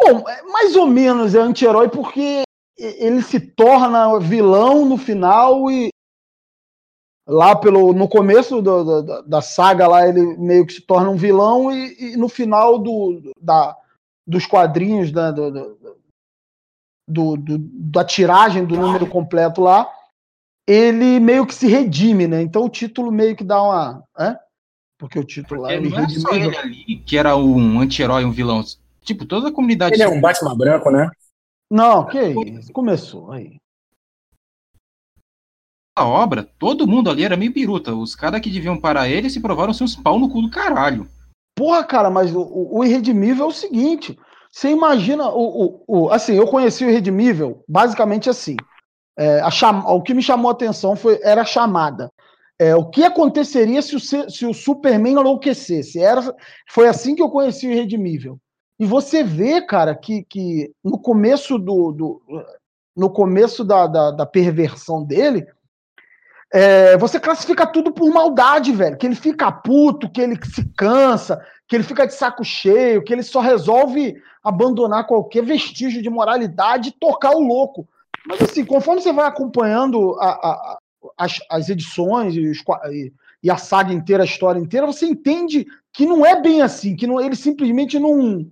[SPEAKER 14] Bom, é mais ou menos é anti-herói porque e- ele se torna vilão no final e. Lá pelo, no começo do- do- da- da saga, lá ele meio que se torna um vilão e, e no final do, da, dos quadrinhos, da, do- do- do- do- da tiragem do número completo lá, ele meio que se redime, né? Então o título meio que dá uma. Hã? Porque o título lá.
[SPEAKER 6] Porque não é
[SPEAKER 14] redime
[SPEAKER 6] só
[SPEAKER 14] o
[SPEAKER 6] ele ali que era um anti-herói, um vilão. Tipo, toda a comunidade.
[SPEAKER 14] Ele é um Batman branco,
[SPEAKER 15] né?
[SPEAKER 14] Não, que isso? Começou aí.
[SPEAKER 6] A obra, todo mundo ali era meio biruta. Os caras que deviam parar ele se provaram ser uns pau no cu do caralho.
[SPEAKER 14] Porra, cara, mas o, o- o irredimível é o seguinte. Você imagina o, o, o- assim, eu conheci o irredimível basicamente assim. É, a cham- o que me chamou a atenção foi era a chamada. É, o que aconteceria se o, se- se o Superman enlouquecesse? Era, foi assim que eu conheci o irredimível. E você vê, cara, que, que no começo do, do no começo da- da, da perversão dele, é, você classifica tudo por maldade, velho. Que ele fica puto, que ele se cansa, que ele fica de saco cheio, que ele só resolve abandonar qualquer vestígio de moralidade e tocar o louco. Mas assim, conforme você vai acompanhando a- a- a- as, as edições e, os qua- e- e a saga inteira, a história inteira, você entende que não é bem assim, que não- ele simplesmente não,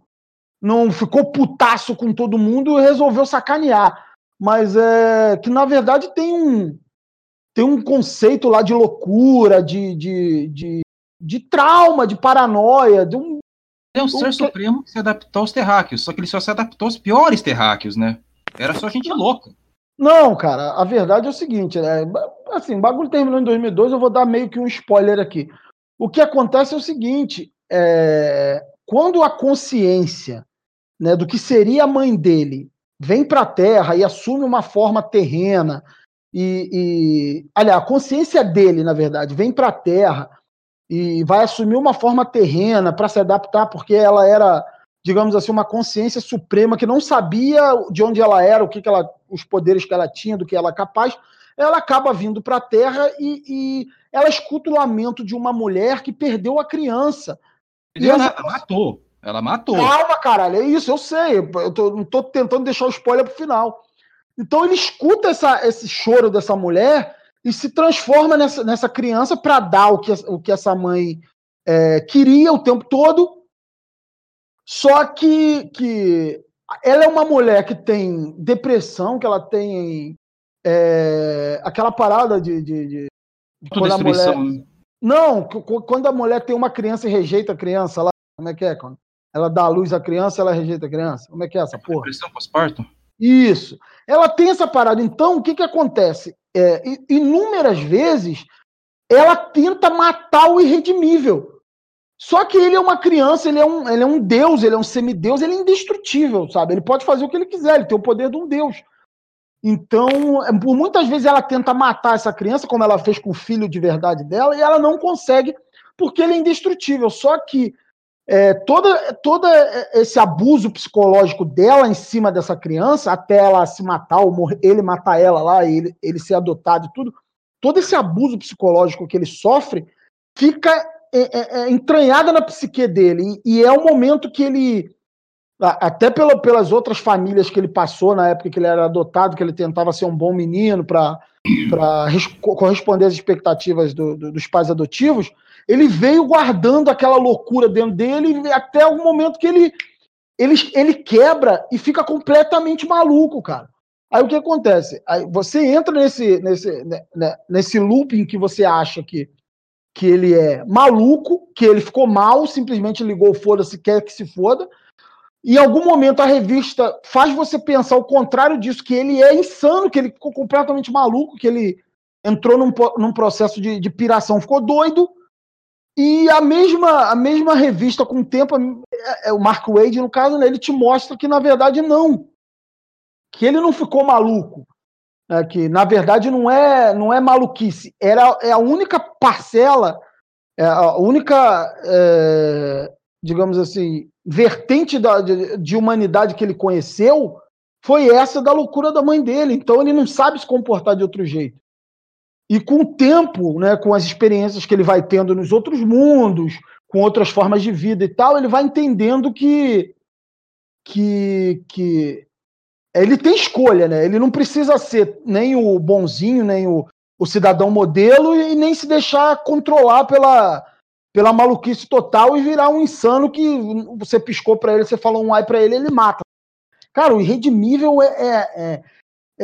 [SPEAKER 14] não ficou putaço com todo mundo e resolveu sacanear. Mas é que, na verdade, tem um tem um conceito lá de loucura, de, de, de, de trauma, de paranoia, de um.
[SPEAKER 6] É um ser supremo que se adaptou aos terráqueos, só que ele só se adaptou aos piores terráqueos, né? Era só gente louca.
[SPEAKER 14] Não, cara, a verdade é o seguinte, né? Ba- Assim, o bagulho terminou em 2002, eu vou dar meio que um spoiler aqui. O que acontece é o seguinte, é, quando a consciência né, do que seria a mãe dele vem para a Terra e assume uma forma terrena, e, e aliás, a consciência dele, na verdade, vem para a Terra e vai assumir uma forma terrena para se adaptar, porque ela era, digamos assim, uma consciência suprema que não sabia de onde ela era, o que, que ela, os poderes que ela tinha, do que ela é capaz. Ela acaba vindo para a Terra e, e ela escuta o lamento de uma mulher que perdeu a criança. E essa-
[SPEAKER 6] Ela matou. Ela matou.
[SPEAKER 14] Calma, caralho, é isso, eu sei. Eu tô, não tô tentando deixar o spoiler pro final. Então ele escuta essa, esse choro dessa mulher e se transforma nessa, nessa criança para dar o que, es- o que essa mãe eh, queria o tempo todo. Só que, que ela é uma mulher que tem depressão, que ela tem eh, aquela parada de. de, de quando a mulher-
[SPEAKER 6] Autodestruição, né?
[SPEAKER 14] não, qu- qu- quando a mulher tem uma criança e rejeita a criança lá, como é que é? Quando ela dá à luz à criança, ela rejeita a criança. Como é que é essa porra?
[SPEAKER 6] Depressão pós-parto?
[SPEAKER 14] Isso. Ela tem essa parada. Então, o que, que acontece? É, i- inúmeras vezes ela tenta matar o irredimível. Só que ele é uma criança, ele é um, ele é um deus, ele é um semideus, ele é indestrutível, sabe? Ele pode fazer o que ele quiser, ele tem o poder de um deus. Então, é, por muitas vezes ela tenta matar essa criança, como ela fez com o filho de verdade dela, e ela não consegue, porque ele é indestrutível. Só que é, toda, todo é, esse abuso psicológico dela em cima dessa criança, até ela se matar, ou morrer, ele matar ela lá, e ele, ele ser adotado e tudo, todo esse abuso psicológico que ele sofre fica é, é, é, entranhada na psique dele. E, e é o momento que ele a- até pela- pelas outras famílias que ele passou na época que ele era adotado, que ele tentava ser um bom menino para corresponder às expectativas do- do- dos pais adotivos, ele veio guardando aquela loucura dentro dele e até o momento que ele, ele, ele quebra e fica completamente maluco, cara. Aí o que acontece? Aí você entra nesse, nesse, né, né, nesse looping que você acha que que ele é maluco, que ele ficou mal, simplesmente ligou, foda-se, quer que se foda. E em algum momento a revista faz você pensar o contrário disso, que ele é insano, que ele ficou completamente maluco, que ele entrou num, po- num processo de, de piração, ficou doido. E a mesma, a mesma revista, com o tempo, é- é o Mark Wade, no caso, né, ele te mostra que, na verdade, não. Que ele não ficou maluco né, que na verdade não é não é maluquice, era é a única parcela, é a única é, digamos assim vertente da, de, de humanidade que ele conheceu foi essa da loucura da mãe dele. Então ele não sabe se comportar de outro jeito. E com o tempo, né, com as experiências que ele vai tendo nos outros mundos, com outras formas de vida e tal, ele vai entendendo que que, é, que ele tem escolha, né? Ele não precisa ser nem o bonzinho, nem o, o cidadão modelo e nem se deixar controlar pela, pela maluquice total e virar um insano que você piscou pra ele, você falou um ai pra ele, ele mata. Cara, o irredimível é, é,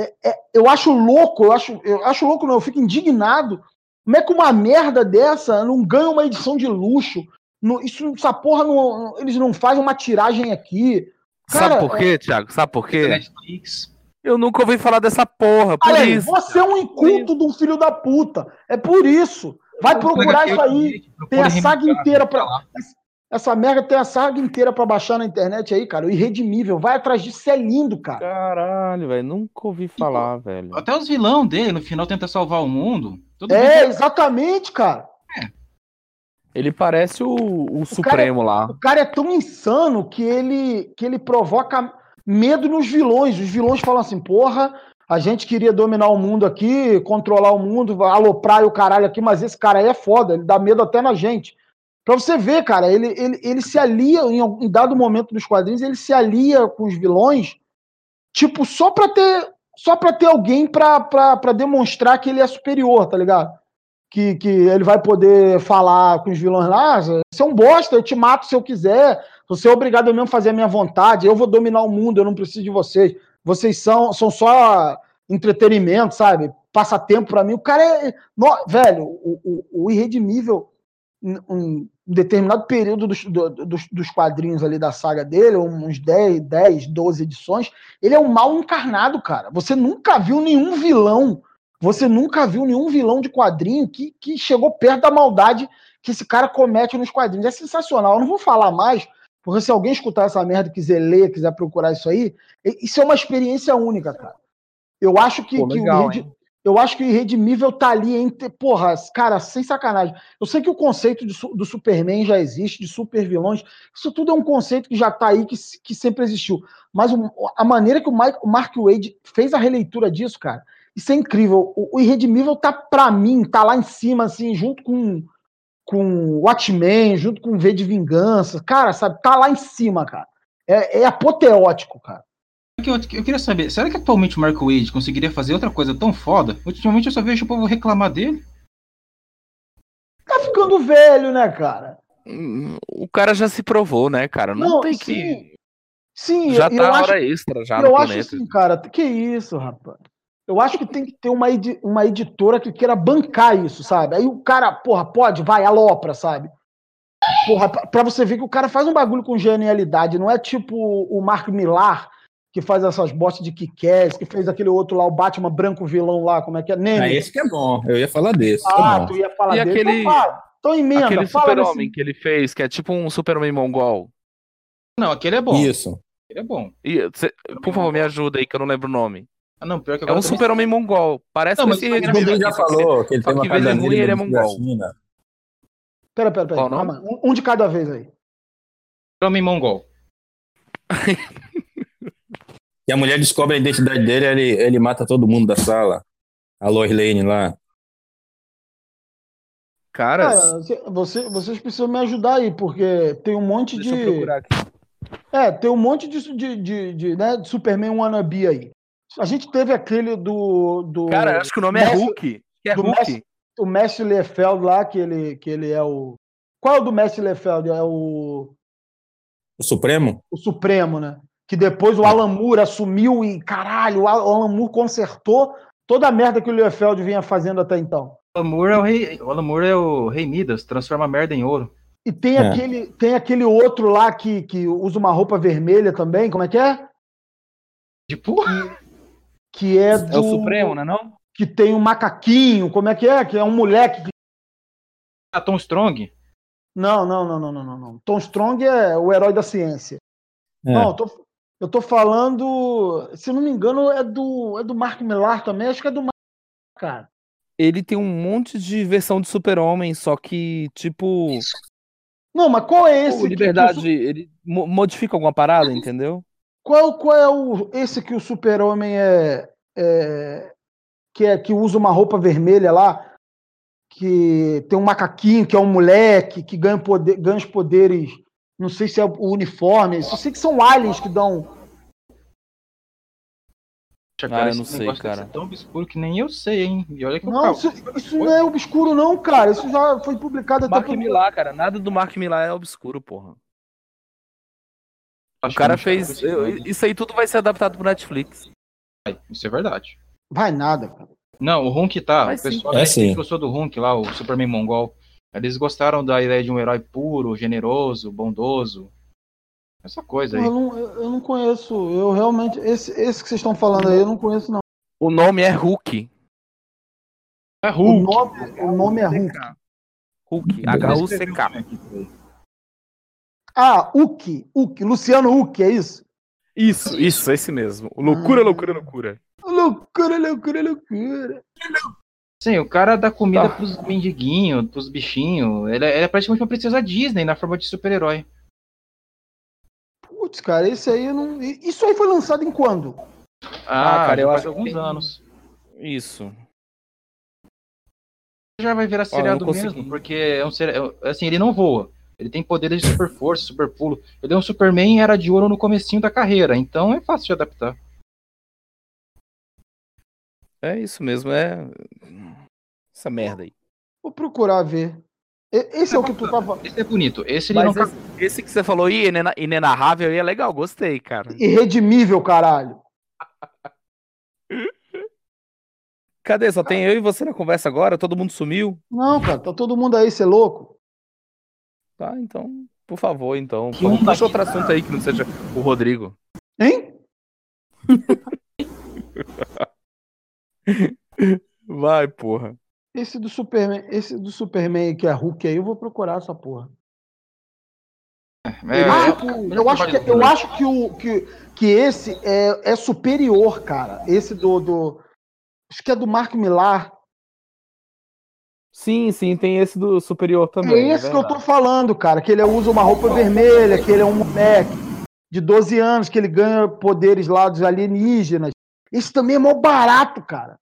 [SPEAKER 14] é, é- eu acho louco, eu acho, eu acho louco, não, eu fico indignado. Como é que uma merda dessa não ganha uma edição de luxo? Não- isso, essa porra, não, eles não fazem uma tiragem aqui.
[SPEAKER 3] Sabe
[SPEAKER 14] Cara,
[SPEAKER 3] por quê, Thiago? Sabe por
[SPEAKER 14] É.
[SPEAKER 3] quê?
[SPEAKER 6] Netflix.
[SPEAKER 3] Eu nunca ouvi falar dessa porra, por
[SPEAKER 14] Olha,
[SPEAKER 3] isso.
[SPEAKER 14] você é um inculto de um filho da puta. É por isso. Vai procurar isso aí. Tem a saga inteira
[SPEAKER 6] tá
[SPEAKER 14] pra. Essa merda tem a saga inteira pra baixar na internet aí, cara. O Irredimível. Vai atrás disso, isso é lindo, cara.
[SPEAKER 16] Caralho, velho, nunca ouvi falar, velho.
[SPEAKER 6] Até os vilão dele, no final, tenta salvar o mundo. Todo
[SPEAKER 14] É,
[SPEAKER 6] mundo-
[SPEAKER 14] exatamente, cara.
[SPEAKER 16] Ele parece o, o
[SPEAKER 14] cara é-
[SPEAKER 16] Supremo lá.
[SPEAKER 14] O cara é tão insano que ele, que ele provoca medo nos vilões. Os vilões falam assim, porra, a gente queria dominar o mundo aqui, controlar o mundo, aloprar e o caralho aqui, mas esse cara aí é foda, ele dá medo até na gente. Pra você ver, cara, ele, ele, ele se alia, em algum- em dado momento dos quadrinhos, ele se alia com os vilões, tipo, só pra ter, só pra ter alguém pra, pra, pra demonstrar que ele é superior, tá ligado? que, que ele vai poder falar com os vilões lá, "Ah, você é um bosta, eu te mato se eu quiser, você é obrigado mesmo a fazer a minha vontade, eu vou dominar o mundo, eu não preciso de vocês, vocês são, são só entretenimento, sabe? Passatempo pra mim. O cara é. no- velho, o, o, o irredimível, em um determinado período dos, do- dos, dos quadrinhos ali da saga dele, uns 10, 10, 12 edições, ele é um mal encarnado, cara. Você nunca viu nenhum vilão você nunca viu nenhum vilão de quadrinho que, que chegou perto da maldade que esse cara comete nos quadrinhos. É sensacional. Eu não vou falar mais, porque se alguém escutar essa merda, quiser ler, quiser procurar isso aí, i- isso é uma experiência única, cara. Eu acho que,
[SPEAKER 16] Pô,
[SPEAKER 14] que
[SPEAKER 16] legal,
[SPEAKER 14] o Irredi-
[SPEAKER 16] hein?
[SPEAKER 14] eu acho que o irredimível tá ali entre. Porra, cara, sem sacanagem. Eu sei que o conceito de su- do Superman já existe, de super vilões. Isso tudo é um conceito que já tá aí, que, se- que sempre existiu. Mas o- a maneira que o, Mike- o Mark Wade fez a releitura disso, cara, isso é incrível. O, o irredimível tá, pra mim, tá lá em cima, assim, junto com com Watchmen, junto com V de Vingança. Cara, sabe, tá lá em cima, cara. É, é apoteótico, cara.
[SPEAKER 6] Que Eu, eu queria saber, será que atualmente o Mark Wade conseguiria fazer outra coisa tão foda? Ultimamente eu só vejo o povo reclamar dele.
[SPEAKER 14] Tá ficando velho, né, cara?
[SPEAKER 3] Hum, O cara já se provou, né, cara? Não, tem que.
[SPEAKER 14] sim. Sim,
[SPEAKER 3] Já
[SPEAKER 14] eu- eu
[SPEAKER 3] tá a
[SPEAKER 14] acho-
[SPEAKER 3] hora extra já
[SPEAKER 14] eu
[SPEAKER 3] no
[SPEAKER 14] acho
[SPEAKER 3] planeta.
[SPEAKER 14] assim, cara, que isso, rapaz. Eu acho que tem que ter uma, edi- uma editora que queira bancar isso, sabe? Aí o cara, porra, pode, vai, alopra, sabe? Porra, pra, pra você ver que o cara faz um bagulho com genialidade, não é tipo o Mark Millar, que faz essas bostas de Kikés, que fez aquele outro lá, o Batman branco vilão lá, como é que é? Neme.
[SPEAKER 2] Ah, esse que é bom. Eu ia falar desse.
[SPEAKER 14] Ah,
[SPEAKER 2] tá bom.
[SPEAKER 14] tu ia falar
[SPEAKER 3] E
[SPEAKER 14] dele.
[SPEAKER 3] aquele-
[SPEAKER 14] Então, fala. então emenda,
[SPEAKER 3] Aquele
[SPEAKER 14] fala
[SPEAKER 3] super-homem
[SPEAKER 14] desse...
[SPEAKER 3] que ele fez, que é tipo um super-homem mongol.
[SPEAKER 6] Não, aquele é bom.
[SPEAKER 2] Isso.
[SPEAKER 6] Ele é bom.
[SPEAKER 3] E, cê- por favor, me ajuda aí, que eu não lembro o nome.
[SPEAKER 6] Ah, não, pior que
[SPEAKER 3] É um super-homem mongol. Parece
[SPEAKER 6] Não,
[SPEAKER 3] que
[SPEAKER 6] mas
[SPEAKER 3] esse
[SPEAKER 6] o Magneto
[SPEAKER 3] Redimido
[SPEAKER 2] Ele já
[SPEAKER 3] aqui, só que
[SPEAKER 2] falou que ele
[SPEAKER 3] só
[SPEAKER 2] tem uma
[SPEAKER 3] que vez é
[SPEAKER 2] casa
[SPEAKER 3] ruim,
[SPEAKER 2] dele
[SPEAKER 3] ele é
[SPEAKER 2] no-
[SPEAKER 3] mongol.
[SPEAKER 2] na China.
[SPEAKER 14] Pera, pera, pera.
[SPEAKER 3] Qual o nome?
[SPEAKER 14] Calma, um- um de cada vez aí.
[SPEAKER 6] Homem mongol.
[SPEAKER 2] E a mulher descobre a identidade dele, ele, ele mata todo mundo da sala. A Lois Lane lá.
[SPEAKER 3] Cara,
[SPEAKER 14] Cara, você- É, você- vocês precisam me ajudar aí, porque tem um monte
[SPEAKER 3] deixa eu
[SPEAKER 14] de.
[SPEAKER 3] procurar aqui.
[SPEAKER 14] É, tem um monte de, de, de, de, né, de Superman wannabe aí. A gente teve aquele do. do
[SPEAKER 3] Cara, eu acho que o nome é
[SPEAKER 14] Mestre-
[SPEAKER 3] Hulk. Que é
[SPEAKER 14] do
[SPEAKER 3] Hulk.
[SPEAKER 14] Mestre- o Mestre Lefeld lá, que ele, que ele é o. Qual é o do Mestre Lefeld? É o,
[SPEAKER 2] O Supremo?
[SPEAKER 14] o Supremo, né? Que depois o Alan Moore assumiu e, caralho, o Al- o Alan Moore consertou toda a merda que o Lefeld vinha fazendo até então.
[SPEAKER 6] O Alamur é o rei, o Alamur é o rei Midas, transforma merda em ouro.
[SPEAKER 14] E tem,
[SPEAKER 2] É.
[SPEAKER 14] aquele, tem aquele outro lá que, que usa uma roupa vermelha também, como é que é?
[SPEAKER 6] Tipo,
[SPEAKER 14] Que é
[SPEAKER 3] É o
[SPEAKER 14] do-
[SPEAKER 3] Supremo, né? Não?
[SPEAKER 14] que tem um macaquinho, como é que é? Que é um moleque. que-
[SPEAKER 6] ah, Tom Strong.
[SPEAKER 14] Não, não, não, não, não, não, não. Tom Strong é o herói da ciência.
[SPEAKER 2] É.
[SPEAKER 14] Não, eu tô, eu tô falando, se eu não me engano, é do, é do Mark Millar também, acho que é do Mark, cara.
[SPEAKER 3] Ele tem um monte de versão de super-homem, só que, tipo,
[SPEAKER 14] Não, mas qual é esse?
[SPEAKER 3] pô,
[SPEAKER 14] que-
[SPEAKER 3] liberdade,
[SPEAKER 14] que o su-
[SPEAKER 3] ele mo- modifica alguma parada, entendeu?
[SPEAKER 14] qual, qual é o, esse que o super-homem é, é- que é que usa uma roupa vermelha lá? Que tem um macaquinho, que é um moleque, que ganha, poder, ganha os poderes. Não sei se é o uniforme. Só sei que são aliens que dão.
[SPEAKER 6] Poxa,
[SPEAKER 3] Ah,
[SPEAKER 6] cara,
[SPEAKER 3] eu
[SPEAKER 6] esse
[SPEAKER 3] não sei,
[SPEAKER 6] negócio deve
[SPEAKER 3] cara.
[SPEAKER 6] ser tão obscuro que nem eu sei, hein? E olha que
[SPEAKER 14] Não,
[SPEAKER 6] eu
[SPEAKER 14] isso, isso não é obscuro, não, cara. Isso já foi publicado até
[SPEAKER 3] Mark
[SPEAKER 14] por.
[SPEAKER 3] Millar, cara. Nada do Mark Millar é obscuro, porra. O cara fez. eu- isso aí tudo vai ser adaptado pro Netflix.
[SPEAKER 6] Isso é verdade.
[SPEAKER 14] Vai nada, cara.
[SPEAKER 6] Não, o Hulk tá.
[SPEAKER 3] Mas
[SPEAKER 6] o pessoal
[SPEAKER 2] sim. É
[SPEAKER 6] é
[SPEAKER 2] sim.
[SPEAKER 6] gostou do Hulk lá, o Superman Mongol. Eles gostaram da ideia de um herói puro, generoso, bondoso. Essa coisa aí.
[SPEAKER 14] Eu não, eu não conheço. Eu realmente. Esse, esse que vocês estão falando aí, eu não conheço, não.
[SPEAKER 3] O nome é Hulk.
[SPEAKER 6] É
[SPEAKER 14] O
[SPEAKER 6] Hulk.
[SPEAKER 14] nome, o nome é Hulk.
[SPEAKER 3] Hulk,
[SPEAKER 6] é
[SPEAKER 3] H-U-C-K.
[SPEAKER 14] Ah, Uki. Uki. Luciano Uki, é isso?
[SPEAKER 3] Isso, isso, esse mesmo. Loucura,
[SPEAKER 14] Ah.
[SPEAKER 3] loucura, loucura.
[SPEAKER 14] Loucura, loucura, loucura.
[SPEAKER 6] Sim, o cara dá comida
[SPEAKER 3] Tá.
[SPEAKER 6] pros mendiguinhos, pros bichinhos. Ele é, ele é praticamente uma princesa Disney na forma de super-herói.
[SPEAKER 14] Putz, cara, esse aí eu não. i- Isso aí foi lançado em quando?
[SPEAKER 6] Ah,
[SPEAKER 3] cara,
[SPEAKER 6] cara,
[SPEAKER 3] eu
[SPEAKER 6] eu faz
[SPEAKER 3] acho que
[SPEAKER 6] alguns
[SPEAKER 3] tem-
[SPEAKER 6] anos.
[SPEAKER 3] Isso.
[SPEAKER 6] Já vai virar seriado
[SPEAKER 3] não consegui.
[SPEAKER 6] mesmo, porque é um ser... é- assim, ele não voa. Ele tem poderes de super força, super pulo. Ele é um Superman e era de ouro no comecinho da carreira, então é fácil de adaptar.
[SPEAKER 3] É isso mesmo, é. Essa merda aí.
[SPEAKER 14] Vou procurar ver. E- Esse é o que tu tava.
[SPEAKER 6] Esse é bonito. Esse ele
[SPEAKER 3] Mas
[SPEAKER 6] não
[SPEAKER 3] esse, esse que você falou, "Ih, inena- inenarrável, aí é legal, gostei, cara.
[SPEAKER 14] Irredimível, caralho.
[SPEAKER 3] Cadê? Só tem eu e você na conversa agora? Todo mundo sumiu?
[SPEAKER 14] Não, cara, tá todo mundo aí, você é louco?
[SPEAKER 3] Tá, então, por favor, então.
[SPEAKER 6] Que
[SPEAKER 3] Puxa
[SPEAKER 6] onda
[SPEAKER 3] outro assunto aí que não seja o Rodrigo.
[SPEAKER 14] Hein?
[SPEAKER 3] Vai, porra.
[SPEAKER 14] Esse do Superman, esse do Superman que é Hulk aí, eu vou procurar essa porra.
[SPEAKER 6] É,
[SPEAKER 14] Ah,
[SPEAKER 3] um
[SPEAKER 6] é-
[SPEAKER 14] eu, acho que, eu acho que o que, que esse é, é superior, cara. Esse do, do. Acho que é do Mark Millar.
[SPEAKER 16] Sim, sim, tem esse do superior também.
[SPEAKER 14] É esse que eu tô falando, cara. Que ele usa uma roupa vermelha, que ele é um moleque de 12 anos, que ele ganha poderes lá dos alienígenas. Esse também é mó barato, cara.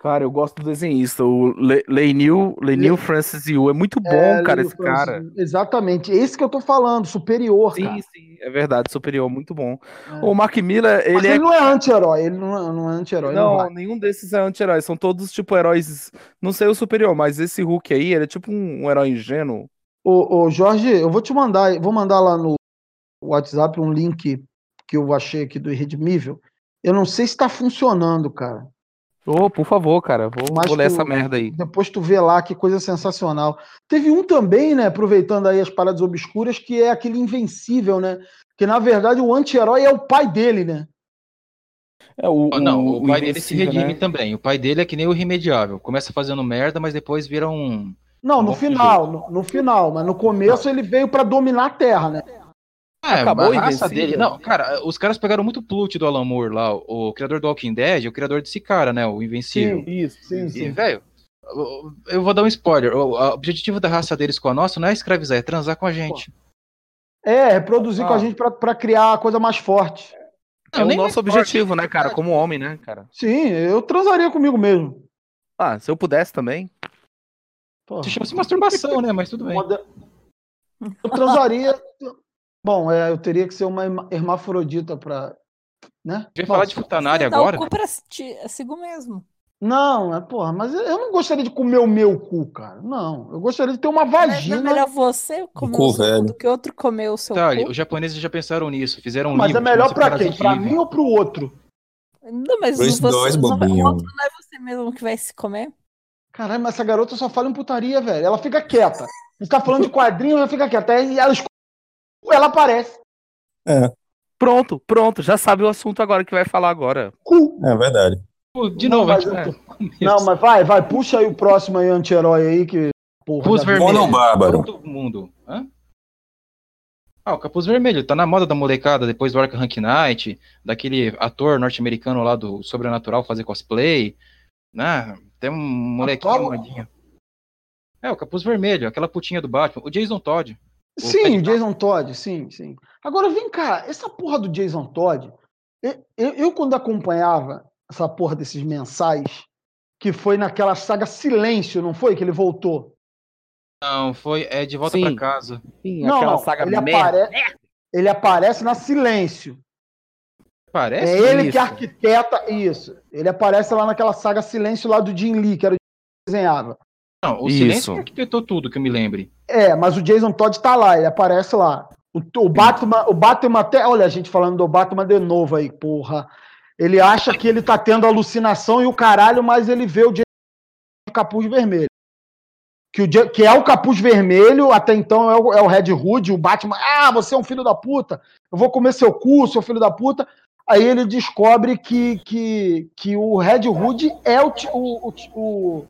[SPEAKER 16] Cara, eu gosto
[SPEAKER 3] O
[SPEAKER 16] do
[SPEAKER 3] desenhista, o Le- Leinil, Leinil Francis Yu, é muito bom,
[SPEAKER 14] É,
[SPEAKER 3] cara,
[SPEAKER 14] Leo
[SPEAKER 3] esse
[SPEAKER 14] Francis.
[SPEAKER 3] cara.
[SPEAKER 14] Exatamente. Esse que eu tô falando, superior, cara.
[SPEAKER 3] Sim, sim, é verdade, superior, muito bom.
[SPEAKER 14] É.
[SPEAKER 3] O Mark Miller,
[SPEAKER 14] Mas
[SPEAKER 3] ele
[SPEAKER 14] ele
[SPEAKER 3] é
[SPEAKER 14] não é anti-herói, ele não é, não é anti-herói. ele Não,
[SPEAKER 3] Não,
[SPEAKER 14] vai.
[SPEAKER 3] nenhum desses é anti-herói. São todos, tipo, heróis. Não sei o superior, mas esse Hulk aí, ele é tipo um, um herói ingênuo.
[SPEAKER 14] Ô, ô, Jorge, eu vou te mandar, eu vou mandar lá no WhatsApp um link que eu achei aqui do Irredimível. Eu não sei se tá funcionando, cara.
[SPEAKER 3] Ô, por favor, cara, vou,
[SPEAKER 14] Mas
[SPEAKER 3] vou ler
[SPEAKER 14] tu-
[SPEAKER 3] essa merda aí.
[SPEAKER 14] Depois tu vê lá, que coisa sensacional. Teve um também, né, aproveitando aí as paradas obscuras, que é aquele invencível, né? Que na verdade o anti-herói é o pai dele, né?
[SPEAKER 16] É, o,
[SPEAKER 6] Ah, Não, o, pai dele se
[SPEAKER 16] Invencível,
[SPEAKER 6] redime
[SPEAKER 16] né?
[SPEAKER 6] também. O pai dele é que nem o irremediável. Começa fazendo merda, mas depois vira um.
[SPEAKER 14] Não, no
[SPEAKER 6] Bom
[SPEAKER 14] final, no, no final, mas no começo ele veio pra dominar a Terra, né?
[SPEAKER 6] É,
[SPEAKER 3] Acabou
[SPEAKER 6] a raça
[SPEAKER 3] Invencível?
[SPEAKER 6] dele. Não, cara, os caras pegaram muito plute do Alan Moore lá, o, o criador do Walking Dead, é o criador desse cara, né? O Invencível.
[SPEAKER 14] isso, sim,
[SPEAKER 6] E, velho, eu- eu vou dar um spoiler. O, o objetivo da raça deles com a nossa não é escravizar, é transar com a gente.
[SPEAKER 14] É, reproduzir com a gente pra- pra criar coisa mais forte.
[SPEAKER 3] É
[SPEAKER 6] Não,
[SPEAKER 3] o
[SPEAKER 6] nem
[SPEAKER 3] nosso
[SPEAKER 6] mais
[SPEAKER 3] objetivo,
[SPEAKER 6] forte,
[SPEAKER 3] né, cara?
[SPEAKER 6] verdade.
[SPEAKER 3] Como homem, né, cara?
[SPEAKER 14] Sim, eu transaria comigo mesmo.
[SPEAKER 3] Ah, se eu pudesse também.
[SPEAKER 14] Porra.
[SPEAKER 6] Isso chama-se tipo, masturbação, né? Mas tudo bem.
[SPEAKER 14] Moda- Eu transaria. Bom, é, eu teria que ser uma herma- hermafrodita pra. Né?
[SPEAKER 6] A gente vai
[SPEAKER 14] Bom,
[SPEAKER 6] falar de Futanária
[SPEAKER 4] Dá
[SPEAKER 6] agora?
[SPEAKER 4] Tá o cu pra ti, a sigo mesmo.
[SPEAKER 14] Não, é porra, mas eu não gostaria de comer o meu cu, cara. Não, eu gostaria de ter uma
[SPEAKER 4] Imagina.
[SPEAKER 14] vagina.
[SPEAKER 4] É melhor você comer
[SPEAKER 2] cu
[SPEAKER 4] o seu
[SPEAKER 2] velho.
[SPEAKER 4] cu do que outro comer o seu
[SPEAKER 6] Tá,
[SPEAKER 4] cu.
[SPEAKER 6] os japoneses já pensaram nisso, fizeram um
[SPEAKER 14] Mas é
[SPEAKER 6] livro.
[SPEAKER 14] melhor
[SPEAKER 6] chamado
[SPEAKER 14] pra quem? Pra
[SPEAKER 6] Parasitivo.
[SPEAKER 14] mim ou pro outro?
[SPEAKER 4] Não, mas
[SPEAKER 2] Pra esses
[SPEAKER 4] você,
[SPEAKER 2] dois
[SPEAKER 4] não, vai-
[SPEAKER 2] bobinhos.
[SPEAKER 4] outro não é você mesmo que vai se comer.
[SPEAKER 14] Caralho, mas essa garota só fala em putaria, velho. Ela fica quieta. Você tá falando de quadrinho, ela fica quieta. Aí ela escuta, ela aparece.
[SPEAKER 3] Pronto, pronto, já sabe o assunto agora que vai falar agora.
[SPEAKER 14] Cu.
[SPEAKER 2] É verdade.
[SPEAKER 6] De novo, a
[SPEAKER 14] Não, mas
[SPEAKER 6] gente-
[SPEAKER 14] eu Não, mas vai, vai, puxa aí o próximo aí, anti-herói aí, que. Porra,
[SPEAKER 6] Capuz
[SPEAKER 14] já-
[SPEAKER 6] vermelho.
[SPEAKER 2] Conan Bárbaro.
[SPEAKER 6] Todo mundo. Hã? Ah, o capuz vermelho. Tá na moda da molecada depois do Ark Rank Knight, daquele ator norte-americano lá do Sobrenatural fazer cosplay. Né? Tem um moleque
[SPEAKER 14] Apollo?
[SPEAKER 6] modinha. É, o capuz vermelho, aquela putinha do Batman. O Jason Todd.
[SPEAKER 14] Sim, o Jason Todd, sim, sim. Agora vem cá, essa porra do Jason Todd, eu, eu- eu quando acompanhava essa porra desses mensais, que foi naquela saga Silêncio, não foi? Que ele voltou.
[SPEAKER 6] Não, foi é de volta
[SPEAKER 3] Sim.
[SPEAKER 6] pra casa.
[SPEAKER 3] Sim,
[SPEAKER 14] não, não, ele, apare- ele aparece na Silêncio.
[SPEAKER 6] Parece
[SPEAKER 14] é ele que
[SPEAKER 6] isso.
[SPEAKER 14] arquiteta isso. Ele aparece lá naquela saga Silêncio lá do Jim Lee, que era o que desenhava.
[SPEAKER 6] Não, o Silêncio que arquitetou tudo, que eu me lembre.
[SPEAKER 14] É, mas o Jason Todd tá lá, ele aparece lá. O, o Batman, o Batman até, olha a gente falando do Batman de novo aí, porra. Ele acha que ele tá tendo alucinação e o caralho, mas ele vê o Jason com o capuz vermelho. Que, o, Ja- que é o capuz vermelho, até então é o, é o Red Hood, o Batman, ah, você é um filho da puta, eu vou comer seu cu, seu filho da puta. Aí ele descobre que, que, que o Red Hood é o, ti- o, o, ti- o,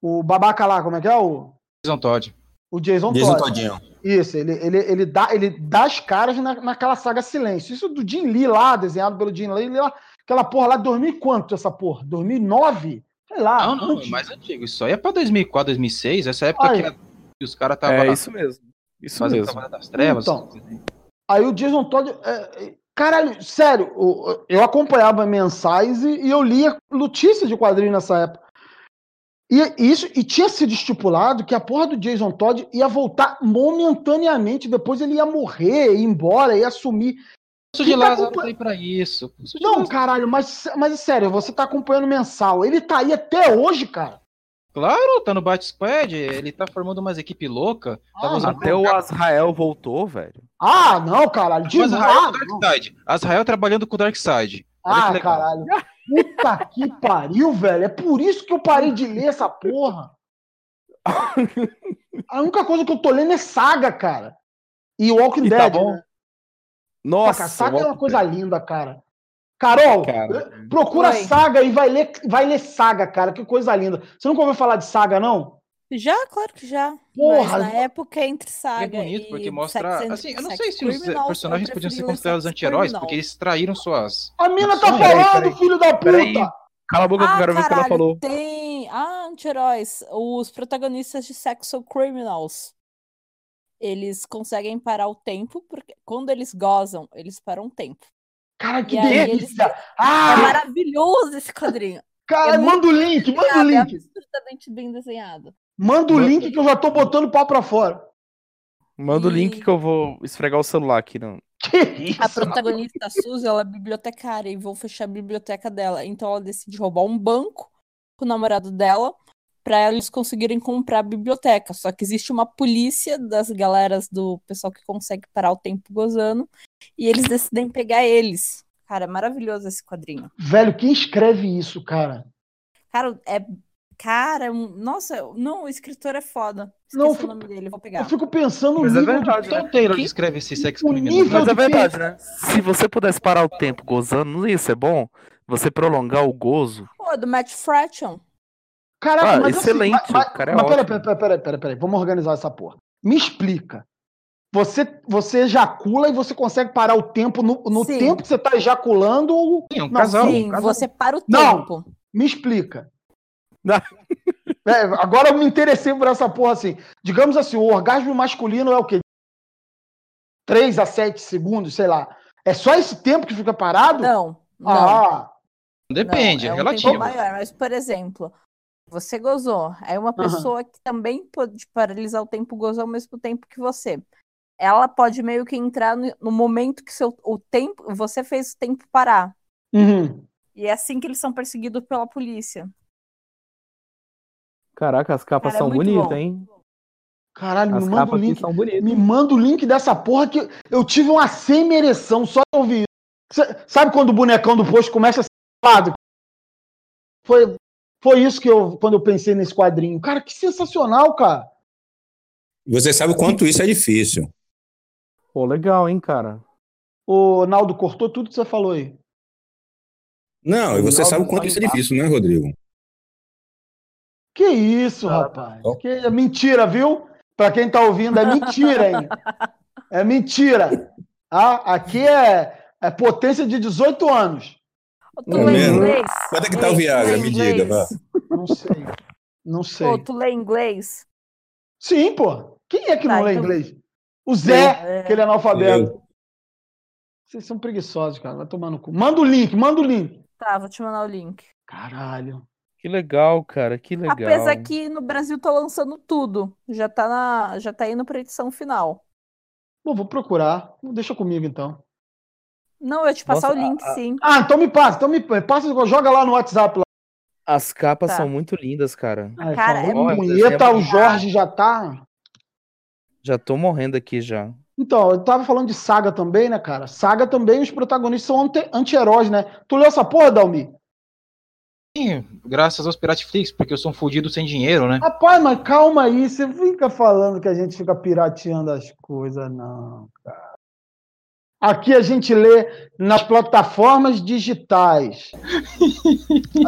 [SPEAKER 14] o babaca lá, como é que é? O,
[SPEAKER 6] Jason Todd.
[SPEAKER 14] o Jason,
[SPEAKER 2] um
[SPEAKER 6] Jason
[SPEAKER 14] Todd.
[SPEAKER 6] Toddinho.
[SPEAKER 14] Isso, ele, ele, ele, dá, ele dá as caras na, naquela saga Silêncio. Isso do Jim Lee lá, desenhado pelo Jim Lee, lá, aquela porra lá, 2000 e quanto essa porra? 2009? Sei lá.
[SPEAKER 6] Não, não, é mais antigo. Isso aí é pra 2004, 2006, essa época
[SPEAKER 14] Olha.
[SPEAKER 6] que, a- que os caras estavam.
[SPEAKER 14] É isso
[SPEAKER 3] mesmo.
[SPEAKER 14] isso
[SPEAKER 6] fazendo
[SPEAKER 14] mesmo.
[SPEAKER 6] Cavaleiro das Trevas.
[SPEAKER 14] Então. Aí o Jason Todd. é, é, caralho, sério, o- eu acompanhava mensais e, e eu lia notícias de quadrinho nessa época. E, e isso, e tinha sido estipulado que a porra do Jason Todd ia voltar momentaneamente, depois ele ia morrer, ir embora, ia assumir.
[SPEAKER 6] Isso de
[SPEAKER 14] Quem tá
[SPEAKER 6] Lázaro
[SPEAKER 14] acompan-
[SPEAKER 6] tem pra isso.
[SPEAKER 14] Não, caralho, mas, mas sério, você tá acompanhando mensal. Ele tá aí até hoje, cara.
[SPEAKER 6] Claro, tá no Bat Squad, ele tá formando umas Tá equipes loucas.
[SPEAKER 14] Ah,
[SPEAKER 3] Até o Azrael voltou, velho.
[SPEAKER 14] Ah, não, caralho. De
[SPEAKER 6] Mas Azrael,
[SPEAKER 14] nada.
[SPEAKER 6] com o Darkseid. Azrael trabalhando com o Darkseid. Olha que
[SPEAKER 14] Ah,
[SPEAKER 6] legal.
[SPEAKER 14] caralho. Puta que pariu, velho. É por isso que eu parei de ler essa porra. A única coisa que eu tô lendo é saga, cara. E Walking
[SPEAKER 16] E
[SPEAKER 14] Dead.
[SPEAKER 16] tá bom?
[SPEAKER 14] né?
[SPEAKER 16] Nossa,
[SPEAKER 14] Saca, saga é uma
[SPEAKER 16] Walking
[SPEAKER 14] coisa linda, cara. Carol,
[SPEAKER 16] Cara.
[SPEAKER 14] procura
[SPEAKER 4] Oi.
[SPEAKER 14] saga e vai ler, vai ler saga, cara. Que coisa linda. Você nunca ouviu falar de saga, não?
[SPEAKER 4] Já, claro que já.
[SPEAKER 14] Porra.
[SPEAKER 4] Mas na época entre saga
[SPEAKER 6] É bonito,
[SPEAKER 4] e
[SPEAKER 6] porque mostra.
[SPEAKER 4] Sex and-
[SPEAKER 6] Assim, eu não
[SPEAKER 4] Sex
[SPEAKER 6] sei se os
[SPEAKER 4] Criminals,
[SPEAKER 6] personagens
[SPEAKER 4] eu
[SPEAKER 6] podiam ser
[SPEAKER 4] preferi os
[SPEAKER 6] considerados
[SPEAKER 4] Sex
[SPEAKER 6] anti-heróis,
[SPEAKER 4] Criminals.
[SPEAKER 6] porque eles traíram suas.
[SPEAKER 14] A mina tá
[SPEAKER 6] Peraí, peraí.
[SPEAKER 14] falando, filho da puta!
[SPEAKER 6] Peraí.
[SPEAKER 3] Cala a boca que eu quero ver o que ela
[SPEAKER 4] Ah, caralho,
[SPEAKER 3] falou.
[SPEAKER 4] Tem. Ah, anti-heróis. Os protagonistas de Sexual Criminals. Eles conseguem parar o tempo, porque quando eles gozam, eles param o tempo.
[SPEAKER 14] Cara, que
[SPEAKER 4] E aí
[SPEAKER 14] delícia!
[SPEAKER 4] eles- É
[SPEAKER 14] Ah,
[SPEAKER 4] maravilhoso esse quadrinho.
[SPEAKER 14] cara,
[SPEAKER 4] é muito
[SPEAKER 14] manda o link, manda o
[SPEAKER 4] desenhado, É
[SPEAKER 14] link.
[SPEAKER 4] absurdamente bem desenhado.
[SPEAKER 14] Manda o link que eu já tô botando o pau pra fora.
[SPEAKER 3] Manda o link que eu vou esfregar o celular aqui. Não.
[SPEAKER 4] A protagonista, a Suzy, ela é bibliotecária e vão fechar a biblioteca dela. Então ela decide roubar um banco com o namorado dela pra eles conseguirem comprar a biblioteca. Só que existe uma polícia das galeras do pessoal que consegue parar o tempo gozando e eles decidem pegar eles. Cara, é maravilhoso esse quadrinho.
[SPEAKER 14] Velho, quem escreve isso, cara?
[SPEAKER 4] Cara, é. Cara, é um- nossa, não, o escritor é foda. Esqueci
[SPEAKER 14] Não, eu
[SPEAKER 4] o
[SPEAKER 14] fico-
[SPEAKER 4] nome dele, vou pegar.
[SPEAKER 14] Eu fico pensando no
[SPEAKER 3] Mas é
[SPEAKER 14] nível
[SPEAKER 3] verdade,
[SPEAKER 14] de...
[SPEAKER 3] né?
[SPEAKER 6] Então Taylor escreve esse sexo criminoso.
[SPEAKER 14] nível
[SPEAKER 3] Mas é
[SPEAKER 14] de
[SPEAKER 3] verdade,
[SPEAKER 14] pe-
[SPEAKER 3] né? Se você pudesse parar o tempo gozando, não ia ser bom você prolongar o gozo.
[SPEAKER 4] Pô, é do Matt Fraction.
[SPEAKER 14] Caraca,
[SPEAKER 3] Ah,
[SPEAKER 14] mas
[SPEAKER 3] excelente,
[SPEAKER 14] assim, mas,
[SPEAKER 3] o cara é
[SPEAKER 14] mas peraí,
[SPEAKER 3] ótimo.
[SPEAKER 14] peraí, peraí, peraí, peraí, peraí, vamos organizar essa porra. Me explica. Você, você ejacula e você consegue parar o tempo no, no
[SPEAKER 4] Sim.
[SPEAKER 14] tempo que você tá ejaculando ou...
[SPEAKER 6] Sim, um
[SPEAKER 14] Não,
[SPEAKER 6] casal.
[SPEAKER 4] Sim,
[SPEAKER 6] um casal.
[SPEAKER 4] você para o
[SPEAKER 14] Não.
[SPEAKER 4] tempo.
[SPEAKER 14] Me explica. É, agora eu me interessei por essa porra assim. Digamos assim, o orgasmo masculino é o quê? 3 a 7 segundos, sei lá. É só esse tempo que fica parado?
[SPEAKER 4] Não, não.
[SPEAKER 14] Ah,
[SPEAKER 6] Depende,
[SPEAKER 4] Não,
[SPEAKER 6] é
[SPEAKER 4] um
[SPEAKER 6] relativo.
[SPEAKER 4] tempo maior, mas, por exemplo, você gozou. Aí uma
[SPEAKER 14] Aham.
[SPEAKER 4] pessoa que também pode paralisar o tempo gozou ao mesmo tempo que você. Ela pode meio que entrar no, no momento que seu, o tempo, você fez o tempo parar.
[SPEAKER 14] uhum.
[SPEAKER 4] E é assim que eles são perseguidos pela polícia.
[SPEAKER 16] Caraca, as capas
[SPEAKER 4] Cara, é
[SPEAKER 16] são
[SPEAKER 4] muito
[SPEAKER 16] bonitas,
[SPEAKER 4] bom. um
[SPEAKER 16] hein?
[SPEAKER 14] caralho,
[SPEAKER 16] As
[SPEAKER 14] me manda o
[SPEAKER 16] capas aqui
[SPEAKER 14] link.
[SPEAKER 16] são bonitas.
[SPEAKER 14] Me manda o link dessa porra que eu tive uma semi-ereção só de ouvir isso. Cê- Sabe quando o bonecão do posto começa a ser lado? Foi, foi isso que eu, quando eu pensei nesse quadrinho. Cara, que sensacional, cara.
[SPEAKER 8] Você sabe o quanto isso é difícil.
[SPEAKER 16] Pô, legal, hein, cara?
[SPEAKER 14] O Naldo cortou tudo que você falou aí.
[SPEAKER 8] Não, e você
[SPEAKER 16] Ronaldo
[SPEAKER 8] sabe o quanto isso é difícil, né, Rodrigo?
[SPEAKER 14] Que isso, rapaz. Que, é mentira, viu? Pra quem tá ouvindo, é mentira, hein? É mentira. Ah, aqui é, é potência de 18 anos.
[SPEAKER 4] Tu
[SPEAKER 8] É
[SPEAKER 4] lê
[SPEAKER 8] mesmo?
[SPEAKER 4] inglês?
[SPEAKER 8] Quanto é que tá o
[SPEAKER 4] Ei, tu
[SPEAKER 8] Viagra?
[SPEAKER 4] lê
[SPEAKER 8] Me diga,
[SPEAKER 4] inglês?
[SPEAKER 8] vá.
[SPEAKER 14] Não sei. Não sei.
[SPEAKER 4] Pô, tu lê inglês?
[SPEAKER 14] Sim, pô. Quem é que
[SPEAKER 4] Tá,
[SPEAKER 14] não lê
[SPEAKER 4] então-
[SPEAKER 14] inglês? O Zé,
[SPEAKER 4] É.
[SPEAKER 14] aquele analfabeto. Vocês são preguiçosos, cara. Vai tomar no cu. Manda o link, manda o link.
[SPEAKER 4] Tá, vou te mandar o link.
[SPEAKER 14] Caralho.
[SPEAKER 3] Que legal, cara. Que legal.
[SPEAKER 4] Apesar que no Brasil tá lançando tudo. Já tá, na, já tá indo pra edição final.
[SPEAKER 14] Bom, vou procurar. Deixa comigo, então.
[SPEAKER 4] Não, eu ia te passar
[SPEAKER 14] Nossa,
[SPEAKER 4] o link,
[SPEAKER 14] a- a-
[SPEAKER 4] sim.
[SPEAKER 14] Ah, então me passa, então me passa, joga lá no WhatsApp. Lá.
[SPEAKER 16] As capas
[SPEAKER 4] Tá.
[SPEAKER 16] são muito lindas, cara.
[SPEAKER 14] Ai,
[SPEAKER 4] Cara, é
[SPEAKER 14] falou em
[SPEAKER 16] muito-
[SPEAKER 14] punheta,
[SPEAKER 16] é
[SPEAKER 14] o
[SPEAKER 16] muito-
[SPEAKER 14] Jorge já tá.
[SPEAKER 16] Já tô morrendo aqui já.
[SPEAKER 14] Então, eu tava falando de saga também, né, cara? Saga também, os protagonistas são ante- anti-heróis, né? Tu leu essa porra, Dalmi?
[SPEAKER 6] Sim, graças aos Piratflix, porque eu sou um fudido sem dinheiro, né?
[SPEAKER 14] Rapaz, mas calma aí, você fica falando que a gente fica pirateando as coisas, não, cara. Aqui a gente lê nas plataformas digitais.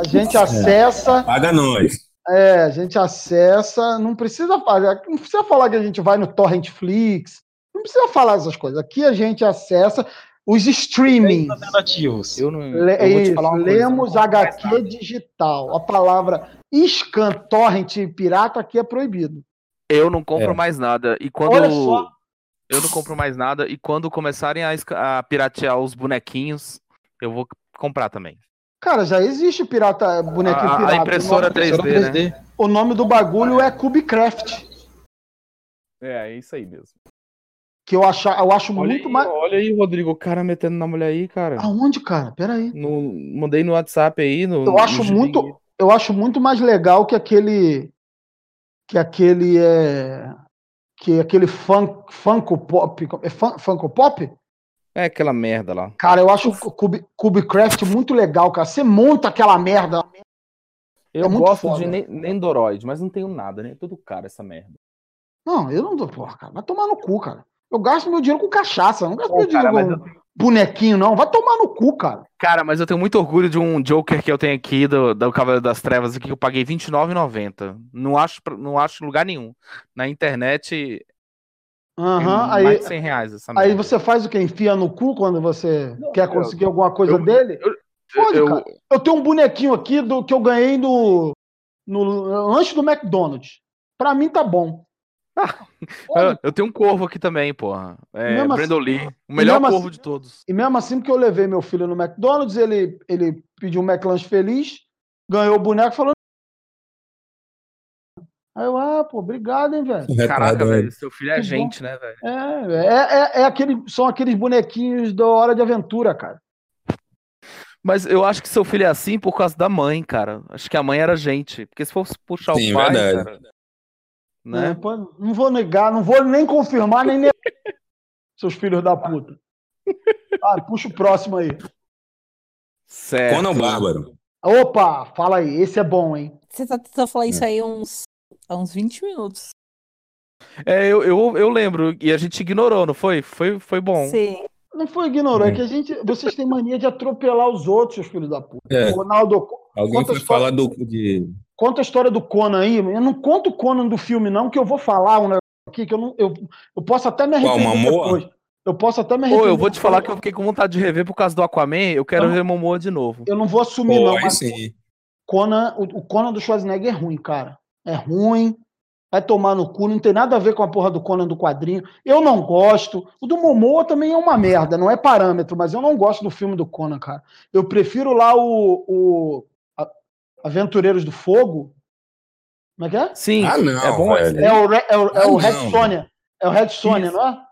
[SPEAKER 14] A gente acessa.
[SPEAKER 8] Paga nós.
[SPEAKER 14] É, a gente acessa, não precisa fazer, não precisa falar que a gente vai no Torrentflix, não precisa falar essas coisas. Aqui a gente acessa os
[SPEAKER 3] um
[SPEAKER 14] streamings.
[SPEAKER 6] Alternativos.
[SPEAKER 16] Eu não.
[SPEAKER 14] Le- isso, lemos HQ digital. A palavra scan, torrent e pirata aqui é proibido.
[SPEAKER 3] Eu não
[SPEAKER 16] É.
[SPEAKER 3] compro mais nada. E quando.
[SPEAKER 14] Olha só.
[SPEAKER 3] Eu não compro mais nada. E quando começarem a, esca- a piratear os bonequinhos, eu vou comprar também.
[SPEAKER 14] Cara, já existe pirata, bonequinho
[SPEAKER 3] A- a
[SPEAKER 14] pirata.
[SPEAKER 3] impressora
[SPEAKER 14] O nome-
[SPEAKER 3] 3D, né?
[SPEAKER 14] O nome do bagulho é Cubicraft,
[SPEAKER 16] É, é isso aí mesmo.
[SPEAKER 14] que eu acho, eu acho muito
[SPEAKER 16] aí,
[SPEAKER 14] mais...
[SPEAKER 16] olha aí, Rodrigo, o cara metendo na mulher aí, cara.
[SPEAKER 14] Aonde, cara? Pera aí.
[SPEAKER 16] No, mandei no WhatsApp aí. No,
[SPEAKER 14] Eu acho
[SPEAKER 16] no-
[SPEAKER 14] muito, eu acho muito mais legal que aquele que aquele é que aquele fun, Funko Pop, é fun, Funko Pop?
[SPEAKER 16] É aquela merda lá.
[SPEAKER 14] Cara, eu acho o Cube, Cubecraft muito legal, cara. Você monta aquela merda.
[SPEAKER 16] Eu
[SPEAKER 3] É
[SPEAKER 14] muito
[SPEAKER 16] gosto
[SPEAKER 14] foda.
[SPEAKER 16] de Ne- Nendoroid, mas não tenho nada, né? Tudo caro essa merda.
[SPEAKER 14] Não, eu não dou, porra, cara. Vai tomar no cu, cara. Eu gasto meu dinheiro com cachaça, eu um. não gasto
[SPEAKER 3] Pô,
[SPEAKER 14] meu dinheiro
[SPEAKER 3] cara,
[SPEAKER 14] com bonequinho, não. Vai tomar no cu, cara.
[SPEAKER 3] Cara, mas eu tenho muito orgulho de um Joker que eu tenho aqui, do, do Cavaleiro das Trevas, aqui, que eu paguei R$29,90. Não acho, pra- não acho em lugar nenhum. Na internet, é
[SPEAKER 14] Aham,
[SPEAKER 3] mais
[SPEAKER 14] aí,
[SPEAKER 3] de 100 reais essa
[SPEAKER 14] aí
[SPEAKER 3] merda.
[SPEAKER 14] você faz o quê? Enfia no cu quando você quer
[SPEAKER 3] né? eu-
[SPEAKER 14] conseguir alguma coisa
[SPEAKER 3] eu-
[SPEAKER 14] dele?
[SPEAKER 3] eu-
[SPEAKER 14] Pode,
[SPEAKER 3] eu-
[SPEAKER 14] cara. Eu tenho um bonequinho aqui do que eu ganhei no, no lanche do McDonald's. Pra mim tá bom.
[SPEAKER 3] Eu, eu tenho um corvo aqui também, porra. É,
[SPEAKER 14] Mesmo assim-
[SPEAKER 3] Brandon Lee, o melhor
[SPEAKER 14] mesmo assim-
[SPEAKER 3] corvo de todos.
[SPEAKER 14] E mesmo assim, porque eu levei meu filho no McDonald's, ele, ele pediu um McLanche feliz, ganhou o boneco e falou. Aí eu, ah, pô, obrigado, hein, velho.
[SPEAKER 3] Caraca,
[SPEAKER 8] Retardado.
[SPEAKER 3] velho, seu filho é
[SPEAKER 14] Que bom.
[SPEAKER 3] gente, né, velho?
[SPEAKER 14] É, é, é, é aquele, são aqueles bonequinhos da Hora de Aventura, cara.
[SPEAKER 3] Mas eu acho que seu filho é assim por causa da mãe, cara. Acho que a mãe era gente. Porque se fosse puxar
[SPEAKER 8] Sim,
[SPEAKER 3] o pai,
[SPEAKER 8] verdade.
[SPEAKER 3] cara,
[SPEAKER 14] É,
[SPEAKER 3] né?
[SPEAKER 14] pô, não vou negar, não vou nem confirmar, nem negar. Seus filhos da puta. Ah, puxa o próximo aí.
[SPEAKER 3] Certo.
[SPEAKER 8] Conan o Bárbaro.
[SPEAKER 14] Opa, fala aí, esse é bom, hein?
[SPEAKER 4] Você tá tentando falar isso aí há uns, há uns 20 minutos.
[SPEAKER 3] É, eu, eu, eu lembro. E a gente ignorou, não foi? Foi, foi bom.
[SPEAKER 4] Sim.
[SPEAKER 14] Não foi ignorante, é que a gente, vocês têm mania de atropelar os outros, seus filhos da puta.
[SPEAKER 8] É.
[SPEAKER 14] O Ronaldo,
[SPEAKER 8] Alguém
[SPEAKER 14] Conta a
[SPEAKER 8] foi falar do, de.
[SPEAKER 14] conta a história do Conan aí. Eu não conto o Conan do filme, não, que eu vou falar um negócio aqui que eu não. Eu, eu posso até me
[SPEAKER 8] Qual,
[SPEAKER 14] arrepender
[SPEAKER 8] Mamoa?
[SPEAKER 14] depois. Eu posso até me
[SPEAKER 3] Pô,
[SPEAKER 14] arrepender.
[SPEAKER 3] eu vou te falar que eu fiquei com vontade de rever por causa do Aquaman. Eu quero
[SPEAKER 14] Vamos.
[SPEAKER 3] ver Momoa de novo.
[SPEAKER 14] Eu não vou assumir,
[SPEAKER 8] Pô,
[SPEAKER 14] não.
[SPEAKER 8] aí
[SPEAKER 14] Mas
[SPEAKER 8] sim.
[SPEAKER 14] Conan, o, o Conan do Schwarzenegger é ruim, cara. É ruim. Vai tomar no cu, não tem nada a ver com a porra do Conan do quadrinho. Eu não gosto. O do Momoa também é uma merda, não é parâmetro, mas eu não gosto do filme do Conan, cara. Eu prefiro lá o, o A- Aventureiros do Fogo. Como é que é?
[SPEAKER 3] Sim,
[SPEAKER 8] Ah, não,
[SPEAKER 3] é bom
[SPEAKER 8] velho.
[SPEAKER 3] esse.
[SPEAKER 14] É o, Re- é o, é o
[SPEAKER 8] não.
[SPEAKER 14] Red Sonja. É o Red Sonja,
[SPEAKER 3] Isso.
[SPEAKER 14] não é?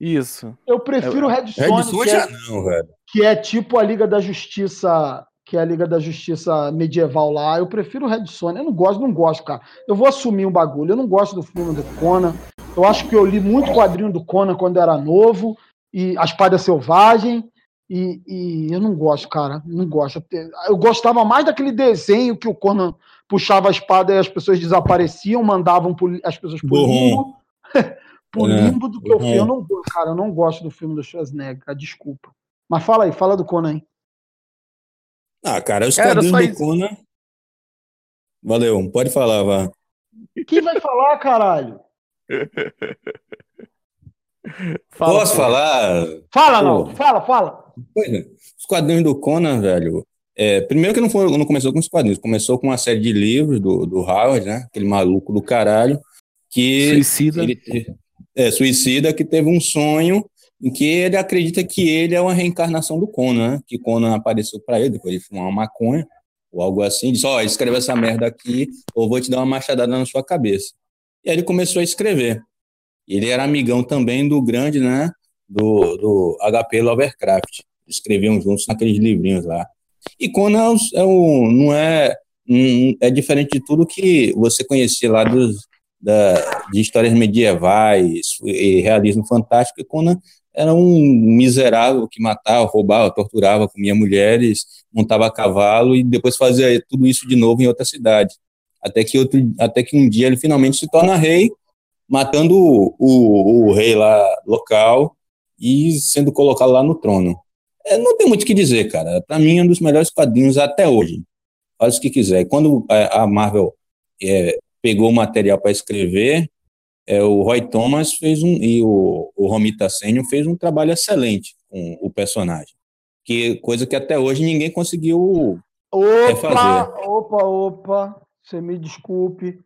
[SPEAKER 3] Isso.
[SPEAKER 14] Eu prefiro o Red
[SPEAKER 8] Red
[SPEAKER 14] Sonja,
[SPEAKER 8] Sonja
[SPEAKER 14] que, é,
[SPEAKER 8] já não, velho.
[SPEAKER 14] que é tipo a Liga da Justiça, que é a Liga da Justiça medieval lá. Eu prefiro o Red Sonja. Eu não gosto, não gosto, cara. Eu vou assumir um bagulho. Eu não gosto do filme do Conan. Eu acho que eu li muito quadrinho do Conan quando era novo. E A Espada Selvagem. E, e eu não gosto, cara. Não gosto. Eu- Eu gostava mais daquele desenho que o Conan puxava a espada e as pessoas desapareciam, mandavam pro- as pessoas pro
[SPEAKER 8] Burrum.
[SPEAKER 14] limbo pro
[SPEAKER 8] É,
[SPEAKER 14] limbo do que eu
[SPEAKER 8] é.
[SPEAKER 14] filme. Eu não, go- cara, eu não gosto do filme do Schwarzenegger, cara, desculpa. Mas fala aí, fala do Conan. aí.
[SPEAKER 8] Ah, cara, os
[SPEAKER 3] Era
[SPEAKER 8] quadrinhos
[SPEAKER 3] só
[SPEAKER 8] do
[SPEAKER 3] isso.
[SPEAKER 8] Conan. Valeu, pode falar, vá.
[SPEAKER 14] Quem vai falar, caralho?
[SPEAKER 3] Fala,
[SPEAKER 8] Posso
[SPEAKER 3] pô.
[SPEAKER 8] falar?
[SPEAKER 14] Fala, não.
[SPEAKER 8] Pô.
[SPEAKER 14] Fala, fala.
[SPEAKER 8] Pois é. Os quadrinhos do Conan, velho. é, primeiro que não, foi- não começou com os quadrinhos, começou com uma série de livros do, do Howard, né? Aquele maluco do caralho. Que
[SPEAKER 3] Suicida.
[SPEAKER 8] Ele te- é suicida que teve um sonho em que ele acredita que ele é uma reencarnação do Conan, né? que Conan apareceu para ele depois de fumar uma maconha ou algo assim, disse: "Ó, escreva essa merda aqui ou vou te dar uma machadada na sua cabeça". E aí ele começou a escrever. Ele era amigão também do grande, né, do, do HP Lovecraft. escreviam juntos naqueles livrinhos lá. E Conan é o, é o- não é um- é diferente de tudo que você conhecia lá dos, da- de histórias medievais e realismo fantástico. E Conan era um miserável que matava, roubava, torturava, comia mulheres, montava a cavalo e depois fazia tudo isso de novo em outra cidade. Até que, outro, até que um dia ele finalmente se torna rei, matando o, o- o rei lá local e sendo colocado lá no trono. É, não tem muito o que dizer, cara. Para mim, é um dos melhores quadrinhos até hoje. Faz o que quiser. Quando a a Marvel é, pegou o material para escrever, é, o Roy Thomas fez um e o, o Romita Senior fez um trabalho excelente com o personagem, que coisa que até hoje ninguém conseguiu refazer.
[SPEAKER 14] Opa, opa, opa. Você me desculpe,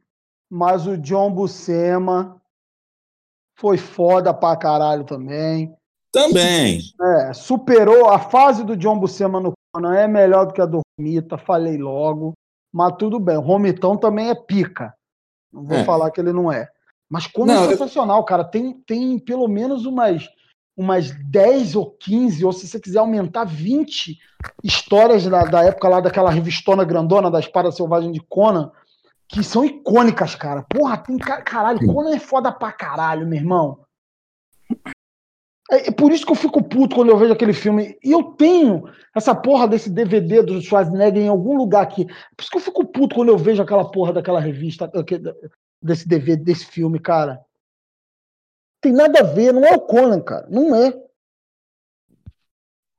[SPEAKER 14] mas o John Buscema foi foda pra caralho também.
[SPEAKER 8] Também.
[SPEAKER 14] É, superou a fase do John Buscema no Conan, é melhor do que a do Romita, falei logo. Mas tudo bem, o Romitão também é pica. Não vou
[SPEAKER 8] É.
[SPEAKER 14] falar que ele não é. Mas Conan
[SPEAKER 8] Não,
[SPEAKER 14] é
[SPEAKER 8] eu-
[SPEAKER 14] sensacional, cara. Tem, tem pelo menos umas, umas 10 ou 15, ou se você quiser aumentar, 20 histórias da, da época lá daquela revistona grandona da Espada Selvagem de Conan, que são icônicas, cara. Porra, tem ca- caralho, Conan é foda pra caralho, meu irmão. É, é por isso que eu fico puto quando eu vejo aquele filme. E eu tenho essa porra desse DVD do Schwarzenegger em algum lugar aqui. É Por isso que eu fico puto quando eu vejo aquela porra daquela revista, aque- desse DVD, desse filme, cara. Tem nada a ver, não é o Conan, cara. Não é.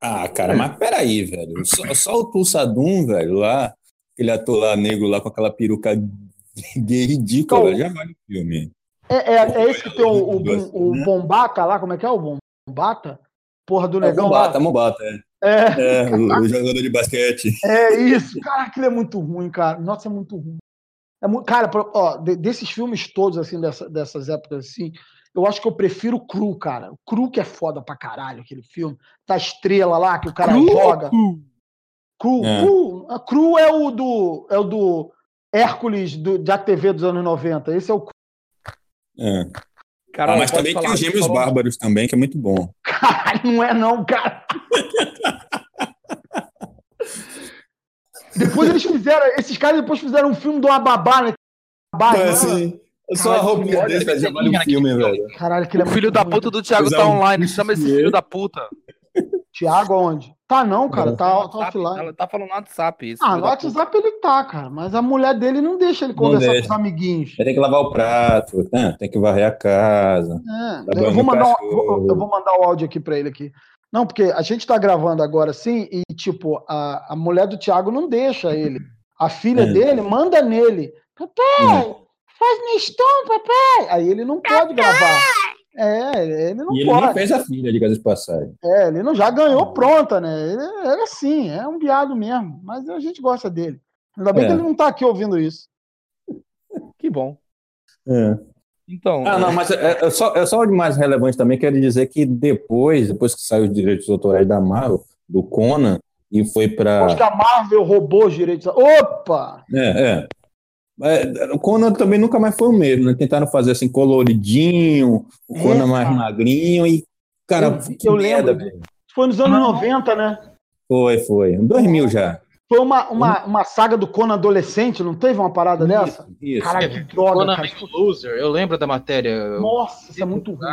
[SPEAKER 8] Ah, cara, mas peraí, velho. Só, só o Tulsadum, velho, lá, aquele ator lá negro lá com aquela peruca gay ridícula,
[SPEAKER 14] Então-
[SPEAKER 8] velho, já vale o filme.
[SPEAKER 14] É, é, é esse que tem o, o, Bom- o Bombata lá, como é que é o Bom- Bombata? Porra do
[SPEAKER 8] É,
[SPEAKER 14] negão lá.
[SPEAKER 8] Mombata, Mombata, é.
[SPEAKER 14] É.
[SPEAKER 8] É, o, o jogador de basquete.
[SPEAKER 14] É isso. Cara, aquilo é muito ruim, cara. Nossa, é muito ruim. É muito... Cara, pro- ó, de- desses filmes todos, assim, dessa- dessas épocas, assim, eu acho que eu prefiro o Cru, cara. O Cru que é foda pra caralho, aquele filme. Da estrela lá, que o cara
[SPEAKER 15] Cru ou
[SPEAKER 14] joga. Cru,
[SPEAKER 15] É.
[SPEAKER 14] Cru, a Cru é o do, é o do Hércules do, da TV dos anos 90. Esse é o Cru.
[SPEAKER 8] É.
[SPEAKER 3] Carol,
[SPEAKER 8] ah, mas
[SPEAKER 3] pode
[SPEAKER 8] também
[SPEAKER 3] falar,
[SPEAKER 8] tem os
[SPEAKER 3] pode
[SPEAKER 8] Gêmeos
[SPEAKER 3] falar.
[SPEAKER 8] Bárbaros também, que é muito bom.
[SPEAKER 14] Caralho, não é não, cara. depois eles fizeram, esses caras depois fizeram um filme do Ababá, né? Ababá,
[SPEAKER 8] É,
[SPEAKER 14] né?
[SPEAKER 8] sim. Só
[SPEAKER 14] Caralho,
[SPEAKER 8] a roupinha
[SPEAKER 14] olha,
[SPEAKER 8] dele já vale o filme, velho.
[SPEAKER 14] Caralho, aquele é
[SPEAKER 3] O filho da puta do Thiago tá
[SPEAKER 8] Usar um
[SPEAKER 3] online. Chama esse filho da puta.
[SPEAKER 14] Thiago aonde? Tá não, cara, tá, tá offline.
[SPEAKER 3] Ela tá falando no WhatsApp. Esse
[SPEAKER 14] Ah,
[SPEAKER 3] filho
[SPEAKER 14] no
[SPEAKER 3] da
[SPEAKER 14] WhatsApp ele tá, cara, mas a mulher dele não deixa ele conversar
[SPEAKER 8] deixa.
[SPEAKER 14] com os amiguinhos.
[SPEAKER 8] Vai ter que lavar o prato, né? tem que varrer a casa.
[SPEAKER 14] É,
[SPEAKER 8] Tá
[SPEAKER 14] eu,
[SPEAKER 8] banhando
[SPEAKER 14] vou mandar, um-
[SPEAKER 8] cachorro.
[SPEAKER 14] vou- eu vou mandar o áudio aqui pra ele aqui. Não, porque a gente tá gravando agora assim e, tipo, a, a mulher do Thiago não deixa ele. A filha
[SPEAKER 15] É.
[SPEAKER 14] dele manda nele. Papai,
[SPEAKER 8] Uhum.
[SPEAKER 14] faz Neston, papai. Aí ele não pode gravar. É, ele não
[SPEAKER 8] E ele
[SPEAKER 14] pode.
[SPEAKER 8] nem fez a filha, diga-se de passagem.
[SPEAKER 14] É, ele não já ganhou pronta, né? Ele era assim, é um viado mesmo, mas a gente gosta dele. Ainda bem
[SPEAKER 8] É.
[SPEAKER 14] que ele não tá aqui ouvindo isso.
[SPEAKER 3] Que bom.
[SPEAKER 8] Então. Ah, não, mas é, é só, é só o mais relevante também, quero dizer que depois, depois que saiu os direitos autorais da Marvel, do Conan, e foi
[SPEAKER 14] Depois que
[SPEAKER 8] pra.
[SPEAKER 14] a Marvel roubou os direitos. Opa!
[SPEAKER 8] É, é. Mas, O Conan também nunca mais foi o mesmo, né? Tentaram fazer assim, coloridinho, o Conan mais magrinho, e, cara, que
[SPEAKER 14] eu
[SPEAKER 8] merda,
[SPEAKER 14] lembro.
[SPEAKER 8] velho.
[SPEAKER 14] Foi nos anos 90, né?
[SPEAKER 8] Foi, foi. 2000 já.
[SPEAKER 14] Foi uma, uma, uma saga do Conan adolescente, não teve uma parada dessa?
[SPEAKER 8] Isso.
[SPEAKER 14] Caralho, que droga,
[SPEAKER 6] Conan
[SPEAKER 14] cara.
[SPEAKER 6] Main Loser, eu lembro da matéria.
[SPEAKER 14] Nossa, isso é muito ruim.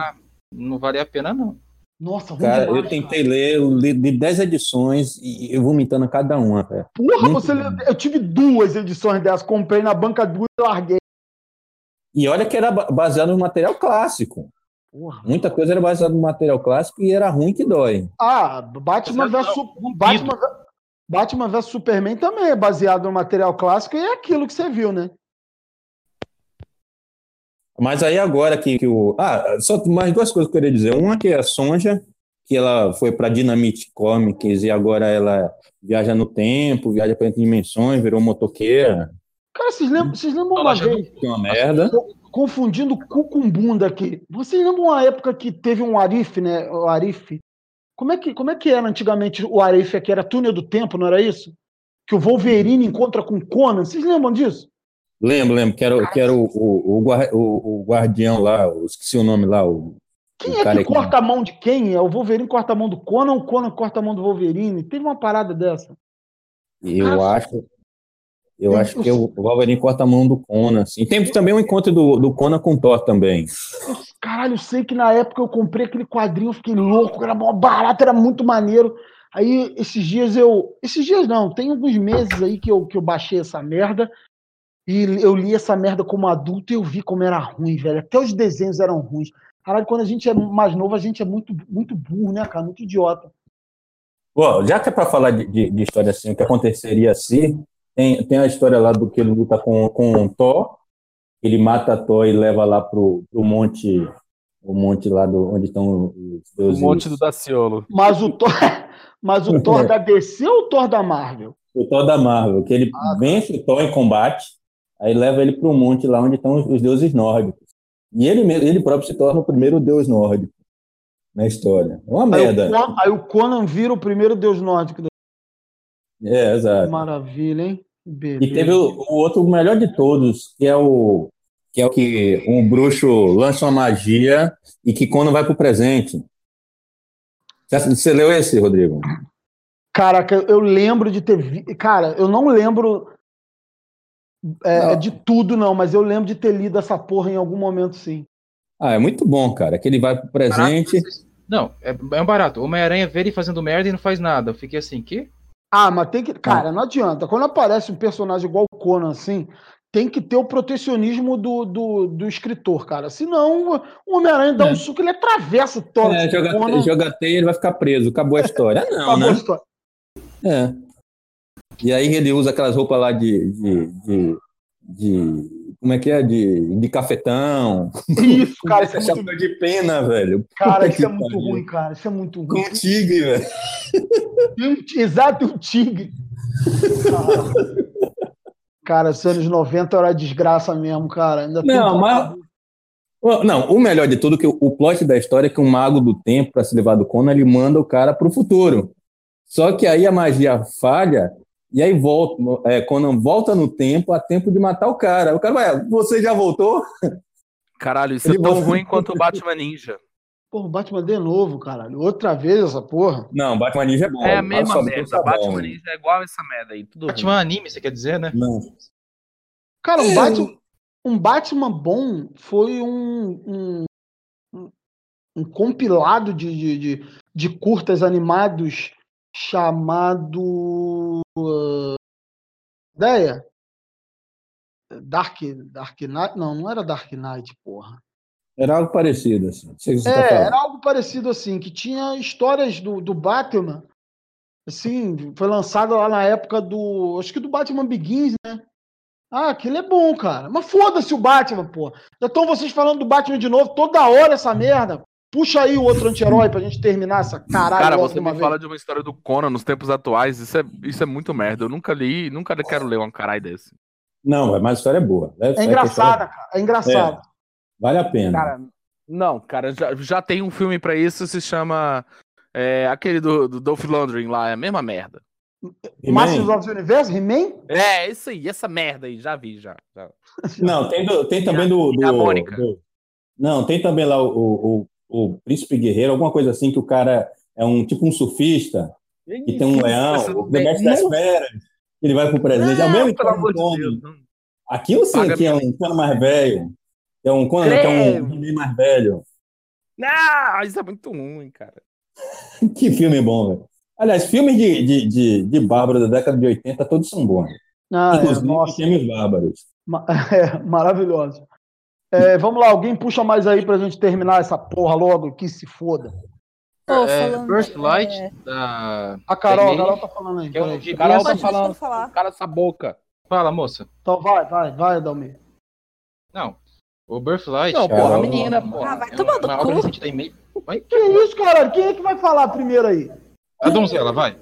[SPEAKER 6] Não vale a pena, não.
[SPEAKER 14] Nossa, ruim
[SPEAKER 8] Cara,
[SPEAKER 14] demais.
[SPEAKER 8] eu tentei ler, eu li li 10 edições e eu vomitando cada uma, velho.
[SPEAKER 14] Porra, você, eu tive duas edições dessas, comprei na banca dura e larguei.
[SPEAKER 8] E olha que era ba- baseado no material clássico.
[SPEAKER 14] Porra.
[SPEAKER 8] Muita coisa era baseada no material clássico e era ruim que dói.
[SPEAKER 14] Ah, Batman vs Su- Batman, ve- Batman vs Superman também é baseado no material clássico e é aquilo que você viu, né?
[SPEAKER 8] Mas aí agora que, que o. Ah, só mais duas coisas que eu queria dizer. Uma que é a Sonja, que ela foi para Dynamite Comics e agora ela viaja no tempo, viaja para dimensões, virou motoqueira.
[SPEAKER 14] Cara, vocês lembram, vocês lembram uma vez,
[SPEAKER 8] Que é uma merda.
[SPEAKER 14] confundindo cu com bunda aqui. Vocês lembram uma época que teve um Arif, né? O Arif. Como é que, como é que era antigamente o Arif aqui? Era túnel do tempo, não era isso? Que o Wolverine encontra com o Conan. Vocês lembram disso?
[SPEAKER 8] Lembro, lembro, que era, que era o, o, o, guar- o- o guardião lá, eu esqueci o nome lá, o
[SPEAKER 14] Quem é que corta a mão de quem? É o Wolverine corta a mão do Conan, o Conan corta a mão do Wolverine. Teve uma parada dessa.
[SPEAKER 8] Eu
[SPEAKER 3] Ah,
[SPEAKER 8] acho. Eu
[SPEAKER 3] um
[SPEAKER 8] acho que o Wolverine corta a mão do Conan. Assim. Tem também um encontro do, do Conan com o Thor também.
[SPEAKER 14] Caralho, eu sei que na época eu comprei aquele quadrinho, eu fiquei louco, era mó barato, era muito maneiro. Aí esses dias eu. Esses dias não, tem alguns meses aí que eu, que eu baixei essa merda. E eu li essa merda como adulto e eu vi como era ruim, velho. Até os desenhos eram ruins. Caralho, quando a gente é mais novo, a gente é muito, muito burro, né, cara? Muito idiota.
[SPEAKER 8] Bom, já que é pra falar de, de, de história assim, o que aconteceria se. Tem, tem a história lá do que ele luta com, com Thor. Ele mata Thor e leva lá pro, pro monte. O monte lá do, onde estão os deuses.
[SPEAKER 3] O monte do Daciolo.
[SPEAKER 14] Mas o Thor, mas o Thor da DC ou o Thor da Marvel?
[SPEAKER 8] O Thor da Marvel, que ele ah, vence o Thor em combate, aí leva ele para um monte lá onde estão os, os deuses nórdicos. E ele, mesmo, ele próprio se torna o primeiro deus nórdico na história. É uma
[SPEAKER 14] aí
[SPEAKER 8] merda.
[SPEAKER 14] O Conan, aí o Conan vira o primeiro deus nórdico. Da...
[SPEAKER 8] É, exato.
[SPEAKER 14] Maravilha, hein?
[SPEAKER 8] Beleza. E teve o, o, outro o melhor de todos, que é o que é o que um bruxo lança uma magia e que Conan vai para o presente. Você leu esse, Rodrigo?
[SPEAKER 14] Caraca, eu lembro de ter. Vi... Cara, eu não lembro é, não. de tudo, não, mas eu lembro de ter lido essa porra em algum momento, sim.
[SPEAKER 8] Ah, é muito bom, cara. Que ele vai pro presente.
[SPEAKER 6] Barato, não, é, é um barato. Homem-Aranha vê ele fazendo merda e não faz nada. Eu fiquei assim, que?
[SPEAKER 14] Ah, mas tem que. Cara, não adianta. Quando aparece um personagem igual o Conan, assim, tem que ter o protecionismo do, do, do escritor, cara. Senão o Homem-Aranha dá é. um suco, ele atravessa o Thor.
[SPEAKER 8] É, joga, Conan... joga teia, ele vai ficar preso. Acabou a história. Ah, não, né? História. É. E aí ele usa aquelas roupas lá de, de, de, de como é que é? De, de cafetão.
[SPEAKER 14] Isso, cara. Isso
[SPEAKER 8] é muito... chapéu de pena, velho.
[SPEAKER 14] Cara, isso é muito pariu. ruim, cara. Isso é muito ruim.
[SPEAKER 8] Um tigre, velho.
[SPEAKER 14] Um, exato, um tigre. Cara. Cara, os anos 90 era desgraça mesmo, cara. Ainda um
[SPEAKER 8] não, mas. Não, o melhor de tudo é que o plot da história é que um mago do tempo, para se levar do Conan, ele manda o cara pro futuro. Só que aí a magia falha, e aí volta, é, Conan volta no tempo a tempo de matar o cara. O cara vai, "Ah, você já voltou?
[SPEAKER 3] Caralho, isso ele é tão volta... ruim quanto o Batman Ninja.
[SPEAKER 14] Porra, um Batman de novo, caralho. Outra vez essa porra.
[SPEAKER 8] Não, Batman Ninja é bom.
[SPEAKER 3] É a mesma merda. Batman bom. Ninja é igual essa merda aí.
[SPEAKER 14] Uhum.
[SPEAKER 3] Tudo
[SPEAKER 6] Batman ruim. um anime, você quer dizer, né?
[SPEAKER 8] Não.
[SPEAKER 14] Cara, um, é. Batman, um Batman bom foi um, um, um compilado de, de, de, de, curtas animados chamado. Uh, ideia? Dark, Dark Knight? Não, não era Dark Knight, porra.
[SPEAKER 8] Era algo parecido, assim.
[SPEAKER 14] é, tá era algo parecido, assim, que tinha histórias do, do Batman. Assim, foi lançada lá na época do. Acho que do Batman Begins, né? Ah, aquilo é bom, cara. Mas foda-se o Batman, pô. Já estão vocês falando do Batman de novo toda hora essa merda. Puxa aí o outro anti-herói pra gente terminar essa caralho.
[SPEAKER 3] Cara, você me vez. fala de uma história do Conan nos tempos atuais. Isso é, isso é muito merda. Eu nunca li, nunca quero ler um caralho desse.
[SPEAKER 8] Não, mas a história é boa.
[SPEAKER 14] É, engraçada, é cara. É engraçada. É.
[SPEAKER 8] Vale a pena.
[SPEAKER 3] Cara, não, cara, já, já tem um filme para isso, se chama é, aquele do, do Dolph Lundgren lá, é a mesma merda.
[SPEAKER 14] Masters of the Universe, He-Man?
[SPEAKER 3] É, isso aí, essa merda aí, já vi, já. já.
[SPEAKER 8] Não, tem, do, tem também do, do, do, Não, tem também lá o, o, o, o Príncipe Guerreiro, alguma coisa assim, que o cara é um tipo um surfista, e tem um leão, o The Best das Feras, ele vai pro presente, é o mesmo
[SPEAKER 3] pelo amor de Deus.
[SPEAKER 8] Aquilo sim que é um cara mais velho. É um Conan que é um filme mais velho.
[SPEAKER 3] Ah, isso é muito ruim, cara.
[SPEAKER 8] que filme bom, velho. Aliás, filmes de, de, de, de Bárbaro da década de 80, todos são bons.
[SPEAKER 14] Ah,
[SPEAKER 8] Inclusive, é, nossa. filmes bárbaros.
[SPEAKER 14] É, maravilhoso. É, vamos lá, alguém puxa mais aí pra gente terminar essa porra logo, que se foda.
[SPEAKER 6] Oh, é, First Light da...
[SPEAKER 14] A Carol, a Carol tá falando
[SPEAKER 6] um?
[SPEAKER 14] aí. Eu,
[SPEAKER 3] eu, Carol tá falando, falar. cara essa boca.
[SPEAKER 6] Fala, moça.
[SPEAKER 14] Então vai, vai, vai, Dalmir.
[SPEAKER 6] Não, o é Birthlight.
[SPEAKER 3] Não, porra, cara, a menina,
[SPEAKER 4] não, porra. Ah, vai tomar do cu. Da
[SPEAKER 14] email. Vai. Que isso, caralho? Quem é que vai falar primeiro aí?
[SPEAKER 6] A donzela, vai.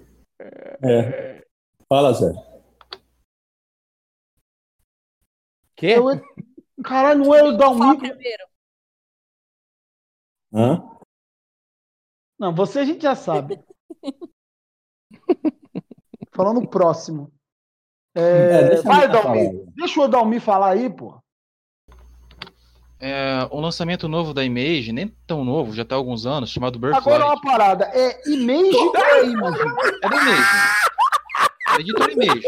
[SPEAKER 8] É. Fala, Zé.
[SPEAKER 3] Que? Eu...
[SPEAKER 14] Caralho, não é o Dalmir.
[SPEAKER 4] primeiro.
[SPEAKER 8] Hã?
[SPEAKER 14] Não, você a gente já sabe. Falando o próximo. É... É, deixa vai, Dalmir. Deixa o Dalmir falar aí, pô.
[SPEAKER 6] é, um lançamento novo da Image, nem tão novo, já tá há alguns anos, chamado Birthright.
[SPEAKER 14] Agora uma parada. É Image ou é Image?
[SPEAKER 6] É da Image. É editora Image.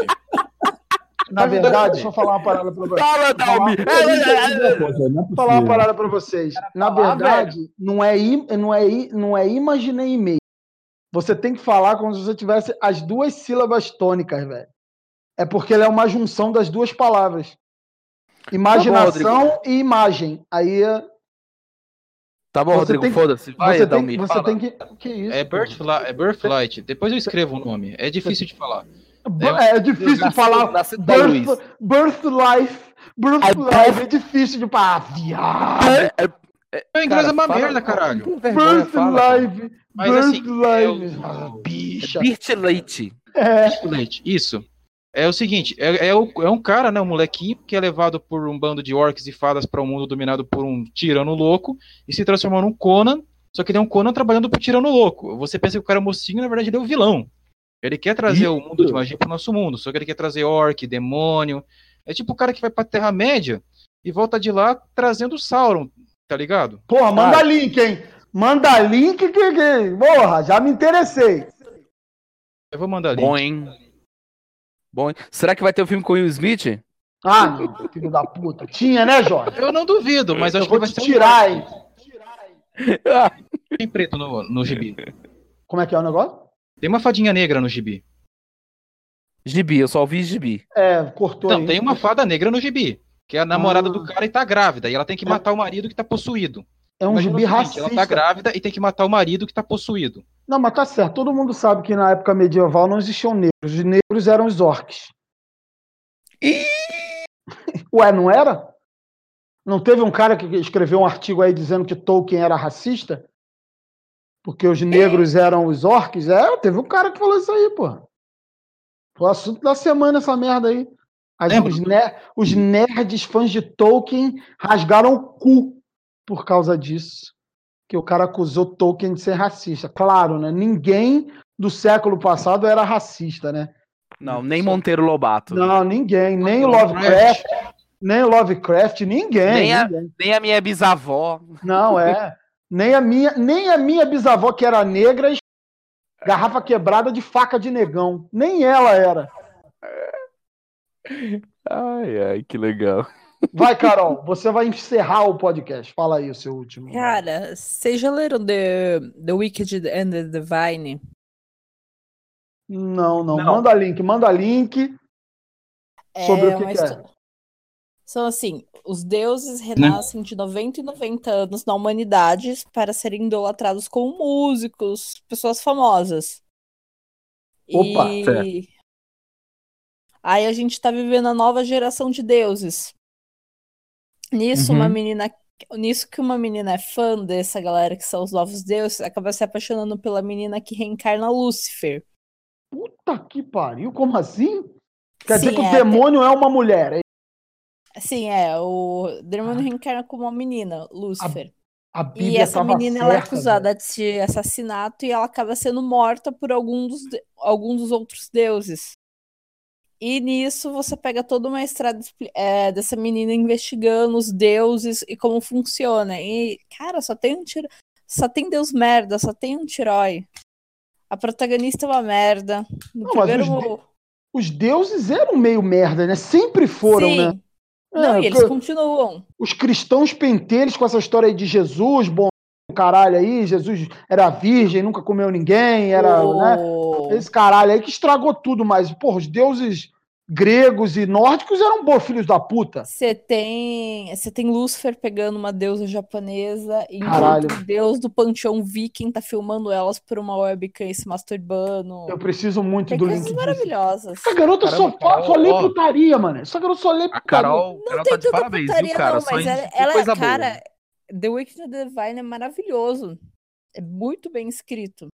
[SPEAKER 14] Na verdade, deixa eu falar uma parada pra vocês. Fala, Dalmi! falar uma parada pra vocês. Na verdade, não é, im- não, é, i- não é image nem e-mail. Você tem que falar como se você tivesse as duas sílabas tônicas, velho. É porque ele é uma junção das duas
[SPEAKER 6] Tá
[SPEAKER 14] palavras. Imaginação e imagem. Aí é-
[SPEAKER 3] Tá bom,
[SPEAKER 14] Você
[SPEAKER 3] Rodrigo,
[SPEAKER 14] tem que-
[SPEAKER 3] foda-se. Vai,
[SPEAKER 14] você, tem,
[SPEAKER 3] Dalmir,
[SPEAKER 14] você
[SPEAKER 3] fala.
[SPEAKER 14] tem que. Que isso?
[SPEAKER 6] É Birthlight, é Birthlight. Depois eu escrevo o nome. É difícil de falar.
[SPEAKER 14] É, difícil
[SPEAKER 6] Nascido-
[SPEAKER 14] falar.
[SPEAKER 6] nascido da
[SPEAKER 14] birth,
[SPEAKER 6] luz.
[SPEAKER 14] birth life. Birth life é difícil de falar. Ah, viado.
[SPEAKER 6] Meu inglês
[SPEAKER 14] Cara,
[SPEAKER 6] é uma
[SPEAKER 14] fala-
[SPEAKER 6] merda, caralho.
[SPEAKER 14] Birth life.
[SPEAKER 6] Mas
[SPEAKER 14] birth
[SPEAKER 6] assim,
[SPEAKER 14] life. Ah, bicha.
[SPEAKER 3] Birthlight.
[SPEAKER 14] É.
[SPEAKER 6] Birthlight, isso. É o seguinte, é, é o- é um cara, né, um molequinho, que é levado por um bando de orcs e fadas para um mundo dominado por um tirano louco e se transformou num Conan, só que ele é um Conan trabalhando pro tirano louco. Você pensa que o cara é mocinho, na verdade ele é o vilão. Ele quer trazer o mundo de magia pro nosso mundo, só que ele quer trazer orc, demônio. É tipo o cara que vai pra Terra-média e volta de lá trazendo o Sauron, tá ligado?
[SPEAKER 14] Porra, manda
[SPEAKER 6] Ah.
[SPEAKER 14] link, hein? Manda link que, que. Porra, já me interessei.
[SPEAKER 6] Eu vou mandar ali.
[SPEAKER 3] Bom, hein? Bom, hein? Será que vai ter o filme com o Will Smith?
[SPEAKER 14] Ah, não, filho da puta. Tinha, né, Jorge?
[SPEAKER 6] Eu não duvido, mas acho
[SPEAKER 14] vou
[SPEAKER 6] que vai
[SPEAKER 14] te
[SPEAKER 6] ser um-
[SPEAKER 14] tirar, hein?
[SPEAKER 6] Tem preto no, no gibi.
[SPEAKER 14] Como é que é o negócio?
[SPEAKER 6] Tem uma fadinha negra no gibi.
[SPEAKER 3] Gibi, eu só ouvi gibi.
[SPEAKER 14] É, cortou
[SPEAKER 6] Não,
[SPEAKER 14] aí.
[SPEAKER 6] Então,
[SPEAKER 14] Ah.
[SPEAKER 6] tem uma fada negra no gibi, que é a namorada do cara e tá grávida, e ela tem que matar o marido que tá possuído.
[SPEAKER 14] Então- É um
[SPEAKER 6] Imagina
[SPEAKER 14] gibi
[SPEAKER 6] o seguinte, Ela tá
[SPEAKER 14] racista.
[SPEAKER 6] grávida e tem que matar o marido que tá possuído.
[SPEAKER 14] Não, mas tá certo. Todo mundo sabe que na época medieval não existiam negros. Os negros eram os orcs. Ué, não era? Não teve um cara que escreveu um artigo aí dizendo que Tolkien era racista? Porque os negros eram os orcs? É, teve um cara que falou isso aí, pô. Foi o assunto da semana essa merda aí. Aí os, ne- os nerds fãs de Tolkien rasgaram o cu por causa disso. Que o cara acusou Tolkien de ser racista. Claro, né? Ninguém do século passado era racista, né?
[SPEAKER 3] Não, nem Monteiro Lobato.
[SPEAKER 14] Não, ninguém. Nem o Lovecraft, nem o Lovecraft, ninguém.
[SPEAKER 3] nem, a,
[SPEAKER 14] ninguém.
[SPEAKER 3] nem a minha bisavó.
[SPEAKER 14] Não, é. Nem a, minha, nem a minha bisavó, que era negra, es- garrafa quebrada de faca de negão. Nem ela era.
[SPEAKER 3] Ai, ai, que legal.
[SPEAKER 14] Vai, Carol, você vai encerrar o podcast. Fala aí o seu último.
[SPEAKER 4] Cara, vocês já leram The, the Wicked and the Divine?
[SPEAKER 14] Não, não, Manda link, manda link. Sobre o que,
[SPEAKER 4] uma
[SPEAKER 14] que é. Né?
[SPEAKER 4] histó- São assim, os deuses renascem de 90 e 90 anos na humanidade para serem idolatrados como músicos, pessoas famosas.
[SPEAKER 17] Opa,
[SPEAKER 4] E
[SPEAKER 17] certo.
[SPEAKER 4] aí a gente tá vivendo a nova geração de deuses. Nisso, uma
[SPEAKER 17] Uhum.
[SPEAKER 4] menina, nisso que uma menina é fã dessa galera que são os novos deuses, acaba se apaixonando pela menina que reencarna Lúcifer.
[SPEAKER 14] Puta que pariu, como assim? Quer dizer
[SPEAKER 4] Sim,
[SPEAKER 14] que o
[SPEAKER 4] é,
[SPEAKER 14] demônio é uma mulher. é-
[SPEAKER 4] Sim, é, o demônio reencarna como uma menina, Lúcifer. E
[SPEAKER 14] A Ah. Bíblia
[SPEAKER 4] essa
[SPEAKER 14] tava
[SPEAKER 4] menina ela é
[SPEAKER 14] certa,
[SPEAKER 4] acusada de assassinato e ela acaba sendo morta por algum dos, de- algum dos outros deuses. E nisso você pega toda uma estrada expli- é, dessa menina investigando os deuses e como funciona. E, cara, só tem um tiro. Só tem deus merda, só tem um tirói. A protagonista é uma merda. No
[SPEAKER 14] Não, mas
[SPEAKER 4] primeiro
[SPEAKER 14] os
[SPEAKER 4] mo-
[SPEAKER 14] Os deuses eram meio merda, né? Sempre foram,
[SPEAKER 4] Sim.
[SPEAKER 14] né?
[SPEAKER 4] Não,
[SPEAKER 14] É,
[SPEAKER 4] e eles
[SPEAKER 14] que-
[SPEAKER 4] continuam.
[SPEAKER 14] Os cristãos pentelhos com essa história aí de Jesus, bom caralho aí, Jesus era virgem, nunca comeu ninguém, era, né? Esse caralho aí que estragou tudo, mas, porra, os deuses gregos e nórdicos eram bons filhos da puta.
[SPEAKER 4] Você tem, você tem Lúcifer pegando uma deusa japonesa e
[SPEAKER 14] Caralho.
[SPEAKER 4] enquanto o deus do panteão viking tá filmando elas por uma webcam e se masturbando.
[SPEAKER 14] Eu preciso muito
[SPEAKER 4] Tem
[SPEAKER 14] do
[SPEAKER 4] coisas
[SPEAKER 14] link disso.
[SPEAKER 4] maravilhosas.
[SPEAKER 14] Essa garota só, fa- só lê putaria, mano. Essa garota só lê putaria.
[SPEAKER 3] Carol, ela tá de parabéns, viu,
[SPEAKER 4] Putaria
[SPEAKER 3] cara?
[SPEAKER 4] não,
[SPEAKER 3] Só
[SPEAKER 4] mas ela,
[SPEAKER 3] indicou
[SPEAKER 4] ela- é
[SPEAKER 3] coisa boa.
[SPEAKER 4] cara, The Wicked and the Divine é maravilhoso. É muito bem escrito.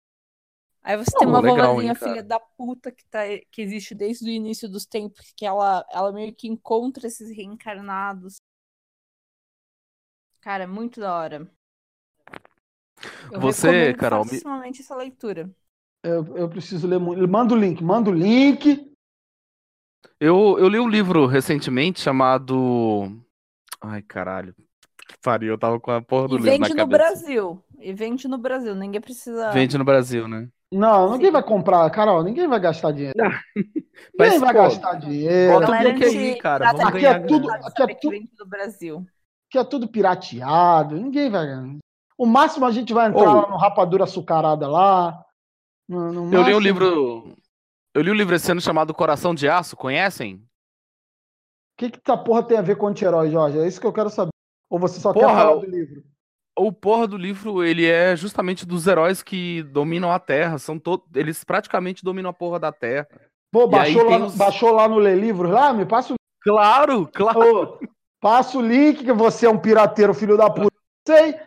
[SPEAKER 4] Aí você tem
[SPEAKER 3] Não,
[SPEAKER 4] uma
[SPEAKER 3] legal, hein,
[SPEAKER 4] vovozinha
[SPEAKER 3] cara.
[SPEAKER 4] filha da puta que, tá, que existe desde o início dos tempos, que ela, ela meio que encontra esses reencarnados. Cara, é muito da hora. Eu
[SPEAKER 3] Você,
[SPEAKER 4] recomendo
[SPEAKER 3] Carol, me-
[SPEAKER 4] fortíssimamente essa leitura.
[SPEAKER 14] Eu, eu preciso ler muito. Manda o link, manda o link.
[SPEAKER 3] Eu, eu li um livro recentemente chamado. Ai, caralho. que pariu, eu tava com a porra do
[SPEAKER 4] E
[SPEAKER 3] livro na
[SPEAKER 4] vende
[SPEAKER 3] cabeça.
[SPEAKER 4] no Brasil. E vende no Brasil. Ninguém precisa.
[SPEAKER 3] Vende no Brasil, né?
[SPEAKER 14] Não, ninguém vai comprar, Carol, ninguém vai gastar dinheiro. Ninguém
[SPEAKER 3] pô,
[SPEAKER 14] vai gastar dinheiro.
[SPEAKER 4] Bota um link aí, cara, vamos
[SPEAKER 14] Aqui é
[SPEAKER 4] ganhar
[SPEAKER 14] tudo,
[SPEAKER 4] grana.
[SPEAKER 14] aqui é
[SPEAKER 4] Saber que
[SPEAKER 14] tudo,
[SPEAKER 4] vende no Brasil.
[SPEAKER 14] aqui é tudo pirateado, ninguém vai ganhar. O máximo a gente vai entrar
[SPEAKER 3] Ou-
[SPEAKER 14] lá no Rapadura Açucarada lá. no- no
[SPEAKER 3] Eu li um
[SPEAKER 14] máximo-
[SPEAKER 3] livro. Eu li um livro esse ano chamado Coração de Aço, conhecem?
[SPEAKER 14] O que, que essa porra tem a ver com anti-herói, Jorge? É isso que eu quero saber. Ou você só quer
[SPEAKER 3] Porra,
[SPEAKER 14] falar
[SPEAKER 3] o-
[SPEAKER 14] do livro?
[SPEAKER 3] O porra do livro, ele é justamente dos heróis que dominam a Terra. São todos. Eles praticamente dominam a porra da Terra.
[SPEAKER 14] Pô,
[SPEAKER 3] E aí
[SPEAKER 14] baixou lá,
[SPEAKER 3] tem os-
[SPEAKER 14] baixou lá no Lê Livros lá? Me passa o
[SPEAKER 3] Claro, claro.
[SPEAKER 14] passa o link que você é um pirateiro, filho da puta. Sei.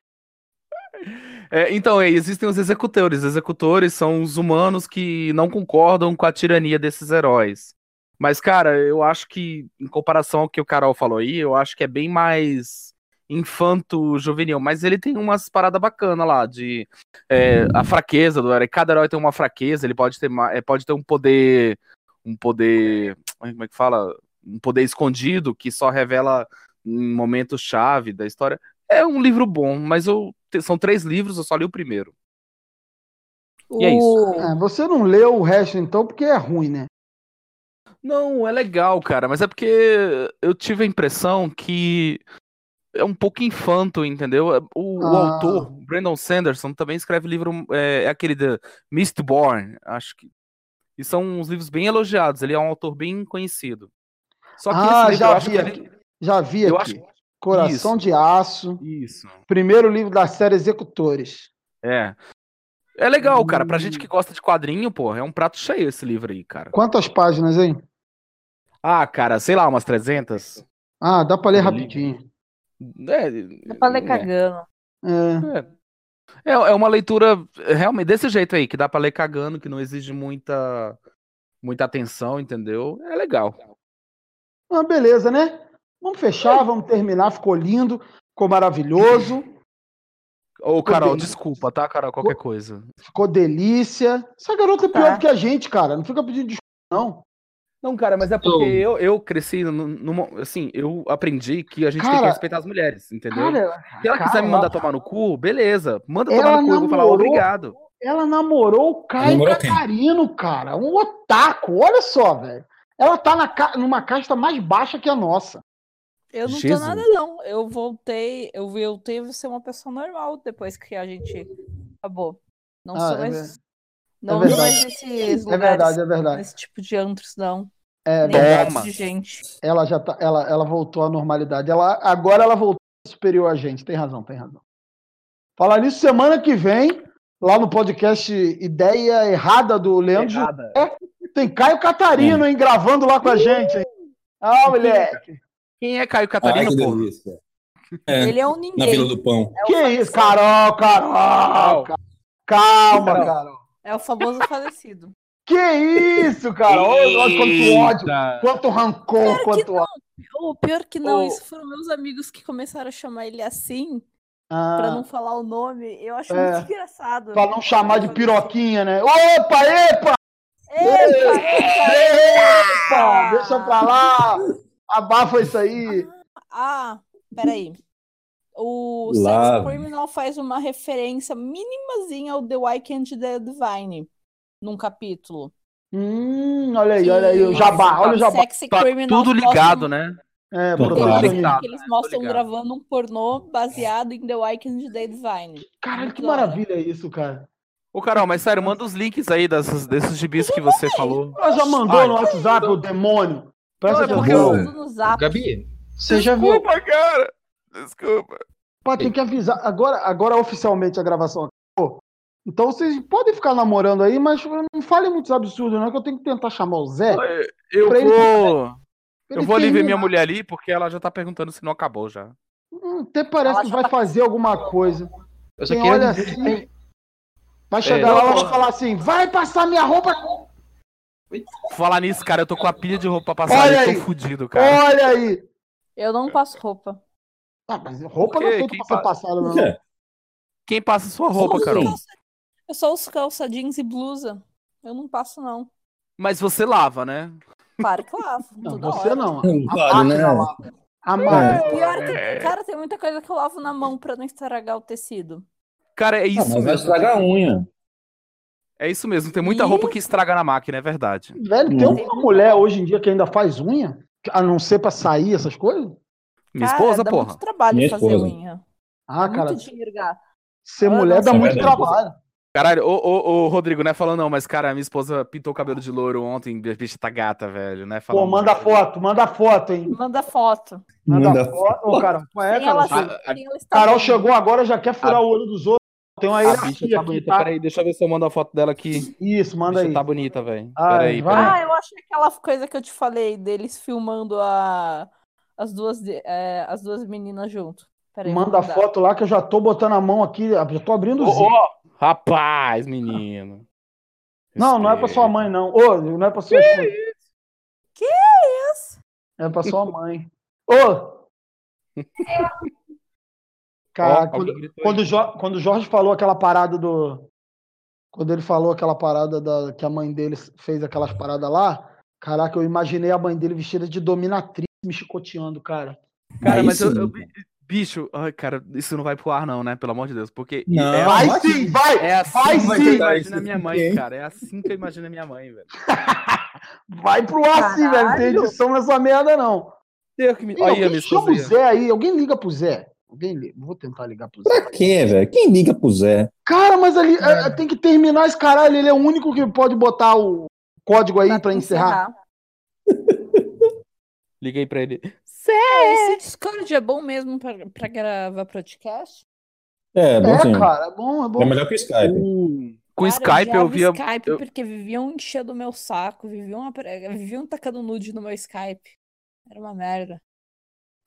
[SPEAKER 3] É, então, é, existem os executores. Os executores são os humanos que não concordam com a tirania desses heróis. Mas, cara, eu acho que, em comparação ao que o Carol falou aí, eu acho que é bem mais infanto-juvenil. Mas ele tem umas paradas bacanas lá, de é, a fraqueza do herói. Cada herói tem uma fraqueza, ele pode ter, ma- é, pode ter um poder. Um poder. Como é que fala? Um poder escondido que só revela em momento-chave da história. É um livro bom, mas eu te- são três livros, eu só li o primeiro. E é isso.
[SPEAKER 14] É, você não leu o resto então porque é ruim, né?
[SPEAKER 3] Não, é legal, cara, mas é porque eu tive a impressão que é um pouco infanto, entendeu? É, O, o
[SPEAKER 14] Ah.
[SPEAKER 3] autor, Brandon Sanderson, também escreve livro, é, é aquele da Mistborn, acho que. E são uns livros bem elogiados, ele é um autor bem conhecido. Só que
[SPEAKER 14] ah,
[SPEAKER 3] esse livro eu
[SPEAKER 14] já
[SPEAKER 3] acho
[SPEAKER 14] vi
[SPEAKER 3] que ele-
[SPEAKER 14] aqui. Já vi
[SPEAKER 3] Eu
[SPEAKER 14] aqui.
[SPEAKER 3] acho-
[SPEAKER 14] Coração
[SPEAKER 3] Isso.
[SPEAKER 14] de Aço.
[SPEAKER 3] Isso.
[SPEAKER 14] Primeiro livro da série Executores.
[SPEAKER 3] É. É legal, cara, pra
[SPEAKER 14] Hum.
[SPEAKER 3] gente que gosta de quadrinho, porra, é um prato cheio esse livro aí, cara.
[SPEAKER 14] Quantas páginas, hein?
[SPEAKER 3] Ah, cara, sei lá, umas 300?
[SPEAKER 14] Ah, dá pra ler rapidinho.
[SPEAKER 3] É,
[SPEAKER 4] Dá pra ler
[SPEAKER 3] É.
[SPEAKER 4] cagando.
[SPEAKER 3] É, é uma leitura realmente desse jeito aí, que dá pra ler cagando, que não exige muita, muita atenção, entendeu? É legal.
[SPEAKER 14] Ah, beleza, né? Vamos fechar, vamos terminar. Ficou lindo, ficou maravilhoso.
[SPEAKER 3] Ô, Carol,
[SPEAKER 14] Poder.
[SPEAKER 3] desculpa, tá, Carol? Qualquer coisa.
[SPEAKER 14] Ficou delícia. Essa garota é pior
[SPEAKER 4] Tá.
[SPEAKER 14] do que a gente, cara. Não fica pedindo desculpa, não.
[SPEAKER 3] Não, cara, mas é Porque eu, eu cresci num- numa. Assim, eu aprendi que a gente tem que
[SPEAKER 14] Cara,
[SPEAKER 3] respeitar as mulheres, entendeu?
[SPEAKER 14] cara,
[SPEAKER 3] Se ela quiser
[SPEAKER 14] cara,
[SPEAKER 3] me mandar tomar no cu, beleza. Manda
[SPEAKER 14] Ela
[SPEAKER 3] tomar no cu, eu vou falar
[SPEAKER 14] namorou-
[SPEAKER 3] obrigado.
[SPEAKER 14] Ela namorou o Caio
[SPEAKER 3] Namorou quem?
[SPEAKER 14] Catarino, cara. Um otaku. Olha só, velho. Ela tá na ca- numa casta mais baixa que a nossa.
[SPEAKER 4] Eu não
[SPEAKER 14] Jesus.
[SPEAKER 4] tô nada, não. Eu voltei, eu voltei a ser uma pessoa normal depois que a gente acabou. Não
[SPEAKER 14] Ah,
[SPEAKER 4] sou
[SPEAKER 14] é
[SPEAKER 4] mais.
[SPEAKER 14] ver-
[SPEAKER 4] Não
[SPEAKER 14] é
[SPEAKER 4] sou mais
[SPEAKER 14] verdade.
[SPEAKER 4] nesses
[SPEAKER 14] É verdade, é verdade.
[SPEAKER 4] Nesse tipo de antros, não.
[SPEAKER 14] É,
[SPEAKER 4] Nem
[SPEAKER 14] verdade.
[SPEAKER 4] desse de gente.
[SPEAKER 14] Ela já tá, ela, ela voltou à normalidade. Ela, agora ela voltou superior a gente. Tem razão, tem razão. Falar nisso, semana que vem, lá no podcast Ideia Errada do Leandro
[SPEAKER 3] Errada.
[SPEAKER 14] José, tem Caio Catarino, hein, gravando lá com a gente. hein? Ah, moleque.
[SPEAKER 3] Quem é Caio Catarino,
[SPEAKER 8] que
[SPEAKER 3] porra?
[SPEAKER 8] delícia. É,
[SPEAKER 4] Ele é um
[SPEAKER 8] Na
[SPEAKER 4] ninguém. é
[SPEAKER 8] Vila do Pão.
[SPEAKER 14] que isso, Carol, Carol. Carol. Calma,
[SPEAKER 4] Carol.
[SPEAKER 14] Carol.
[SPEAKER 4] É o famoso falecido.
[SPEAKER 14] Que isso, cara? Ô, nossa, quanto ódio,
[SPEAKER 4] Eita.
[SPEAKER 14] quanto rancor,
[SPEAKER 4] Pior que
[SPEAKER 14] quanto
[SPEAKER 4] não.
[SPEAKER 14] ódio.
[SPEAKER 4] Ô, pior que não,
[SPEAKER 14] Ô.
[SPEAKER 4] isso foram meus amigos que começaram a chamar ele assim,
[SPEAKER 14] Ah.
[SPEAKER 4] pra não falar o nome. Eu acho
[SPEAKER 14] É.
[SPEAKER 4] muito engraçado.
[SPEAKER 14] Pra não chamar de piroquinha, né? Opa, epa!
[SPEAKER 4] Epa,
[SPEAKER 14] epa! Deixa pra lá! Abafa isso aí!
[SPEAKER 4] Ah, peraí. O
[SPEAKER 14] Lá.
[SPEAKER 4] Sex Criminal faz uma referência minimazinha ao The Weekend The Divine num capítulo.
[SPEAKER 14] Hum, olha aí, olha aí, o
[SPEAKER 4] Sim.
[SPEAKER 14] jabá, olha o jabá.
[SPEAKER 4] Sexy Criminal
[SPEAKER 3] Tá Tudo
[SPEAKER 4] mostra
[SPEAKER 3] ligado, né?
[SPEAKER 14] É,
[SPEAKER 4] Eles,
[SPEAKER 14] protagonista.
[SPEAKER 4] eles mostram gravando um pornô baseado em The Weekend The Divine.
[SPEAKER 14] Caralho, que maravilha é isso, cara.
[SPEAKER 3] Ô, Carol, mas sério, manda os links aí dessas, desses gibis que você falou.
[SPEAKER 14] Ela já mandou
[SPEAKER 3] Ai,
[SPEAKER 14] no WhatsApp, o demônio. Presta
[SPEAKER 3] Não, é porque
[SPEAKER 14] atenção.
[SPEAKER 3] eu-
[SPEAKER 4] No zap.
[SPEAKER 6] Gabi,
[SPEAKER 14] você já viu?
[SPEAKER 3] Desculpa, cara! Desculpa.
[SPEAKER 14] Pá, tem que avisar. Agora, agora oficialmente a gravação acabou. Então vocês podem ficar namorando aí, mas não falem muitos absurdos, não, que eu tenho que tentar chamar o Zé.
[SPEAKER 3] Eu
[SPEAKER 14] pra ele-
[SPEAKER 3] vou.
[SPEAKER 14] ele
[SPEAKER 3] Eu vou ali ver minha
[SPEAKER 14] terminar.
[SPEAKER 3] mulher ali, porque ela já tá perguntando se não acabou já.
[SPEAKER 14] Hum, Até parece que vai fazer alguma coisa.
[SPEAKER 3] Eu só
[SPEAKER 14] Quem
[SPEAKER 3] queria
[SPEAKER 14] olha
[SPEAKER 3] dizer que
[SPEAKER 14] assim.
[SPEAKER 3] tem-
[SPEAKER 14] Vai chegar
[SPEAKER 3] É.
[SPEAKER 14] lá e vai falar assim: vai passar minha roupa.
[SPEAKER 3] Falar nisso, cara, eu tô com a pilha de roupa pra passar
[SPEAKER 14] Olha
[SPEAKER 3] ali,
[SPEAKER 14] aí.
[SPEAKER 3] tô fudido, cara.
[SPEAKER 14] Olha aí!
[SPEAKER 4] Eu não passo roupa.
[SPEAKER 14] Ah, mas roupa
[SPEAKER 3] Por quê?
[SPEAKER 14] não tem
[SPEAKER 3] Quem
[SPEAKER 14] pra ser
[SPEAKER 3] pa-
[SPEAKER 14] passada, não.
[SPEAKER 3] É. Quem passa sua roupa,
[SPEAKER 4] Como
[SPEAKER 3] Carol?
[SPEAKER 4] assim? Eu só uso calça jeans e blusa. Eu não passo, não.
[SPEAKER 3] Mas você lava, né?
[SPEAKER 4] Claro que lavo.
[SPEAKER 14] Não,
[SPEAKER 4] toda
[SPEAKER 14] você
[SPEAKER 4] hora.
[SPEAKER 14] não.
[SPEAKER 8] Claro, né?
[SPEAKER 14] Amado.
[SPEAKER 4] Não, pior é que, cara, tem muita coisa que eu lavo na mão pra não estragar o tecido.
[SPEAKER 3] Cara, é
[SPEAKER 8] Ah,
[SPEAKER 3] isso
[SPEAKER 8] mas vai
[SPEAKER 3] mesmo.
[SPEAKER 8] estragar a unha.
[SPEAKER 3] É isso mesmo, tem muita roupa que estraga na máquina, é verdade.
[SPEAKER 14] Velho, tem um uma mulher hoje em dia que ainda faz unha? A não ser pra sair essas coisas?
[SPEAKER 3] Minha esposa, porra.
[SPEAKER 4] trabalho
[SPEAKER 14] Minha
[SPEAKER 4] fazer
[SPEAKER 14] esposa.
[SPEAKER 4] unha.
[SPEAKER 14] Ah,
[SPEAKER 4] Muito
[SPEAKER 14] cara,
[SPEAKER 4] dinheiro, gá.
[SPEAKER 14] ser mulher dá
[SPEAKER 3] É
[SPEAKER 14] muito
[SPEAKER 3] verdade.
[SPEAKER 14] trabalho.
[SPEAKER 3] Caralho, ô, ô, ô, Rodrigo, não é falando não, mas cara, minha esposa pintou o cabelo de louro ontem, a bicha tá gata, velho, não é falando.
[SPEAKER 14] Pô, manda foto, manda foto, hein?
[SPEAKER 4] Manda foto.
[SPEAKER 2] né,
[SPEAKER 14] Manda,
[SPEAKER 3] Manda
[SPEAKER 14] foto, Ô, cara. qual É,
[SPEAKER 4] Sem ela-
[SPEAKER 3] assim, tá
[SPEAKER 14] cara.
[SPEAKER 4] sem ela estar
[SPEAKER 14] Carol
[SPEAKER 4] vendo.
[SPEAKER 14] chegou agora, já quer furar o olho dos outros. Tem uma
[SPEAKER 3] A bicha
[SPEAKER 14] hierarquia
[SPEAKER 3] tá
[SPEAKER 14] aqui,
[SPEAKER 3] bonita,
[SPEAKER 14] tá?
[SPEAKER 3] peraí, deixa eu ver se eu mando a foto dela aqui.
[SPEAKER 14] Isso, manda
[SPEAKER 3] aí.
[SPEAKER 14] aí.
[SPEAKER 3] tá bonita, velho.
[SPEAKER 14] Ai,
[SPEAKER 3] Peraí,
[SPEAKER 14] vai.
[SPEAKER 3] peraí.
[SPEAKER 4] Ah, eu achei aquela coisa que eu te falei deles filmando a, as, duas, de- é, as duas meninas junto. Peraí, vou
[SPEAKER 14] Manda a
[SPEAKER 3] tá
[SPEAKER 4] mandar.
[SPEAKER 14] foto lá que eu já tô botando a mão aqui, já tô abrindo o
[SPEAKER 3] Ô,
[SPEAKER 14] zíper.
[SPEAKER 3] ô, rapaz, menino.
[SPEAKER 14] Não, não é pra sua mãe, não. Ô, não é pra sua esposa.
[SPEAKER 4] Que isso?
[SPEAKER 14] É pra sua mãe. Ô!
[SPEAKER 15] Ó,
[SPEAKER 14] Caraca,
[SPEAKER 15] alguém
[SPEAKER 14] quando,
[SPEAKER 15] gritou
[SPEAKER 14] quando, o
[SPEAKER 15] aí.
[SPEAKER 14] Jo- quando o Jorge falou aquela parada do. Quando ele falou aquela parada da, que a mãe dele fez aquelas paradas lá, caraca, eu imaginei a mãe dele vestida de dominatriz me chicoteando, cara.
[SPEAKER 3] Cara,
[SPEAKER 14] Aí
[SPEAKER 3] mas eu,
[SPEAKER 14] sim.
[SPEAKER 3] eu- bicho, ai, cara, isso não vai pro ar não, né? Pelo amor de Deus, porque
[SPEAKER 14] Não,
[SPEAKER 3] é
[SPEAKER 14] vai
[SPEAKER 3] assim-
[SPEAKER 14] sim, vai,
[SPEAKER 3] É assim
[SPEAKER 14] vai
[SPEAKER 3] que
[SPEAKER 14] sim.
[SPEAKER 3] eu imagino a minha
[SPEAKER 14] Quem?
[SPEAKER 3] mãe, cara, é assim que eu imagino a minha mãe, velho.
[SPEAKER 14] Vai pro ar sim, velho. Não tem
[SPEAKER 3] Caralho.
[SPEAKER 14] edição nessa merda, não.
[SPEAKER 3] Deus que me...
[SPEAKER 14] Ih,
[SPEAKER 8] Olha aí,
[SPEAKER 14] alguém
[SPEAKER 8] minha
[SPEAKER 14] chama o
[SPEAKER 8] esposa aí, ó.
[SPEAKER 14] Zé aí. Alguém liga pro Zé. Alguém liga. Vou tentar ligar pro Zé.
[SPEAKER 8] Pra quê, velho? Quem liga pro Zé?
[SPEAKER 14] Cara, mas ali é, tem que terminar esse caralho. Ele é o único que pode botar o código aí pra encerrar.
[SPEAKER 3] Liguei pra ele.
[SPEAKER 4] Ah, Esse Discord é bom mesmo pra, pra gravar podcast?
[SPEAKER 8] É, bom sim.
[SPEAKER 14] cara, é bom, é bom.
[SPEAKER 8] É melhor que o Skype.
[SPEAKER 3] Com
[SPEAKER 4] Cara,
[SPEAKER 3] Skype eu
[SPEAKER 4] odiava
[SPEAKER 3] via.
[SPEAKER 4] Skype
[SPEAKER 3] eu-
[SPEAKER 4] porque viviam enchendo o meu saco, viviam, apre- viviam tacando nude no meu Skype. Era uma merda.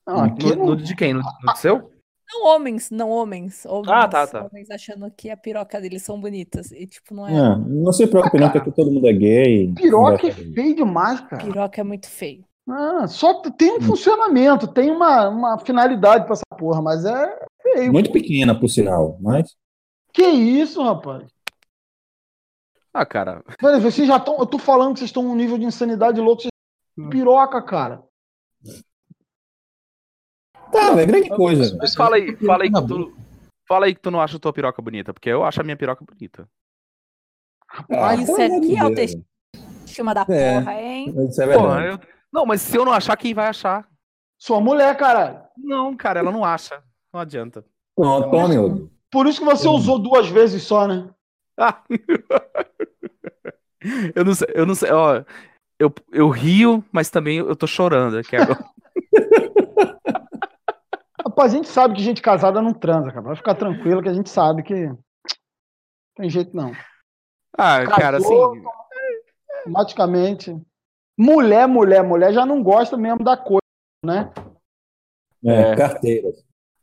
[SPEAKER 14] Não, aqui é um
[SPEAKER 3] no,
[SPEAKER 14] não-
[SPEAKER 3] no de quem? No, no seu?
[SPEAKER 4] Não homens, não homens. Homens,
[SPEAKER 3] Ah, tá, tá.
[SPEAKER 4] homens achando que a piroca deles são bonitas. E tipo, não é.
[SPEAKER 8] Ah, não se preocupe, não, que aqui todo mundo é gay.
[SPEAKER 14] Piroca é feio demais, cara.
[SPEAKER 4] Piroca é muito feio.
[SPEAKER 14] Ah, só t- tem um funcionamento, tem uma, uma finalidade pra essa porra, mas é feio.
[SPEAKER 8] Muito pequena, por sinal, mas.
[SPEAKER 14] Que isso, rapaz?
[SPEAKER 3] Ah, cara.
[SPEAKER 14] Velho, vocês já estão. Eu tô falando que vocês estão num nível de insanidade louco. Vocês... Piroca, cara.
[SPEAKER 8] Tá, velho, grande coisa.
[SPEAKER 3] Mas fala aí, fala aí que tu. Fala aí que tu não acha tua piroca bonita, porque eu acho a minha piroca bonita.
[SPEAKER 8] Ah,
[SPEAKER 4] Isso
[SPEAKER 8] pelo amor
[SPEAKER 4] aqui
[SPEAKER 8] de
[SPEAKER 4] é
[SPEAKER 8] Deus.
[SPEAKER 4] autoestima da
[SPEAKER 8] É.
[SPEAKER 4] porra, hein?
[SPEAKER 8] Isso é
[SPEAKER 3] Porra,
[SPEAKER 8] verdade.
[SPEAKER 3] eu- Não, mas se eu não achar, quem vai achar?
[SPEAKER 14] Sua mulher, caralho.
[SPEAKER 3] Não, cara, ela não acha. Não adianta.
[SPEAKER 8] Pronto, tome, Rodrigo.
[SPEAKER 14] Por isso que você usou duas vezes só, né?
[SPEAKER 3] Eu não sei, eu não sei, ó. Eu, eu rio, mas também eu tô chorando aqui agora.
[SPEAKER 14] Rapaz, a gente sabe que gente casada não transa, cara. Vai ficar tranquilo que a gente sabe que. Tem jeito não.
[SPEAKER 3] Ah, cara, assim.
[SPEAKER 14] Casou, Automaticamente. Mulher, mulher, mulher já não gosta mesmo da coisa, né?
[SPEAKER 8] É, carteira.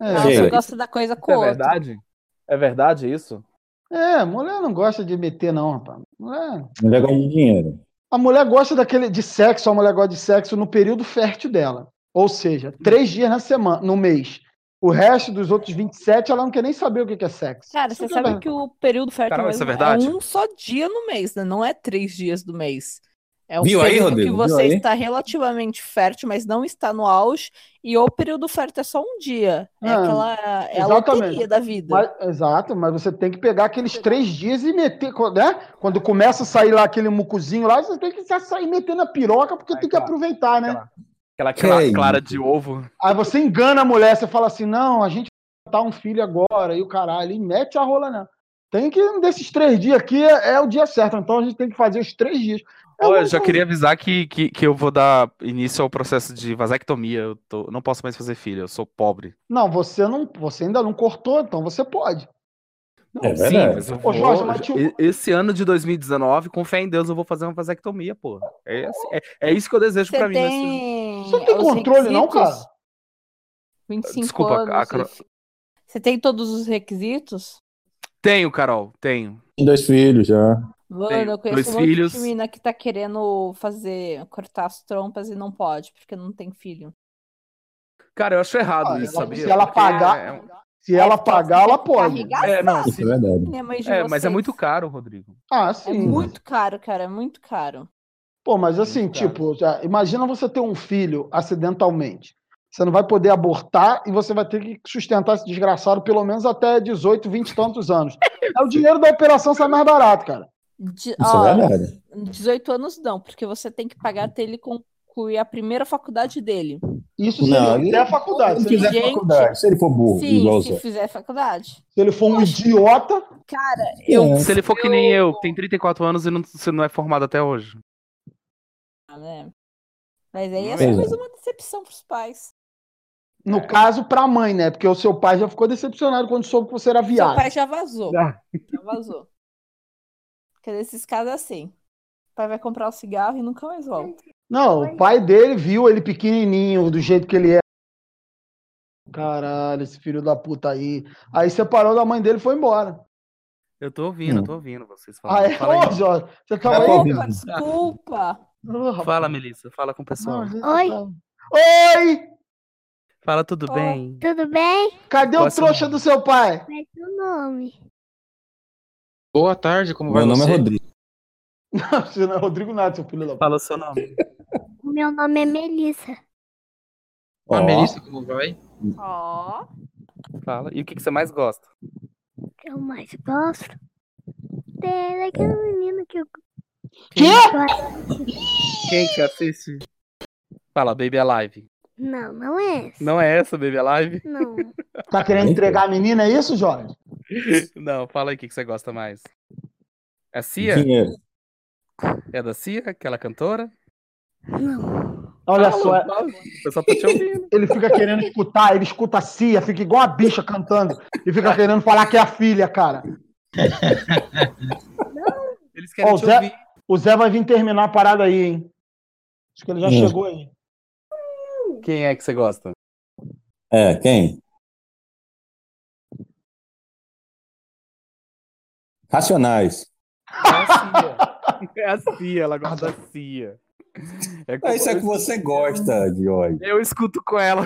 [SPEAKER 14] É.
[SPEAKER 4] Nossa, eu
[SPEAKER 14] Sheila.
[SPEAKER 4] gosto da coisa com
[SPEAKER 14] É
[SPEAKER 4] o outro.
[SPEAKER 3] verdade? É verdade isso?
[SPEAKER 14] É, mulher não gosta de meter, não, rapaz. Mulher-
[SPEAKER 8] Mulher gosta de dinheiro.
[SPEAKER 14] A mulher gosta daquele de sexo, a mulher gosta de sexo no período fértil dela. Ou seja, três dias na semana, no mês. O resto dos outros 27, ela não quer nem saber o que que é sexo.
[SPEAKER 4] Cara,
[SPEAKER 14] Isso
[SPEAKER 4] você
[SPEAKER 14] que é
[SPEAKER 4] sabe
[SPEAKER 14] verdade.
[SPEAKER 4] que o período fértil
[SPEAKER 14] Carol,
[SPEAKER 4] mesmo
[SPEAKER 14] isso é verdade?
[SPEAKER 4] é um só dia no mês, né? Não é três dias do mês. É o
[SPEAKER 8] Viu aí,
[SPEAKER 4] período que
[SPEAKER 8] Rodrigo? Viu
[SPEAKER 4] você
[SPEAKER 8] aí?
[SPEAKER 4] está relativamente fértil, mas não está no auge, e o período fértil é só um dia. É
[SPEAKER 14] Ah,
[SPEAKER 4] aquela é a
[SPEAKER 14] exatamente.
[SPEAKER 4] loteria da vida.
[SPEAKER 14] Mas- exato, mas você tem que pegar aqueles três dias e meter, co- né? Quando começa a sair lá aquele mucuzinho lá, você tem que já sair metendo a piroca, porque tem que aproveitar, né?
[SPEAKER 3] Aquela, aquela
[SPEAKER 8] Que
[SPEAKER 3] clara de ovo.
[SPEAKER 14] Aí você engana a mulher, você fala assim, não, a gente vai botar um filho agora, e o caralho, e mete a rola, não. Tem que, um desses três dias aqui, é, é o dia certo, então a gente tem que fazer os três dias. É
[SPEAKER 3] Ó, eu
[SPEAKER 14] muito-
[SPEAKER 3] já queria avisar que, que, que eu vou dar início ao processo de vasectomia. Eu tô- não posso mais fazer filho, eu sou pobre.
[SPEAKER 14] Não, você não, você ainda não cortou, então você pode.
[SPEAKER 8] É
[SPEAKER 3] Não, Sim, mas eu
[SPEAKER 14] Ô,
[SPEAKER 3] vou,
[SPEAKER 14] Jorge, mas tio-
[SPEAKER 3] É
[SPEAKER 4] um
[SPEAKER 3] e- Esse ano de 2019, com fé em Deus, eu vou fazer uma vasectomia, pô. É, assim- é, é isso que eu desejo
[SPEAKER 4] Você
[SPEAKER 3] pra mim. nesse-
[SPEAKER 4] tem.
[SPEAKER 14] assim, Você não tem
[SPEAKER 4] É, os
[SPEAKER 14] controle, não,
[SPEAKER 4] requisitos?
[SPEAKER 14] cara?
[SPEAKER 4] 25
[SPEAKER 3] Desculpa,
[SPEAKER 4] anos.
[SPEAKER 3] a Carol-
[SPEAKER 4] enfim. Você tem todos os requisitos?
[SPEAKER 3] Tenho, Carol, tenho.
[SPEAKER 8] Tem dois filhos já.
[SPEAKER 4] Mano,
[SPEAKER 3] Tenho
[SPEAKER 4] eu conheço
[SPEAKER 3] dois
[SPEAKER 4] um monte
[SPEAKER 3] filhos.
[SPEAKER 4] de mina que tá querendo fazer, cortar as trompas e não pode, porque não tem filho.
[SPEAKER 3] Cara, eu acho errado
[SPEAKER 14] Ah,
[SPEAKER 3] isso,
[SPEAKER 14] ela-
[SPEAKER 3] sabia?
[SPEAKER 14] se ela
[SPEAKER 3] Porque
[SPEAKER 14] pagar- um
[SPEAKER 3] é-
[SPEAKER 14] Se ela pagar, ela pode.
[SPEAKER 4] Arregaçar.
[SPEAKER 3] É, não,
[SPEAKER 8] Isso é verdade.
[SPEAKER 4] Minha mãe de
[SPEAKER 3] É, mas é
[SPEAKER 4] vocês.
[SPEAKER 3] muito caro, Rodrigo.
[SPEAKER 14] Ah,
[SPEAKER 4] É
[SPEAKER 14] sim. assim,
[SPEAKER 4] muito caro, cara, é muito caro.
[SPEAKER 8] Tá.
[SPEAKER 14] Pô, mas assim, tipo, já, imagina você ter um filho acidentalmente. Você não vai poder abortar e você vai ter que sustentar esse desgraçado pelo menos até 18, 20 e tantos anos. É o dinheiro da operação sai mais barato, cara.
[SPEAKER 4] De-
[SPEAKER 8] Isso
[SPEAKER 4] ó,
[SPEAKER 8] é verdade.
[SPEAKER 4] 18 anos não, porque você tem que pagar até ele concluir a primeira faculdade dele.
[SPEAKER 8] Não,
[SPEAKER 14] Isso se
[SPEAKER 8] ele-
[SPEAKER 14] ele fizer faculdade.
[SPEAKER 8] Se ele quiser
[SPEAKER 4] Gente,
[SPEAKER 8] faculdade, se ele for burro,
[SPEAKER 4] Sim,
[SPEAKER 8] igual o
[SPEAKER 4] se
[SPEAKER 8] Zé.
[SPEAKER 4] fizer faculdade.
[SPEAKER 14] Se ele for um idiota.
[SPEAKER 4] Cara,
[SPEAKER 8] eu-
[SPEAKER 3] É. Se ele for que nem eu, tem 34 anos e não, você não é formado até hoje.
[SPEAKER 4] né? Mas aí é
[SPEAKER 3] Pois
[SPEAKER 4] só
[SPEAKER 3] é.
[SPEAKER 4] mais uma decepção pros pais.
[SPEAKER 14] No
[SPEAKER 4] É.
[SPEAKER 14] caso, pra mãe, né? Porque o seu pai já ficou decepcionado quando soube que você era
[SPEAKER 4] Seu
[SPEAKER 14] viado.
[SPEAKER 4] pai já vazou.
[SPEAKER 14] Já.
[SPEAKER 4] Já vazou. Porque nesses casos é assim. O pai vai comprar o cigarro e nunca mais volta.
[SPEAKER 14] Não, o pai dele viu ele pequenininho, do jeito que ele é. Caralho, esse filho da puta aí. Aí separou da mãe dele e foi embora.
[SPEAKER 3] Eu tô ouvindo, eu tô ouvindo vocês
[SPEAKER 14] Ah,
[SPEAKER 3] falando.
[SPEAKER 14] é?
[SPEAKER 3] Fala, aí.
[SPEAKER 14] Ô, Jorge, você tava aí?
[SPEAKER 4] Opa, desculpa.
[SPEAKER 3] Fala, Melissa, fala com o pessoal.
[SPEAKER 14] Oi. Oi!
[SPEAKER 3] Fala,
[SPEAKER 14] Ah.
[SPEAKER 3] tudo bem?
[SPEAKER 14] Tudo bem? Cadê
[SPEAKER 3] Qual é
[SPEAKER 14] o
[SPEAKER 3] seu
[SPEAKER 14] trouxa do seu pai? Qual
[SPEAKER 18] é seu nome?
[SPEAKER 6] Boa tarde, como vai
[SPEAKER 8] Meu nome
[SPEAKER 6] você?
[SPEAKER 8] é Rodrigo.
[SPEAKER 14] Não, você não é Rodrigo Nath, seu filho da
[SPEAKER 3] Fala o seu nome.
[SPEAKER 18] O meu nome é Melissa.
[SPEAKER 6] Ah,
[SPEAKER 3] Ó.
[SPEAKER 6] Melissa, como vai?
[SPEAKER 4] Ó,
[SPEAKER 3] Fala. E o que, que você mais gosta?
[SPEAKER 18] que eu É mais gosto dele é aquele menino que eu.
[SPEAKER 3] Quê?
[SPEAKER 18] Que?
[SPEAKER 3] Quem que assiste? Fala, Baby Alive.
[SPEAKER 18] Não, não é esse.
[SPEAKER 3] Não é essa, Baby Alive?
[SPEAKER 18] Não.
[SPEAKER 14] Tá querendo entregar a menina, é isso, Jorge?
[SPEAKER 3] Não, fala aí o que, que você gosta mais. É a Cia?
[SPEAKER 8] Dinheiro.
[SPEAKER 3] É da Cia, aquela cantora? Fala,
[SPEAKER 14] Olha só.
[SPEAKER 3] fala, Eu só tô tá te ouvindo.
[SPEAKER 14] Ele fica querendo escutar, ele escuta a Cia, fica igual a bicha cantando e fica querendo falar que é a filha, cara.
[SPEAKER 3] Eles
[SPEAKER 14] Ó, o, Zé, o Zé vai vir terminar a parada aí, hein? Acho que ele já
[SPEAKER 8] Hum.
[SPEAKER 14] chegou aí.
[SPEAKER 3] Quem é que você gosta?
[SPEAKER 8] É, quem? Racionais.
[SPEAKER 3] É a Cia, ela gosta da Cia. É
[SPEAKER 8] é Ah, isso é que você gosta, Jorge.
[SPEAKER 3] Eu escuto com ela.